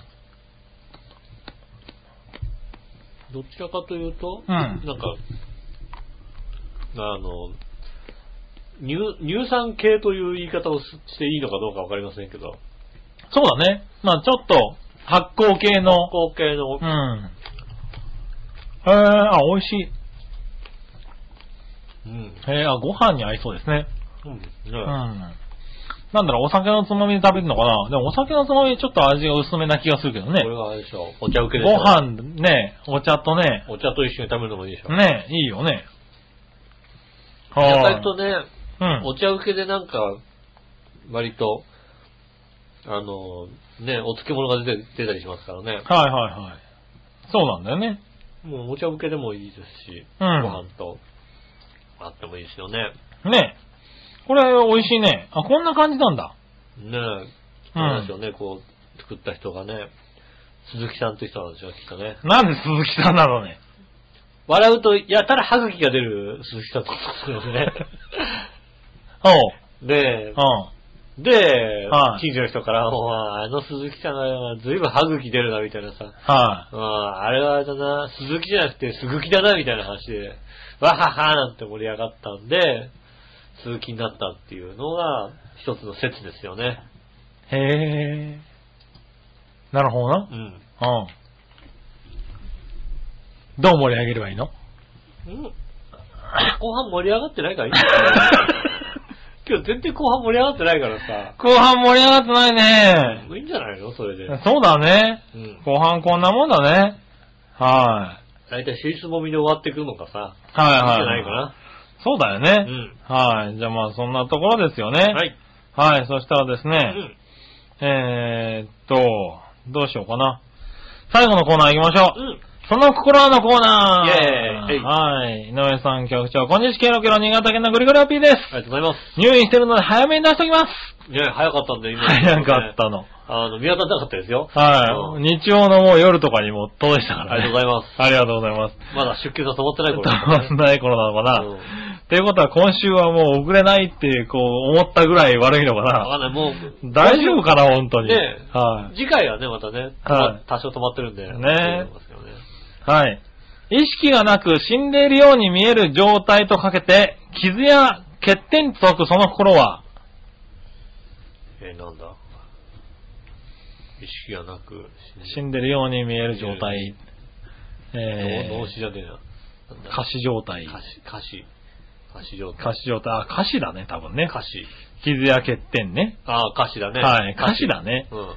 S2: どちらかというと、
S3: うん
S2: なんか、あの、乳乳酸系という言い方をししていいのかどうかわかりませんけど、
S3: そうだね。まあちょっと発酵系の。
S2: 後継の、
S3: うん。へえ、あ、美味しい。
S2: うん、
S3: へえ、あ、ご飯に合いそうですね。
S2: うん、ね
S3: うん。なんだろう、お酒のつまみで食べるのかなでもお酒のつまみちょっと味が薄めな気がするけどね
S2: こ。れがあれでしょ、お茶受けでし
S3: ご
S2: ょ。
S3: 飯、ね、お茶とね、
S2: お茶と一緒に食べるのもいいでしょ。
S3: ね、いいよね。
S2: 野
S3: は
S2: 菜とね、
S3: うん。
S2: お茶受けでなんか、割と、あの、ね、お漬物が出て出たりしますからね。
S3: はいはいはい。そうなんだよね。
S2: もうお茶受けでもいいですし、
S3: うん
S2: ご飯と、あってもいいですよね。
S3: ね。これ美味しいね。あ、こんな感じなんだ。
S2: ねえ、
S3: うん
S2: あれですよね、こう、作った人がね、鈴木さんという人なんですよ、きっとね。
S3: なんで鈴木さんなのね。
S2: 笑うと、やたら歯茎が出る鈴木さんってことですよ ね。
S3: おう。
S2: で、
S3: う
S2: で、
S3: はい
S2: 近所の人から、お前あの鈴木さんがずいぶん歯茎出るな、みたいなさ。
S3: ん。は
S2: ああれはあれだな、鈴木じゃなくて鈴木だな、みたいな話で、わははなんて盛り上がったんで、鈴木になったっていうのが、一つの説ですよね。
S3: い。へえ。なるほどな
S2: う。ん。
S3: うん。どう盛り上げればいいの
S2: うん後半盛り上がってないからいいんだ よ今日全然後半盛り上がってないから
S3: 後半盛り上がってない
S2: さ、
S3: ね。
S2: いいんじゃないのそれで。
S3: そうだね。
S2: うん。
S3: 後半こんなもんだね。は
S2: 大体尻すぼみで終わってくるのかさ、
S3: い。はい
S2: いん
S3: はい。
S2: じゃないかな。
S3: そうだよね。
S2: うん
S3: はい。じゃあまあそんなところですよね。
S2: はい。
S3: はい。そしたらですね、
S2: うん。
S3: えーっと、どうしようかな。最後のコーナー行きましょう。
S2: うん。
S3: その心はのコーナー
S2: イェーイ
S3: はい。井上さん局長、こんにちは、ケロケロ、新潟県のぐりぐりおぴーです。
S2: ありがとうございます。
S3: 入院してるので早めに出しときます。
S2: ね早かったんで、今。
S3: 早かっ。たの。
S2: あの、見当たらなかったですよ。
S3: は
S2: う
S3: い。
S2: ん
S3: 日曜のもう夜とかにも届いてたから
S2: ありがとうございます。
S3: す。ありがとうございます。
S2: まだ出血が止まってない
S3: 止
S2: 頃
S3: まんない頃なのか
S2: うん
S3: な。っていうことは今週はもう遅れないって、こう、思ったぐらい悪いのか
S2: わか
S3: な。
S2: んない、もう。
S3: 大丈夫かな、本当に。
S2: ね
S3: はい。
S2: 次回はね、またね、
S3: はい
S2: 多少止まってるんで。
S3: ね
S2: 大丈夫ですけどね
S3: はい。意識がなく死んでいるように見える状態とかけて、傷や欠点に届くその心は、
S2: えーなんだ意識がなく死
S3: 死んでいるように見える状態、え
S2: 脳脳死じゃねえな。なん
S3: ー、
S2: だ
S3: 過死状態。
S2: 歌詞、歌詞、歌詞状態。
S3: 過死状態。あ、過死だね、多分ね。
S2: 歌詞。
S3: 傷や欠点ね。
S2: ああ、歌詞だね。
S3: はい、歌詞だね。
S2: うん。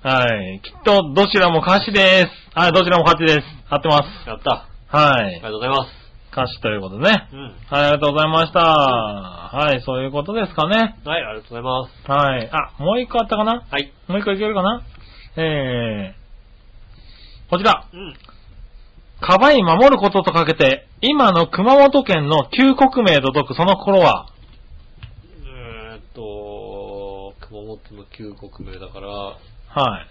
S3: はい。きっと、どちらも歌詞です。はい、どちらも勝ちです。合ってます。
S2: やった。あ
S3: は
S2: り
S3: い
S2: が。とうございます。
S3: 歌詞ということでね。
S2: うん。
S3: はい、ありがとうございました。はい、そういうことですかね。
S2: はい、ありがとうございます。
S3: はい。あ、もう一個あったかな
S2: はい。
S3: もう一個いけるかなえー、こちら。
S2: うん。
S3: かばい守ることとかけて、今の熊本県の旧国名と解くその心は、
S2: えーっと、熊本の旧国名だから、
S3: はい。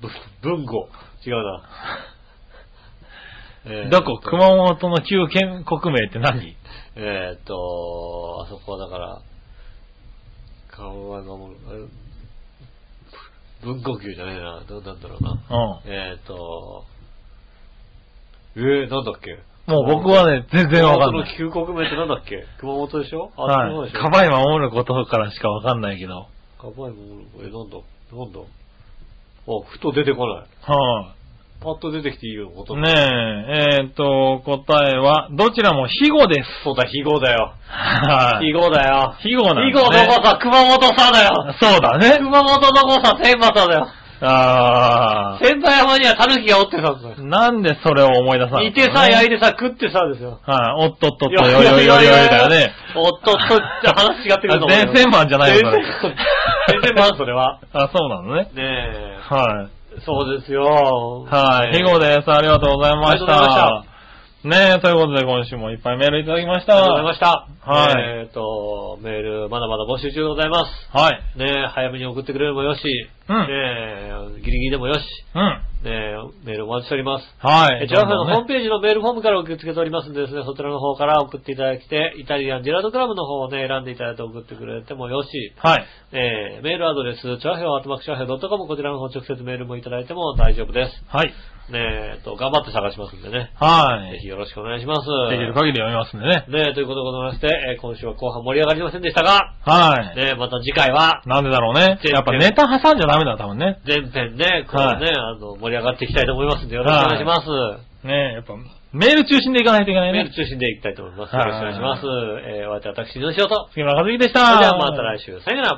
S2: ぶ文語。違う な。えーっと
S3: どこ熊本の旧県国名って何
S2: えーっと、あそこはだから、顔は守る、え文庫級じゃねえな、どうなんだろうな。
S3: うん。も
S2: えーっと、えー、なんだっけ
S3: う僕はね、全然わかんない。
S2: 熊本の旧国名ってなんだっけ熊本でしょあ熊
S3: はい。か
S2: 本でし
S3: ばい守ることからしかわかんないけど。
S2: ょかばいもん、え、なんだなんだあ、ふと出てこない。
S3: は
S2: パッと出てきていいよ、こと
S3: い。ねえ、えーっと、答えは、どちらも非語です。
S2: そうだ、非語だよ。
S3: は
S2: 非
S3: い。
S2: 語だよ。
S3: 非語なん
S2: 非
S3: で
S2: 語
S3: す
S2: どこ
S3: ね。
S2: さ、熊本さだよ。
S3: そうだね。
S2: 熊本どこさ、天馬さだよ。
S3: あ
S2: 仙台山には狸がおってたんだよ
S3: ー。。なんでそれを思い出さない
S2: いてさ、焼いてさ、食ってさですよ。
S3: はい、おっとっとっと、よいよいよいよいだよね。
S2: おっとっと、話違ってくると思うよ。
S3: 前線マンじゃないよ
S2: 前線マン、前線マンそれは。
S3: あ、そうなのね。
S2: ねえ。
S3: はい。
S2: そうですよ。
S3: はい、
S2: ね
S3: ヒゴです。ありがとうございま
S2: あり
S3: し
S2: がとうござい
S3: た。ねえ、ということで今週もいっぱいメールいただきまし
S2: あ
S3: た。
S2: りがとうございました。
S3: はい
S2: えっと、メール、まだまだ募集中でございます。
S3: はい。
S2: ねえ、早めに送ってくれるもよし、
S3: うん
S2: ねえ、ギリギリでもよし、
S3: うん。
S2: えーメールお待ちしております。
S3: は
S2: え
S3: い。
S2: ー、ジャワさんのホー
S3: どんどん
S2: ム
S3: ね
S2: ページのメールフォームから受け付けておりますんでですね、そちらの方から送っていただいて、イタリアンジェラートクラブの方をね、選んでいただいて送ってくれてもよし、
S3: はい。
S2: えーメールアドレス、チャワヘオアットマークチャワヘオ .com、こちらの方直接メールもいただいても大丈夫です。
S3: はい。
S2: ねえ、えっと、頑張って探しますんでね。
S3: は
S2: ぜ
S3: い。
S2: ひよろしくお願いします。
S3: できる限り読みますんでね。
S2: ねえ、ということでございまして、えー今週は後半盛り上がりませんでしたが、
S3: はい。
S2: ねえ、また次回は、
S3: なんでだろうね。やっぱネタ挟んじゃダメだ、多分ね。
S2: 前編ね、こうね、あの、盛り上がっていきたいと思いますんで、よろしくお願いします。
S3: ねえ、やっぱ、メール中心でいかないといけない
S2: メール
S3: ね。
S2: 中心でいきたいと思います。よろしくお願いします。えー、お相手は私、井上翔と。
S3: 杉村和樹でした。
S2: それではまた来週。さよなら。